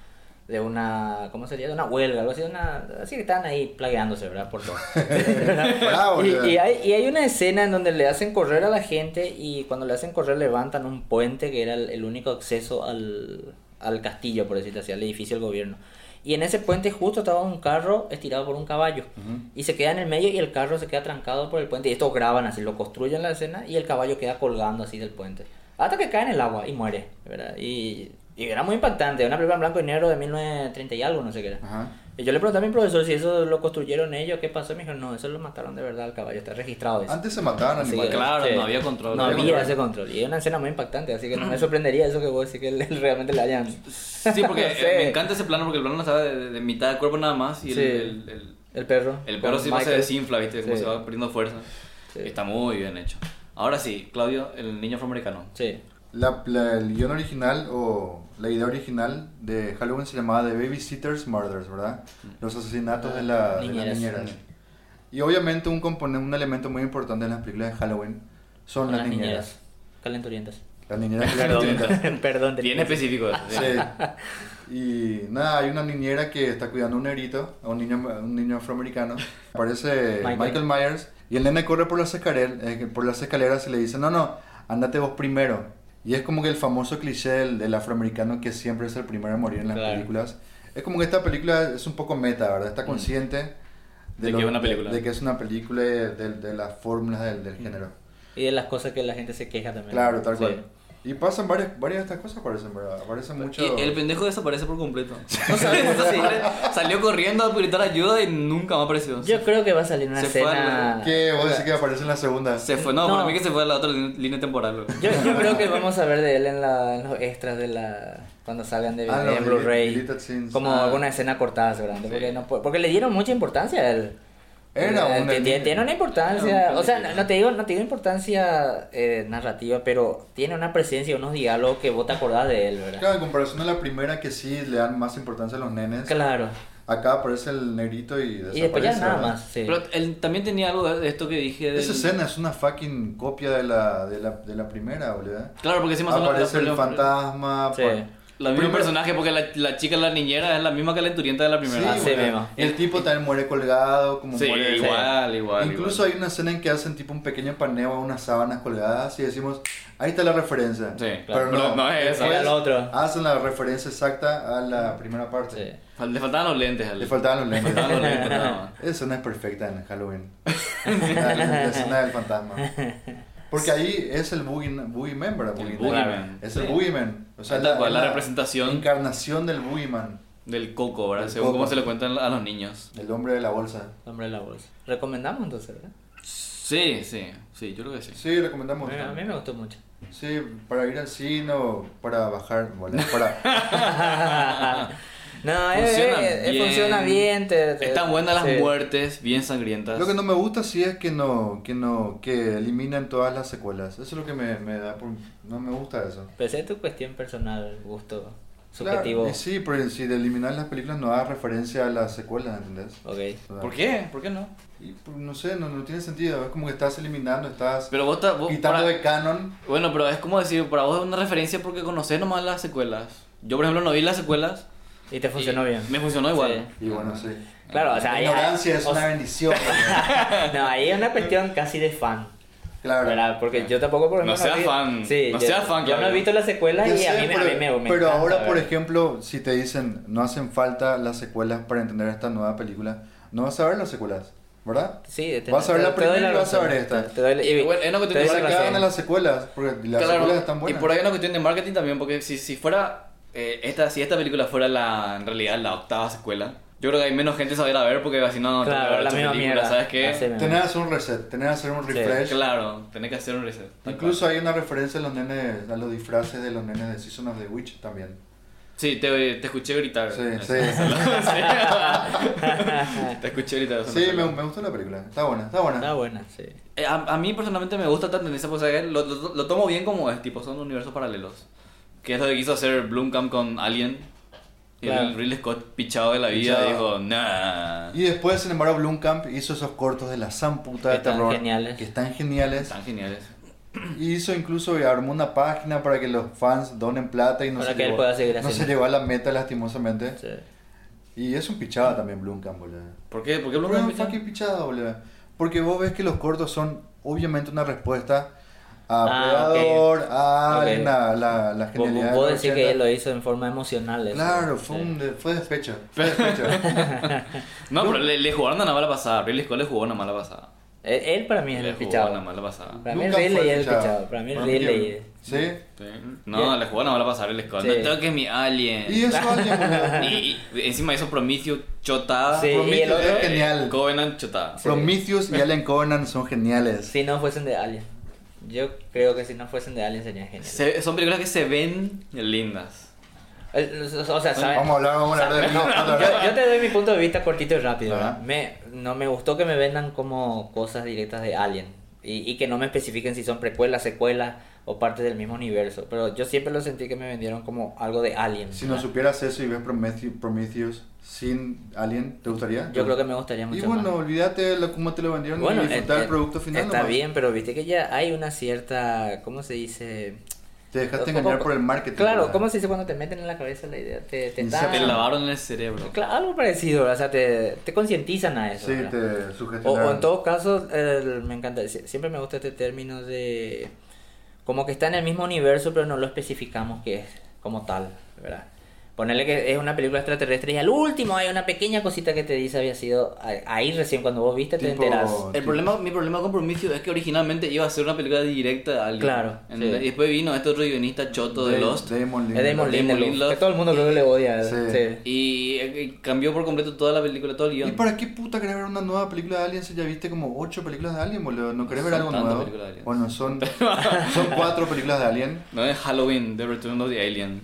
Speaker 2: de una, ¿cómo sería? De una huelga, algo así, de una, así que están ahí plagueándose, ¿verdad? Por todo.
Speaker 3: Bravo,
Speaker 2: Y,
Speaker 3: ya.
Speaker 2: y hay, y hay una escena en donde le hacen correr a la gente y cuando le hacen correr levantan un puente que era el, el único acceso al, al castillo, por decirlo así, al edificio del gobierno. Y en ese puente justo estaba un carro estirado por un caballo. Y se queda en el medio y el carro se queda trancado por el puente. Y esto graban así, lo construyen la escena y el caballo queda colgando así del puente. Hasta que cae en el agua y muere, ¿verdad? Y, y era muy impactante. Una película en blanco y negro de 1930 y algo, no sé qué era.
Speaker 3: Ajá.
Speaker 2: Y yo le pregunté a mi profesor si eso lo construyeron ellos, qué pasó. Y Me dijo, no, eso lo mataron de verdad al caballo, está registrado eso.
Speaker 3: Antes se mataban
Speaker 2: Así
Speaker 3: animales.
Speaker 2: que-
Speaker 1: Claro, no había control.
Speaker 2: No
Speaker 1: No
Speaker 2: había
Speaker 1: había
Speaker 2: ese control. Y es una escena muy impactante, así que no me sorprendería eso que vos decís que le- realmente le hayan.
Speaker 1: Sí, porque
Speaker 2: No
Speaker 1: eh,
Speaker 2: sé.
Speaker 1: me encanta ese plano porque el plano estaba de, de mitad de cuerpo nada más y el,
Speaker 2: Sí.
Speaker 1: el, el-
Speaker 2: El perro.
Speaker 1: el perro
Speaker 2: con
Speaker 1: sí se
Speaker 2: Michael.
Speaker 1: desinfla, ¿viste? Como
Speaker 2: Sí.
Speaker 1: se va perdiendo fuerza.
Speaker 2: Sí.
Speaker 1: Está muy bien hecho. Ahora sí, Claudio, el niño afroamericano.
Speaker 2: Sí.
Speaker 3: La, la- el guión original o la idea original de Halloween se llamaba The Babysitter's Murders, ¿verdad? Los asesinatos de, la, de las
Speaker 2: Ah, Niñeras.
Speaker 3: niñeras. Y obviamente un componente, un elemento muy importante en las películas de Halloween son
Speaker 2: Con
Speaker 3: las,
Speaker 2: las
Speaker 3: niñeras.
Speaker 2: niñeras. Calenturientas.
Speaker 3: Las niñeras.
Speaker 2: Perdón.
Speaker 1: Bien específico. sí.
Speaker 3: Sí. Y nada, hay una niñera que está cuidando a un negrito, a un niño, a un niño afroamericano. Aparece
Speaker 2: Michael.
Speaker 3: Michael. Myers y el nene corre por las, escalera- eh, por las escaleras y le dice, no, no, andate vos primero. Y es como que el famoso cliché del, del afroamericano que siempre es el primero a morir en las
Speaker 2: Claro.
Speaker 3: películas. Es como que esta película es un poco meta, ¿verdad? Está consciente
Speaker 1: Mm. De que es una película. Mm.
Speaker 3: De, que es una película y de, de las fórmulas del, del género.
Speaker 2: Y de las cosas que la gente se queja también.
Speaker 3: Claro, tal
Speaker 2: Sí.
Speaker 3: cual. Y pasan varias, varias de estas cosas, aparecen, ¿verdad? Aparecen mucho...
Speaker 1: Y el pendejo desaparece por completo. No sabes, salió, salió corriendo a gritar ayuda y nunca más apareció.
Speaker 2: Yo creo que va a salir una
Speaker 1: Se fue
Speaker 2: escena.
Speaker 3: ¿Qué? ¿Vos decís que aparece en la segunda?
Speaker 1: Se fue, no,
Speaker 2: No.
Speaker 1: para mí que se fue a la otra lin- línea temporal. bro.
Speaker 2: Yo, yo creo que vamos a ver de él en, la- en los extras de la cuando salgan de
Speaker 3: Ah, los
Speaker 2: en
Speaker 3: delete-
Speaker 2: Blu-ray.
Speaker 3: deleted scenes.
Speaker 2: Como
Speaker 1: Ah.
Speaker 2: alguna escena cortada seguramente.
Speaker 1: Sí.
Speaker 2: Porque, no pu- porque le dieron mucha importancia a él.
Speaker 3: Era
Speaker 2: Eh,
Speaker 3: un
Speaker 2: ti- ti-
Speaker 3: delete.
Speaker 2: Tiene una importancia.
Speaker 1: Era un
Speaker 2: o sea, no,
Speaker 1: delete.
Speaker 2: no te digo, no te digo importancia eh, narrativa, pero tiene una presencia, unos diálogos que vos te acordás de él, ¿verdad?
Speaker 3: Claro, en comparación a la primera que sí le dan más importancia a los nenes.
Speaker 2: Claro.
Speaker 3: Acá aparece el negrito y desaparece.
Speaker 2: Y después ya nada
Speaker 3: ¿verdad?
Speaker 2: más. sí.
Speaker 1: Pero él también tenía algo de esto que dije. del-
Speaker 3: Esa escena es una fucking copia de la, de la, de la primera, boludo.
Speaker 1: Claro, porque sí más o menos
Speaker 3: Aparece
Speaker 1: la-
Speaker 3: el fantasma.
Speaker 2: Sí.
Speaker 1: La misma
Speaker 3: Primero-
Speaker 1: personaje, porque la, la chica, la niñera, es la misma calenturienta de la
Speaker 3: Sí,
Speaker 1: primera.
Speaker 2: Así
Speaker 3: boludo.
Speaker 2: mismo.
Speaker 3: El tipo también muere colgado, como
Speaker 1: Sí,
Speaker 3: muere.
Speaker 1: igual, igual.
Speaker 3: Incluso hay una escena en que hacen tipo un pequeño paneo a unas sábanas colgadas y decimos, ahí está la referencia.
Speaker 1: Sí, claro. Pero no es esa,
Speaker 3: Después
Speaker 2: era la otra.
Speaker 3: Hacen la referencia exacta a la primera parte.
Speaker 2: ah, Sí.
Speaker 1: Le faltaban los lentes. al-
Speaker 3: Le faltaban los
Speaker 1: le
Speaker 3: lentes.
Speaker 1: faltaban los lentes, nada más.
Speaker 3: Esa escena es perfecta en Halloween. Ah, la, la escena del fantasma. Porque ahí es el boogeyman, boogeyman ¿verdad?
Speaker 1: El
Speaker 3: Boogeyman.
Speaker 1: boogeyman.
Speaker 3: Es
Speaker 1: Sí.
Speaker 3: el boogeyman. O sea,
Speaker 1: Tal cual, la
Speaker 3: es
Speaker 1: representación.
Speaker 3: Encarnación del boogeyman.
Speaker 1: Del coco, ¿verdad?
Speaker 3: Del
Speaker 1: Según
Speaker 3: coco.
Speaker 1: cómo se lo cuentan a los niños.
Speaker 3: El hombre de la bolsa.
Speaker 2: Hombre de la bolsa. Recomendamos entonces, ¿verdad?
Speaker 1: Sí, sí, sí, yo creo que sí.
Speaker 3: Sí, recomendamos.
Speaker 2: A mí me gustó mucho.
Speaker 3: Sí, para ir al cine o para bajar, bueno, para...
Speaker 2: no, eh,
Speaker 1: Funciona
Speaker 2: eh, eh,
Speaker 1: bien.
Speaker 2: funciona bien. te- te-
Speaker 1: Están buenas las
Speaker 2: sí.
Speaker 1: muertes, bien sangrientas.
Speaker 3: Lo que no me gusta sí es que no, que no, que eliminan todas las secuelas. Eso es lo que me, me da por... No me gusta eso.
Speaker 2: Pero esa Pues, es tu cuestión personal, gusto
Speaker 3: Claro,
Speaker 2: subjetivo.
Speaker 3: y sí, pero si de eliminar las películas no da referencia a las secuelas, ¿entendés?
Speaker 2: Ok.
Speaker 1: ¿Por qué? ¿Por qué no?
Speaker 3: Y, pues, no sé, no, no tiene sentido. Es como que estás eliminando, estás
Speaker 1: Pero vos, ta- vos-
Speaker 3: quitando
Speaker 1: para-
Speaker 3: de canon.
Speaker 1: Bueno, pero es como decir, para vos es una referencia porque conocés nomás las secuelas. Yo, por ejemplo, no vi las secuelas.
Speaker 2: Y te funcionó
Speaker 1: y
Speaker 2: bien.
Speaker 1: Me funcionó igual.
Speaker 3: Y bueno, sí.
Speaker 2: Claro, o sea,
Speaker 3: La
Speaker 2: ahí,
Speaker 3: ignorancia es
Speaker 2: o
Speaker 3: una
Speaker 2: sea,
Speaker 3: bendición.
Speaker 2: no, ahí es una cuestión casi de fan.
Speaker 3: claro.
Speaker 2: ¿verdad? Porque yo tampoco, por
Speaker 1: No
Speaker 2: ejemplo.
Speaker 1: seas
Speaker 2: vi-
Speaker 1: fan,
Speaker 2: Sí,
Speaker 1: no
Speaker 2: yo,
Speaker 1: seas fan,
Speaker 2: Yo no he
Speaker 1: Claudio.
Speaker 2: visto la secuela
Speaker 3: Ya
Speaker 2: y
Speaker 3: sé,
Speaker 2: a mí, a
Speaker 3: pero,
Speaker 2: mí me, me
Speaker 3: pero
Speaker 2: encanta,
Speaker 3: ahora, por
Speaker 2: ¿verdad?
Speaker 3: ejemplo, si te dicen no hacen falta las secuelas para entender esta nueva película, no vas a ver las secuelas. ¿verdad?
Speaker 2: Sí, te-
Speaker 3: vas a ver
Speaker 2: te-
Speaker 3: la
Speaker 2: te doy
Speaker 3: primera y vas a
Speaker 2: razón.
Speaker 3: ver esta.
Speaker 2: Te- te doy la-
Speaker 1: Y bueno, es lo que te
Speaker 2: te doy
Speaker 1: digo,
Speaker 3: Para
Speaker 2: la
Speaker 3: que
Speaker 2: razón.
Speaker 3: hagan en las secuelas, porque las
Speaker 1: Claro,
Speaker 3: secuelas están buenas.
Speaker 1: Y por ahí hay una cuestión de marketing también, porque si, si fuera. eh, esta, si esta película fuera la, en realidad la octava secuela, yo creo que hay menos gente saber a ver porque así no, no tengo que
Speaker 2: Claro,
Speaker 1: ver
Speaker 2: la
Speaker 1: ocho
Speaker 2: misma
Speaker 1: películas,
Speaker 2: mierda.
Speaker 1: ¿Sabes qué?
Speaker 2: Así mismo.
Speaker 3: Tener que hacer un reset, tener que hacer un
Speaker 2: Sí,
Speaker 3: refresh.
Speaker 1: Claro, tenés que hacer un reset. tal
Speaker 3: Incluso
Speaker 1: cual.
Speaker 3: hay una referencia a los nenes, a los disfraces de los nenes de Season of the Witch también.
Speaker 1: Sí, te, te escuché gritar.
Speaker 3: Sí,
Speaker 1: Eso.
Speaker 3: sí.
Speaker 1: Sí. te escuché gritar. eso
Speaker 3: Sí,
Speaker 1: no
Speaker 3: me,
Speaker 1: sé.
Speaker 3: me gustó la película, está buena, está buena.
Speaker 2: Está buena, sí.
Speaker 1: Eh, A, a mí personalmente me gusta esta tendencia, pues, ¿sabes? Lo, lo, lo tomo bien como es, tipo, son universos paralelos. Que es lo que quiso hacer Blumkamp con Alien. Y
Speaker 2: Claro.
Speaker 1: el Ridley Scott pichado de la vida
Speaker 3: Pichado.
Speaker 1: dijo, nah.
Speaker 3: Y después, sin embargo, Blumkamp hizo esos cortos de la san puta de
Speaker 2: Que están
Speaker 3: terror.
Speaker 2: geniales.
Speaker 3: Que están geniales.
Speaker 1: Están geniales.
Speaker 3: Y hizo incluso, y armó una página para que los fans donen plata y no,
Speaker 2: Para
Speaker 3: se,
Speaker 2: que él
Speaker 3: llevó,
Speaker 2: pueda seguir
Speaker 3: no
Speaker 2: haciendo.
Speaker 3: se llevó a la meta lastimosamente.
Speaker 2: Sí.
Speaker 3: Y es un pichado también Blumkamp, boludo.
Speaker 1: ¿Por qué? ¿Por qué
Speaker 3: Pero
Speaker 1: Blumkamp
Speaker 3: es un
Speaker 1: pichado?
Speaker 3: fucking pichado, boludo. Porque vos ves que los cortos son obviamente una respuesta a
Speaker 2: Ah, ok.
Speaker 3: Predador, a
Speaker 2: Ok.
Speaker 3: Alien, a la, la
Speaker 2: Vos,
Speaker 3: genialidad. de
Speaker 2: vos
Speaker 3: los
Speaker 2: decís
Speaker 3: 80.
Speaker 2: que él lo hizo en forma emocional. eso.
Speaker 3: Claro,
Speaker 2: Sí.
Speaker 3: fue, un de- fue despecho. Fue despecho.
Speaker 1: No, pero le, le jugaron una mala pasada. Ridley Scott le jugó una mala pasada.
Speaker 2: Él, él para mí es
Speaker 1: Le
Speaker 2: el
Speaker 1: jugó una
Speaker 2: pichado.
Speaker 1: mala pasada.
Speaker 2: Para mí el
Speaker 3: Nunca
Speaker 2: Ridley
Speaker 3: fue
Speaker 2: es el
Speaker 3: pichado.
Speaker 2: pichado. Para mí el
Speaker 3: Para mí
Speaker 2: Ridley
Speaker 3: que-
Speaker 2: es-
Speaker 3: Sí.
Speaker 1: Sí. No, le jugó una mala pasada a Ridley Scott.
Speaker 2: Sí.
Speaker 1: No toques mi Alien.
Speaker 3: Y eso alguien, boludo.
Speaker 1: Y- y encima hizo Prometheus chotada. Eh,
Speaker 2: Sí, y el
Speaker 3: Prometheus
Speaker 2: otro- eh,
Speaker 3: es genial.
Speaker 1: Covenant chotada.
Speaker 2: Sí.
Speaker 3: Prometheus y Alien Conan son geniales.
Speaker 2: Si no fuesen de Alien. Yo creo que si no fuesen de Alien serían geniales.
Speaker 1: Se- son películas que se ven lindas.
Speaker 2: El- Eh, O sea, ¿sabes?
Speaker 3: Vamos a hablar, vamos a hablar de no, otra vez.
Speaker 2: Yo, yo te doy mi punto de vista cortito y rápido.
Speaker 3: Ajá.
Speaker 2: ¿verdad? Me, no me gustó que me vendan como cosas directas de Alien. Y, y que no me especifiquen si son precuelas, secuelas o partes del mismo universo. Pero yo siempre lo sentí que me vendieron como algo de Alien.
Speaker 3: Si no
Speaker 2: ¿verdad?
Speaker 3: supieras eso y ves Promethe- Prometheus sin Alien, ¿te gustaría?
Speaker 2: Yo creo que me gustaría mucho
Speaker 3: Y bueno,
Speaker 2: más.
Speaker 3: olvídate de lo- cómo te lo vendieron
Speaker 2: Bueno,
Speaker 3: y disfrutar
Speaker 2: eh,
Speaker 3: el producto final.
Speaker 2: está
Speaker 3: nomás.
Speaker 2: bien, pero viste que ya hay una cierta, ¿cómo se dice?
Speaker 3: Te dejaste
Speaker 2: ¿Cómo-
Speaker 3: engañar por el marketing.
Speaker 2: Claro,
Speaker 3: ¿verdad?
Speaker 2: ¿cómo se dice cuando te meten en la cabeza la idea? Te, te
Speaker 3: Inception.
Speaker 1: Te
Speaker 2: dan-
Speaker 1: lavaron el cerebro.
Speaker 2: Claro, algo parecido, ¿verdad? o sea, te, te concientizan a eso.
Speaker 3: Sí,
Speaker 2: ¿verdad?
Speaker 3: te
Speaker 2: O,
Speaker 3: sugestionaron.
Speaker 2: o en todo caso, el- me encanta, sie- siempre me gusta este término de como que está en el mismo universo, pero no lo especificamos que es como tal, ¿verdad? Ponerle que es una película extraterrestre y al último hay una pequeña cosita que te dice había sido a- ahí recién cuando vos viste te
Speaker 3: Tipo-
Speaker 2: enteras.
Speaker 1: El problema, mi problema con Prometheus es que originalmente iba a ser una película directa a alguien.
Speaker 2: Claro,
Speaker 1: En-
Speaker 2: sí.
Speaker 1: Y después vino este otro guionista choto de
Speaker 3: Da-
Speaker 1: Lost.
Speaker 3: Damon
Speaker 2: Es
Speaker 3: Lindelof.
Speaker 2: Damon
Speaker 1: Damon
Speaker 2: Lindelof,
Speaker 1: Lindelof.
Speaker 2: que todo el mundo creo que le odia.
Speaker 3: Sí.
Speaker 2: sí.
Speaker 1: Y, eh, cambió por completo toda la película, todo el guión.
Speaker 3: ¿Y para qué puta querés ver una nueva película de Alien si ya viste como ocho películas de Alien, boludo? ¿No querés ver
Speaker 1: Son
Speaker 3: algo
Speaker 1: tantas
Speaker 3: nuevo?
Speaker 1: películas de Alien.
Speaker 3: Bueno, son, son cuatro películas de Alien.
Speaker 1: No es Halloween, The Return of the Alien.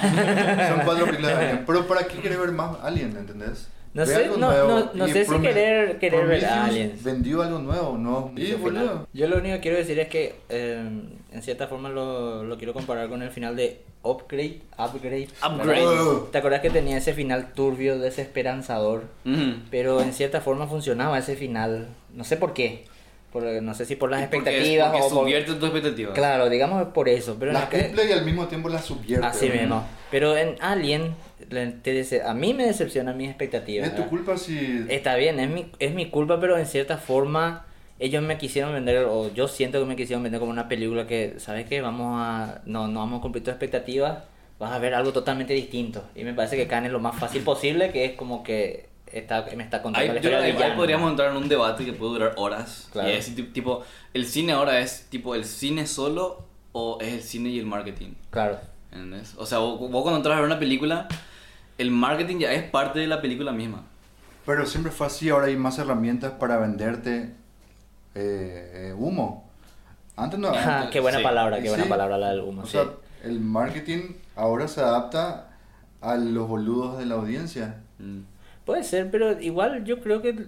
Speaker 3: Son cuatro películas de Alien. Pero ¿para qué querer ver más Alien, entendés?
Speaker 2: No
Speaker 3: Ve
Speaker 2: sé-
Speaker 3: algo
Speaker 2: no-
Speaker 3: nuevo.
Speaker 2: no- no
Speaker 3: Y
Speaker 2: sé si
Speaker 3: Prome-
Speaker 2: querer- querer ver
Speaker 3: Prometheus
Speaker 2: Aliens.
Speaker 3: Vendió algo nuevo, ¿no? Y boludo.
Speaker 2: Yo lo único que quiero decir es que eh, en cierta forma lo, lo quiero comparar con el final de Upgrade. Upgrade.
Speaker 1: Upgrade.
Speaker 3: Wow.
Speaker 2: ¿Te acuerdas que tenía ese final turbio, desesperanzador?
Speaker 1: Ujú.
Speaker 2: Pero en cierta forma funcionaba ese final. No sé por qué. Por- no sé si por las
Speaker 1: Y porque-
Speaker 2: expectativas
Speaker 1: porque
Speaker 2: o por...
Speaker 1: subvierte tus expectativas.
Speaker 2: Claro, digamos por eso. Pero en
Speaker 3: Las
Speaker 2: la que-
Speaker 3: cumple y al mismo tiempo las subvierte.
Speaker 2: Así
Speaker 3: boludo.
Speaker 2: mismo. Pero en Alien le- te dece- a mí me decepcionan mis expectativas.
Speaker 3: Es tu
Speaker 2: ¿verdad?
Speaker 3: culpa si...
Speaker 2: Está bien, es mi, es mi culpa, pero en cierta forma ellos me quisieron vender, o yo siento que me quisieron vender como una película que, ¿sabes qué? Vamos a, no, no vamos a cumplir tus expectativas, vas a ver algo totalmente distinto. Y me parece que caen en lo más fácil posible, que es como que está, me está contando
Speaker 1: Ahí,
Speaker 2: la
Speaker 1: yo
Speaker 2: historia
Speaker 1: creo que ahí
Speaker 2: del villano.
Speaker 1: podríamos entrar en un debate que puede durar horas.
Speaker 2: Claro.
Speaker 1: Y es ti- tipo, el cine ahora es tipo el cine solo o es el cine y el marketing.
Speaker 2: Claro,
Speaker 1: ¿Entendés? O sea, vos, vos cuando entras a ver una película, el marketing ya es parte de la película misma.
Speaker 3: Pero siempre fue así, ahora hay más herramientas para venderte eh, eh, humo. Antes no había.
Speaker 2: qué buena
Speaker 1: Sí.
Speaker 2: palabra, qué buena
Speaker 3: Sí.
Speaker 2: palabra la del humo.
Speaker 3: o
Speaker 2: sí.
Speaker 3: sea, el marketing ahora se adapta a los boludos de la audiencia.
Speaker 1: Mm.
Speaker 2: Puede ser, pero igual yo creo que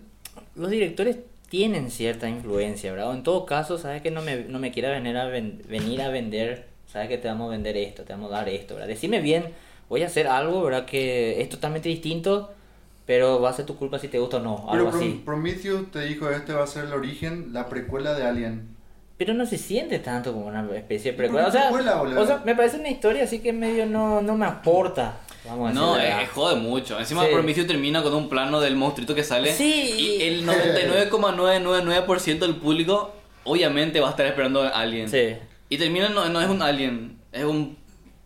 Speaker 2: los directores tienen cierta influencia, ¿verdad? O en todo caso, sabes que no me, no me quiera venir a, ven- venir a vender, sabes que te vamos a vender esto, te vamos a dar esto, ¿verdad? Decime bien, voy a hacer algo, ¿verdad? Que es totalmente distinto, pero va a ser tu culpa si te gusta o no, algo
Speaker 3: Pero Prom-
Speaker 2: así.
Speaker 3: Prometheus te dijo este va a ser el origen, la precuela de Alien.
Speaker 2: Pero no se siente tanto como una especie de
Speaker 3: ¿Por qué
Speaker 2: precuela. O sea,
Speaker 3: precuela, boludo?
Speaker 2: o sea, me parece una historia así que medio no, no me aporta. Vamos a
Speaker 1: No, eh,
Speaker 2: decir la verdad.
Speaker 1: es, es jode mucho. Encima
Speaker 2: Sí.
Speaker 1: Prometheus termina con un plano del monstruito que sale.
Speaker 2: Sí.
Speaker 1: Y el 99,999% del público obviamente va a estar esperando a alguien.
Speaker 2: Sí.
Speaker 1: Y termina, no, no es un alien, es un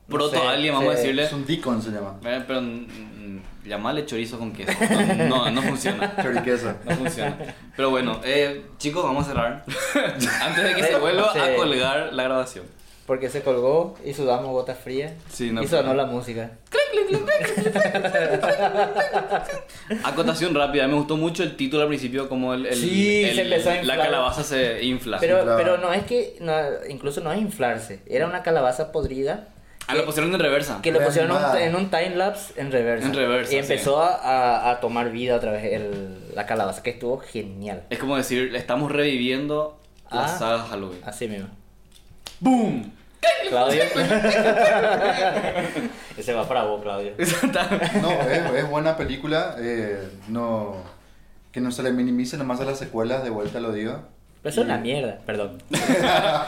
Speaker 1: proto
Speaker 2: sé,
Speaker 1: alien, vamos
Speaker 2: sí.
Speaker 1: a decirle.
Speaker 3: Es un Deacon se llama.
Speaker 1: Eh, Pero mm, llamarle chorizo con queso. No, no funciona.
Speaker 3: Choriqueza.
Speaker 1: No funciona. Pero bueno, eh, chicos, vamos a cerrar. Antes de que se
Speaker 2: Sí,
Speaker 1: vuelva a
Speaker 2: sí.
Speaker 1: colgar la grabación.
Speaker 2: Porque se colgó y sudamos gotas frías.
Speaker 1: Sí, no,
Speaker 2: y sonó
Speaker 1: pero-
Speaker 2: la música.
Speaker 1: Acotación rápida, me gustó mucho el título al principio, como el, el-
Speaker 2: Sí,
Speaker 1: el-
Speaker 2: se empezó a inflar.
Speaker 1: la calabaza se infla.
Speaker 2: Pero,
Speaker 3: claro.
Speaker 2: pero no es que, no- incluso no es inflarse. Era una calabaza podrida
Speaker 1: ah, lo pusieron en reversa.
Speaker 2: que lo pusieron un-
Speaker 3: Reanimada.
Speaker 2: en un time lapse en reversa.
Speaker 1: En reversa,
Speaker 2: y empezó a, a- a tomar vida otra vez el- la calabaza, que estuvo genial.
Speaker 1: Es como decir, estamos reviviendo la
Speaker 2: Ah.
Speaker 1: saga Halloween.
Speaker 2: Así mismo.
Speaker 1: ¡Boom!
Speaker 2: Claudio. Ese va para vos, Claudio.
Speaker 3: No, es, es buena película. eh, no, que no se le minimice nomás a las secuelas, de vuelta lo digo.
Speaker 2: Pero eso es una mierda, perdón.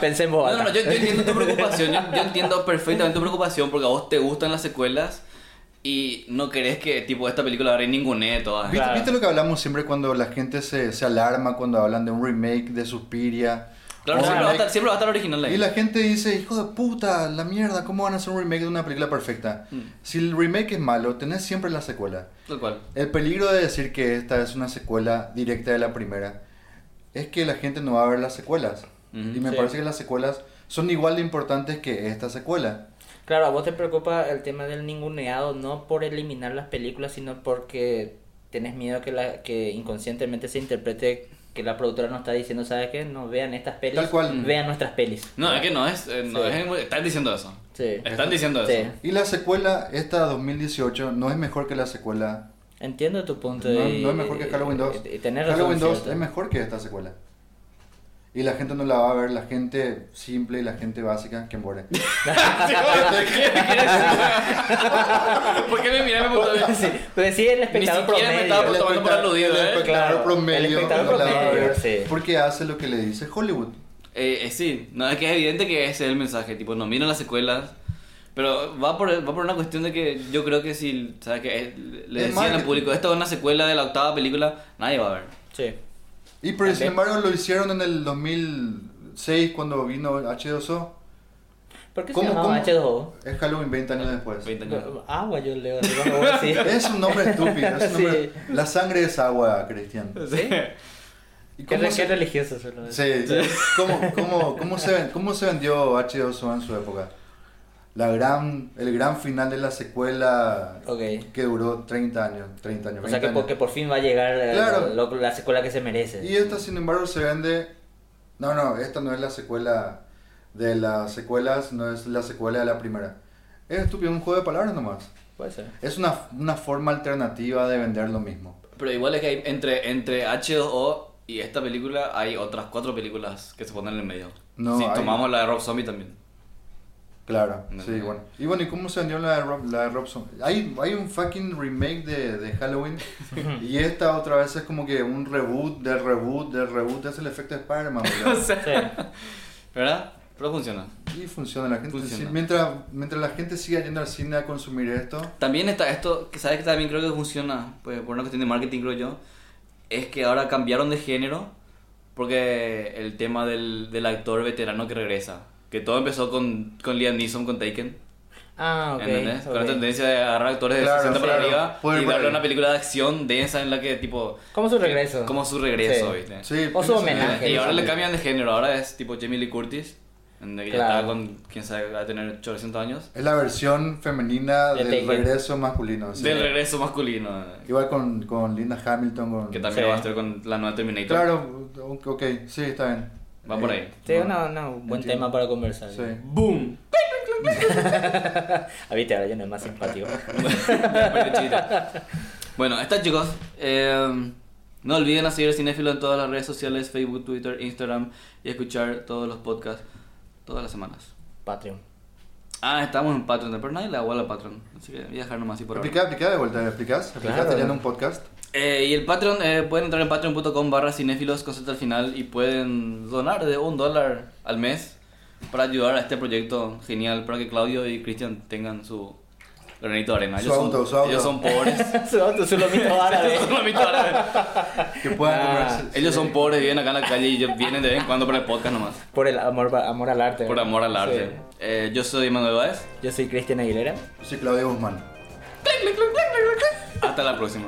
Speaker 2: Pensé en vos.
Speaker 1: No, no, no, yo, yo entiendo tu preocupación, yo, yo entiendo perfectamente tu preocupación porque a vos te gustan las secuelas y no querés que tipo esta película agarre ah. ninguna de todas.
Speaker 3: ¿Viste,
Speaker 2: Ah, Claro.
Speaker 3: viste lo que hablamos siempre cuando la gente se, se alarma cuando hablan de un remake de Suspiria?
Speaker 1: Claro,
Speaker 3: O un
Speaker 1: siempre va, a
Speaker 3: remake-
Speaker 1: estar, siempre va a estar original ahí.
Speaker 3: Y la gente dice, hijo de puta, la mierda, ¿cómo van a hacer un remake de una película perfecta? Si el remake es malo, tenés siempre la secuela.
Speaker 1: Mm, Tal cual.
Speaker 3: El peligro de decir que esta es una secuela directa de la primera es que la gente no va a ver las secuelas.
Speaker 1: Ujú,
Speaker 3: y me
Speaker 2: sí.
Speaker 3: parece que las secuelas son igual de importantes que esta secuela.
Speaker 2: Claro, a vos te preocupa el tema del ninguneado, no por eliminar las películas, sino porque tenés miedo que, la, que inconscientemente se interprete que la productora nos está diciendo, ¿sabes qué? No vean estas pelis.
Speaker 3: Tal cual.
Speaker 2: Vean nuestras pelis.
Speaker 1: No, es que no es, eh, no
Speaker 2: Sí.
Speaker 1: es- están diciendo eso.
Speaker 2: Sí.
Speaker 1: Están diciendo eso.
Speaker 2: Sí.
Speaker 3: Y la secuela, esta 2018, no es mejor que la secuela.
Speaker 2: Entiendo tu punto.
Speaker 3: No,
Speaker 2: y-
Speaker 3: no es mejor que Halloween 2.
Speaker 2: y- y Eh, tenés razón,
Speaker 3: Halloween 2
Speaker 2: cierto.
Speaker 3: es mejor que esta secuela. Y la gente no la va a ver, la gente simple y la gente básica que muere.
Speaker 1: ¿Por qué me miré? Me preguntó-
Speaker 2: Sí, pero sí, el
Speaker 1: Ni siquiera
Speaker 2: espectador
Speaker 1: me estaba
Speaker 2: promedio.
Speaker 1: tomando por aludido,
Speaker 3: el
Speaker 1: ¿eh?
Speaker 3: espectador
Speaker 2: Claro, el
Speaker 3: promedio
Speaker 2: espectador
Speaker 3: no la va a
Speaker 2: promedio,
Speaker 3: ver,
Speaker 2: sí.
Speaker 3: Porque hace lo que le dice Hollywood.
Speaker 1: Eh, eh, sí, no, es que es evidente que ese es el mensaje, tipo, no miren las secuelas. Pero va por, va por una cuestión de que yo creo que si ¿sabes? Que es- le
Speaker 3: Es
Speaker 1: decían al
Speaker 3: marketing.
Speaker 1: público, esto es una secuela de la octava película, nadie va a ver.
Speaker 2: Sí.
Speaker 3: Y pero sin
Speaker 2: También.
Speaker 3: embargo lo hicieron en el 2006 cuando vino H2O.
Speaker 2: ¿Por qué se
Speaker 3: ¿Cómo-
Speaker 2: llamaba
Speaker 3: cómo?
Speaker 2: H2O?
Speaker 3: Es Halloween 20 años después.
Speaker 1: 20 años.
Speaker 2: Agua Ah, yo leo así cuando vos decís.
Speaker 3: Es un nombre estúpido. es un nombre-
Speaker 2: Sí.
Speaker 3: La sangre es agua, Cristian.
Speaker 2: ¿Sí?
Speaker 3: ¿Y
Speaker 2: Qué,
Speaker 3: cómo
Speaker 2: re-
Speaker 3: se-
Speaker 2: qué religioso se lo ve.
Speaker 3: Sí, ¿Cómo, cómo, cómo, se, ven- ¿Cómo se vendió H2O en su época? La gran, el gran final de la secuela
Speaker 2: Ok.
Speaker 3: que duró 30 años. 30 años
Speaker 2: O sea que
Speaker 3: 20
Speaker 2: por, que
Speaker 3: años.
Speaker 2: por fin va a llegar eh,
Speaker 3: Claro.
Speaker 2: lo- la secuela que se merece.
Speaker 3: Y esta, sin embargo, se vende. No, no, esta no es la secuela de las secuelas, no es la secuela de la primera. Es estúpido, un juego de palabras nomás.
Speaker 2: Puede ser.
Speaker 3: Es una, una forma alternativa de vender lo mismo.
Speaker 1: Pero igual es que hay, entre, entre H2O y esta película hay otras cuatro películas que se ponen en el medio.
Speaker 3: No,
Speaker 1: si
Speaker 3: hay-
Speaker 1: tomamos la de Rob Zombie también.
Speaker 3: Claro,
Speaker 1: No,
Speaker 3: sí,
Speaker 1: no.
Speaker 3: bueno. Y bueno, ¿y cómo se vendió la de Rob, la de Rob Zombie? Hay, hay un fucking remake de, de Halloween y esta otra vez es como que un reboot del reboot del reboot. Es el efecto de Spider-Man,
Speaker 1: O
Speaker 3: boludo.
Speaker 1: sea,
Speaker 2: Sí.
Speaker 1: ¿verdad? Pero funciona.
Speaker 3: Y funciona, la gente
Speaker 1: Funciona.
Speaker 3: sí, mientras, mientras la gente siga yendo al cine a consumir esto,
Speaker 1: También está esto, que sabes que también creo que funciona, pues por una cuestión de marketing creo yo, es que ahora cambiaron de género porque el tema del, del actor veterano que regresa, que todo empezó con, con Liam Neeson con Taken,
Speaker 2: Ah, ok.
Speaker 1: ¿entendés?
Speaker 2: ok.
Speaker 1: Con la tendencia de agarrar actores
Speaker 3: Claro,
Speaker 1: de 60 para
Speaker 3: claro.
Speaker 1: arriba y
Speaker 3: Puede ir por
Speaker 1: darle
Speaker 3: ahí.
Speaker 1: una película de acción densa en la que tipo...
Speaker 2: Como su regreso.
Speaker 1: Como su regreso,
Speaker 2: Sí.
Speaker 1: ¿viste?
Speaker 3: sí.
Speaker 2: O su
Speaker 3: piensa-
Speaker 2: homenaje.
Speaker 1: Y ahora le cambian de género, ahora es tipo Jamie Lee Curtis, en la que ya
Speaker 2: Claro.
Speaker 1: está con, quién sabe, va a tener 800 años.
Speaker 3: Es la versión femenina
Speaker 2: De
Speaker 3: del
Speaker 2: Taken.
Speaker 3: regreso masculino. sí.
Speaker 1: Del regreso masculino. eh.
Speaker 3: Igual con, con Linda Hamilton. Con...
Speaker 1: Que también
Speaker 2: Sí.
Speaker 1: va a estar con la nueva Terminator.
Speaker 3: Claro, ok, ok, sí, está bien.
Speaker 1: Va por ahí.
Speaker 2: Sí, no, no, un buen
Speaker 3: Entiendo.
Speaker 2: tema para conversar.
Speaker 3: Sí.
Speaker 1: ¡Boom!
Speaker 2: A viste, ahora ya no es más simpático.
Speaker 1: bueno, está chicos. Eh, no olviden a seguir Cinefilo en todas las redes sociales, Facebook, Twitter, Instagram y escuchar todos los podcasts todas las semanas.
Speaker 2: Patreon.
Speaker 1: Ah, estamos en Patreon, pero nadie le aguala a Patreon. Así que voy a dejar nomás así por ahora.
Speaker 3: Explica, explica de vuelta, explicas. Explicaste
Speaker 2: Claro.
Speaker 3: ya en un podcast.
Speaker 1: Eh, y el Patreon, eh, pueden entrar en patreon.com barra cinéfilos con Z al final y pueden donar de un dólar al mes para ayudar a este proyecto genial, para que Claudio y Cristian tengan su Granito de arena.
Speaker 3: Su
Speaker 1: Ellos,
Speaker 3: auto,
Speaker 1: son,
Speaker 3: su auto.
Speaker 1: ellos son pobres.
Speaker 2: su auto, su lomito árabe.
Speaker 1: Son la mitad árabe.
Speaker 3: Que puedan
Speaker 2: Ah,
Speaker 3: comerse-
Speaker 1: ellos son pobres, viven acá en la calle y ellos vienen de vez en cuando para el podcast nomás.
Speaker 2: Por el amor, pa- amor al arte.
Speaker 1: Por
Speaker 2: ¿verdad?
Speaker 1: amor al arte.
Speaker 2: Sí.
Speaker 1: Eh, yo soy Manuel Báez.
Speaker 2: Yo soy Cristian Aguilera.
Speaker 3: Sí, Claudio Guzmán.
Speaker 1: Hasta la próxima.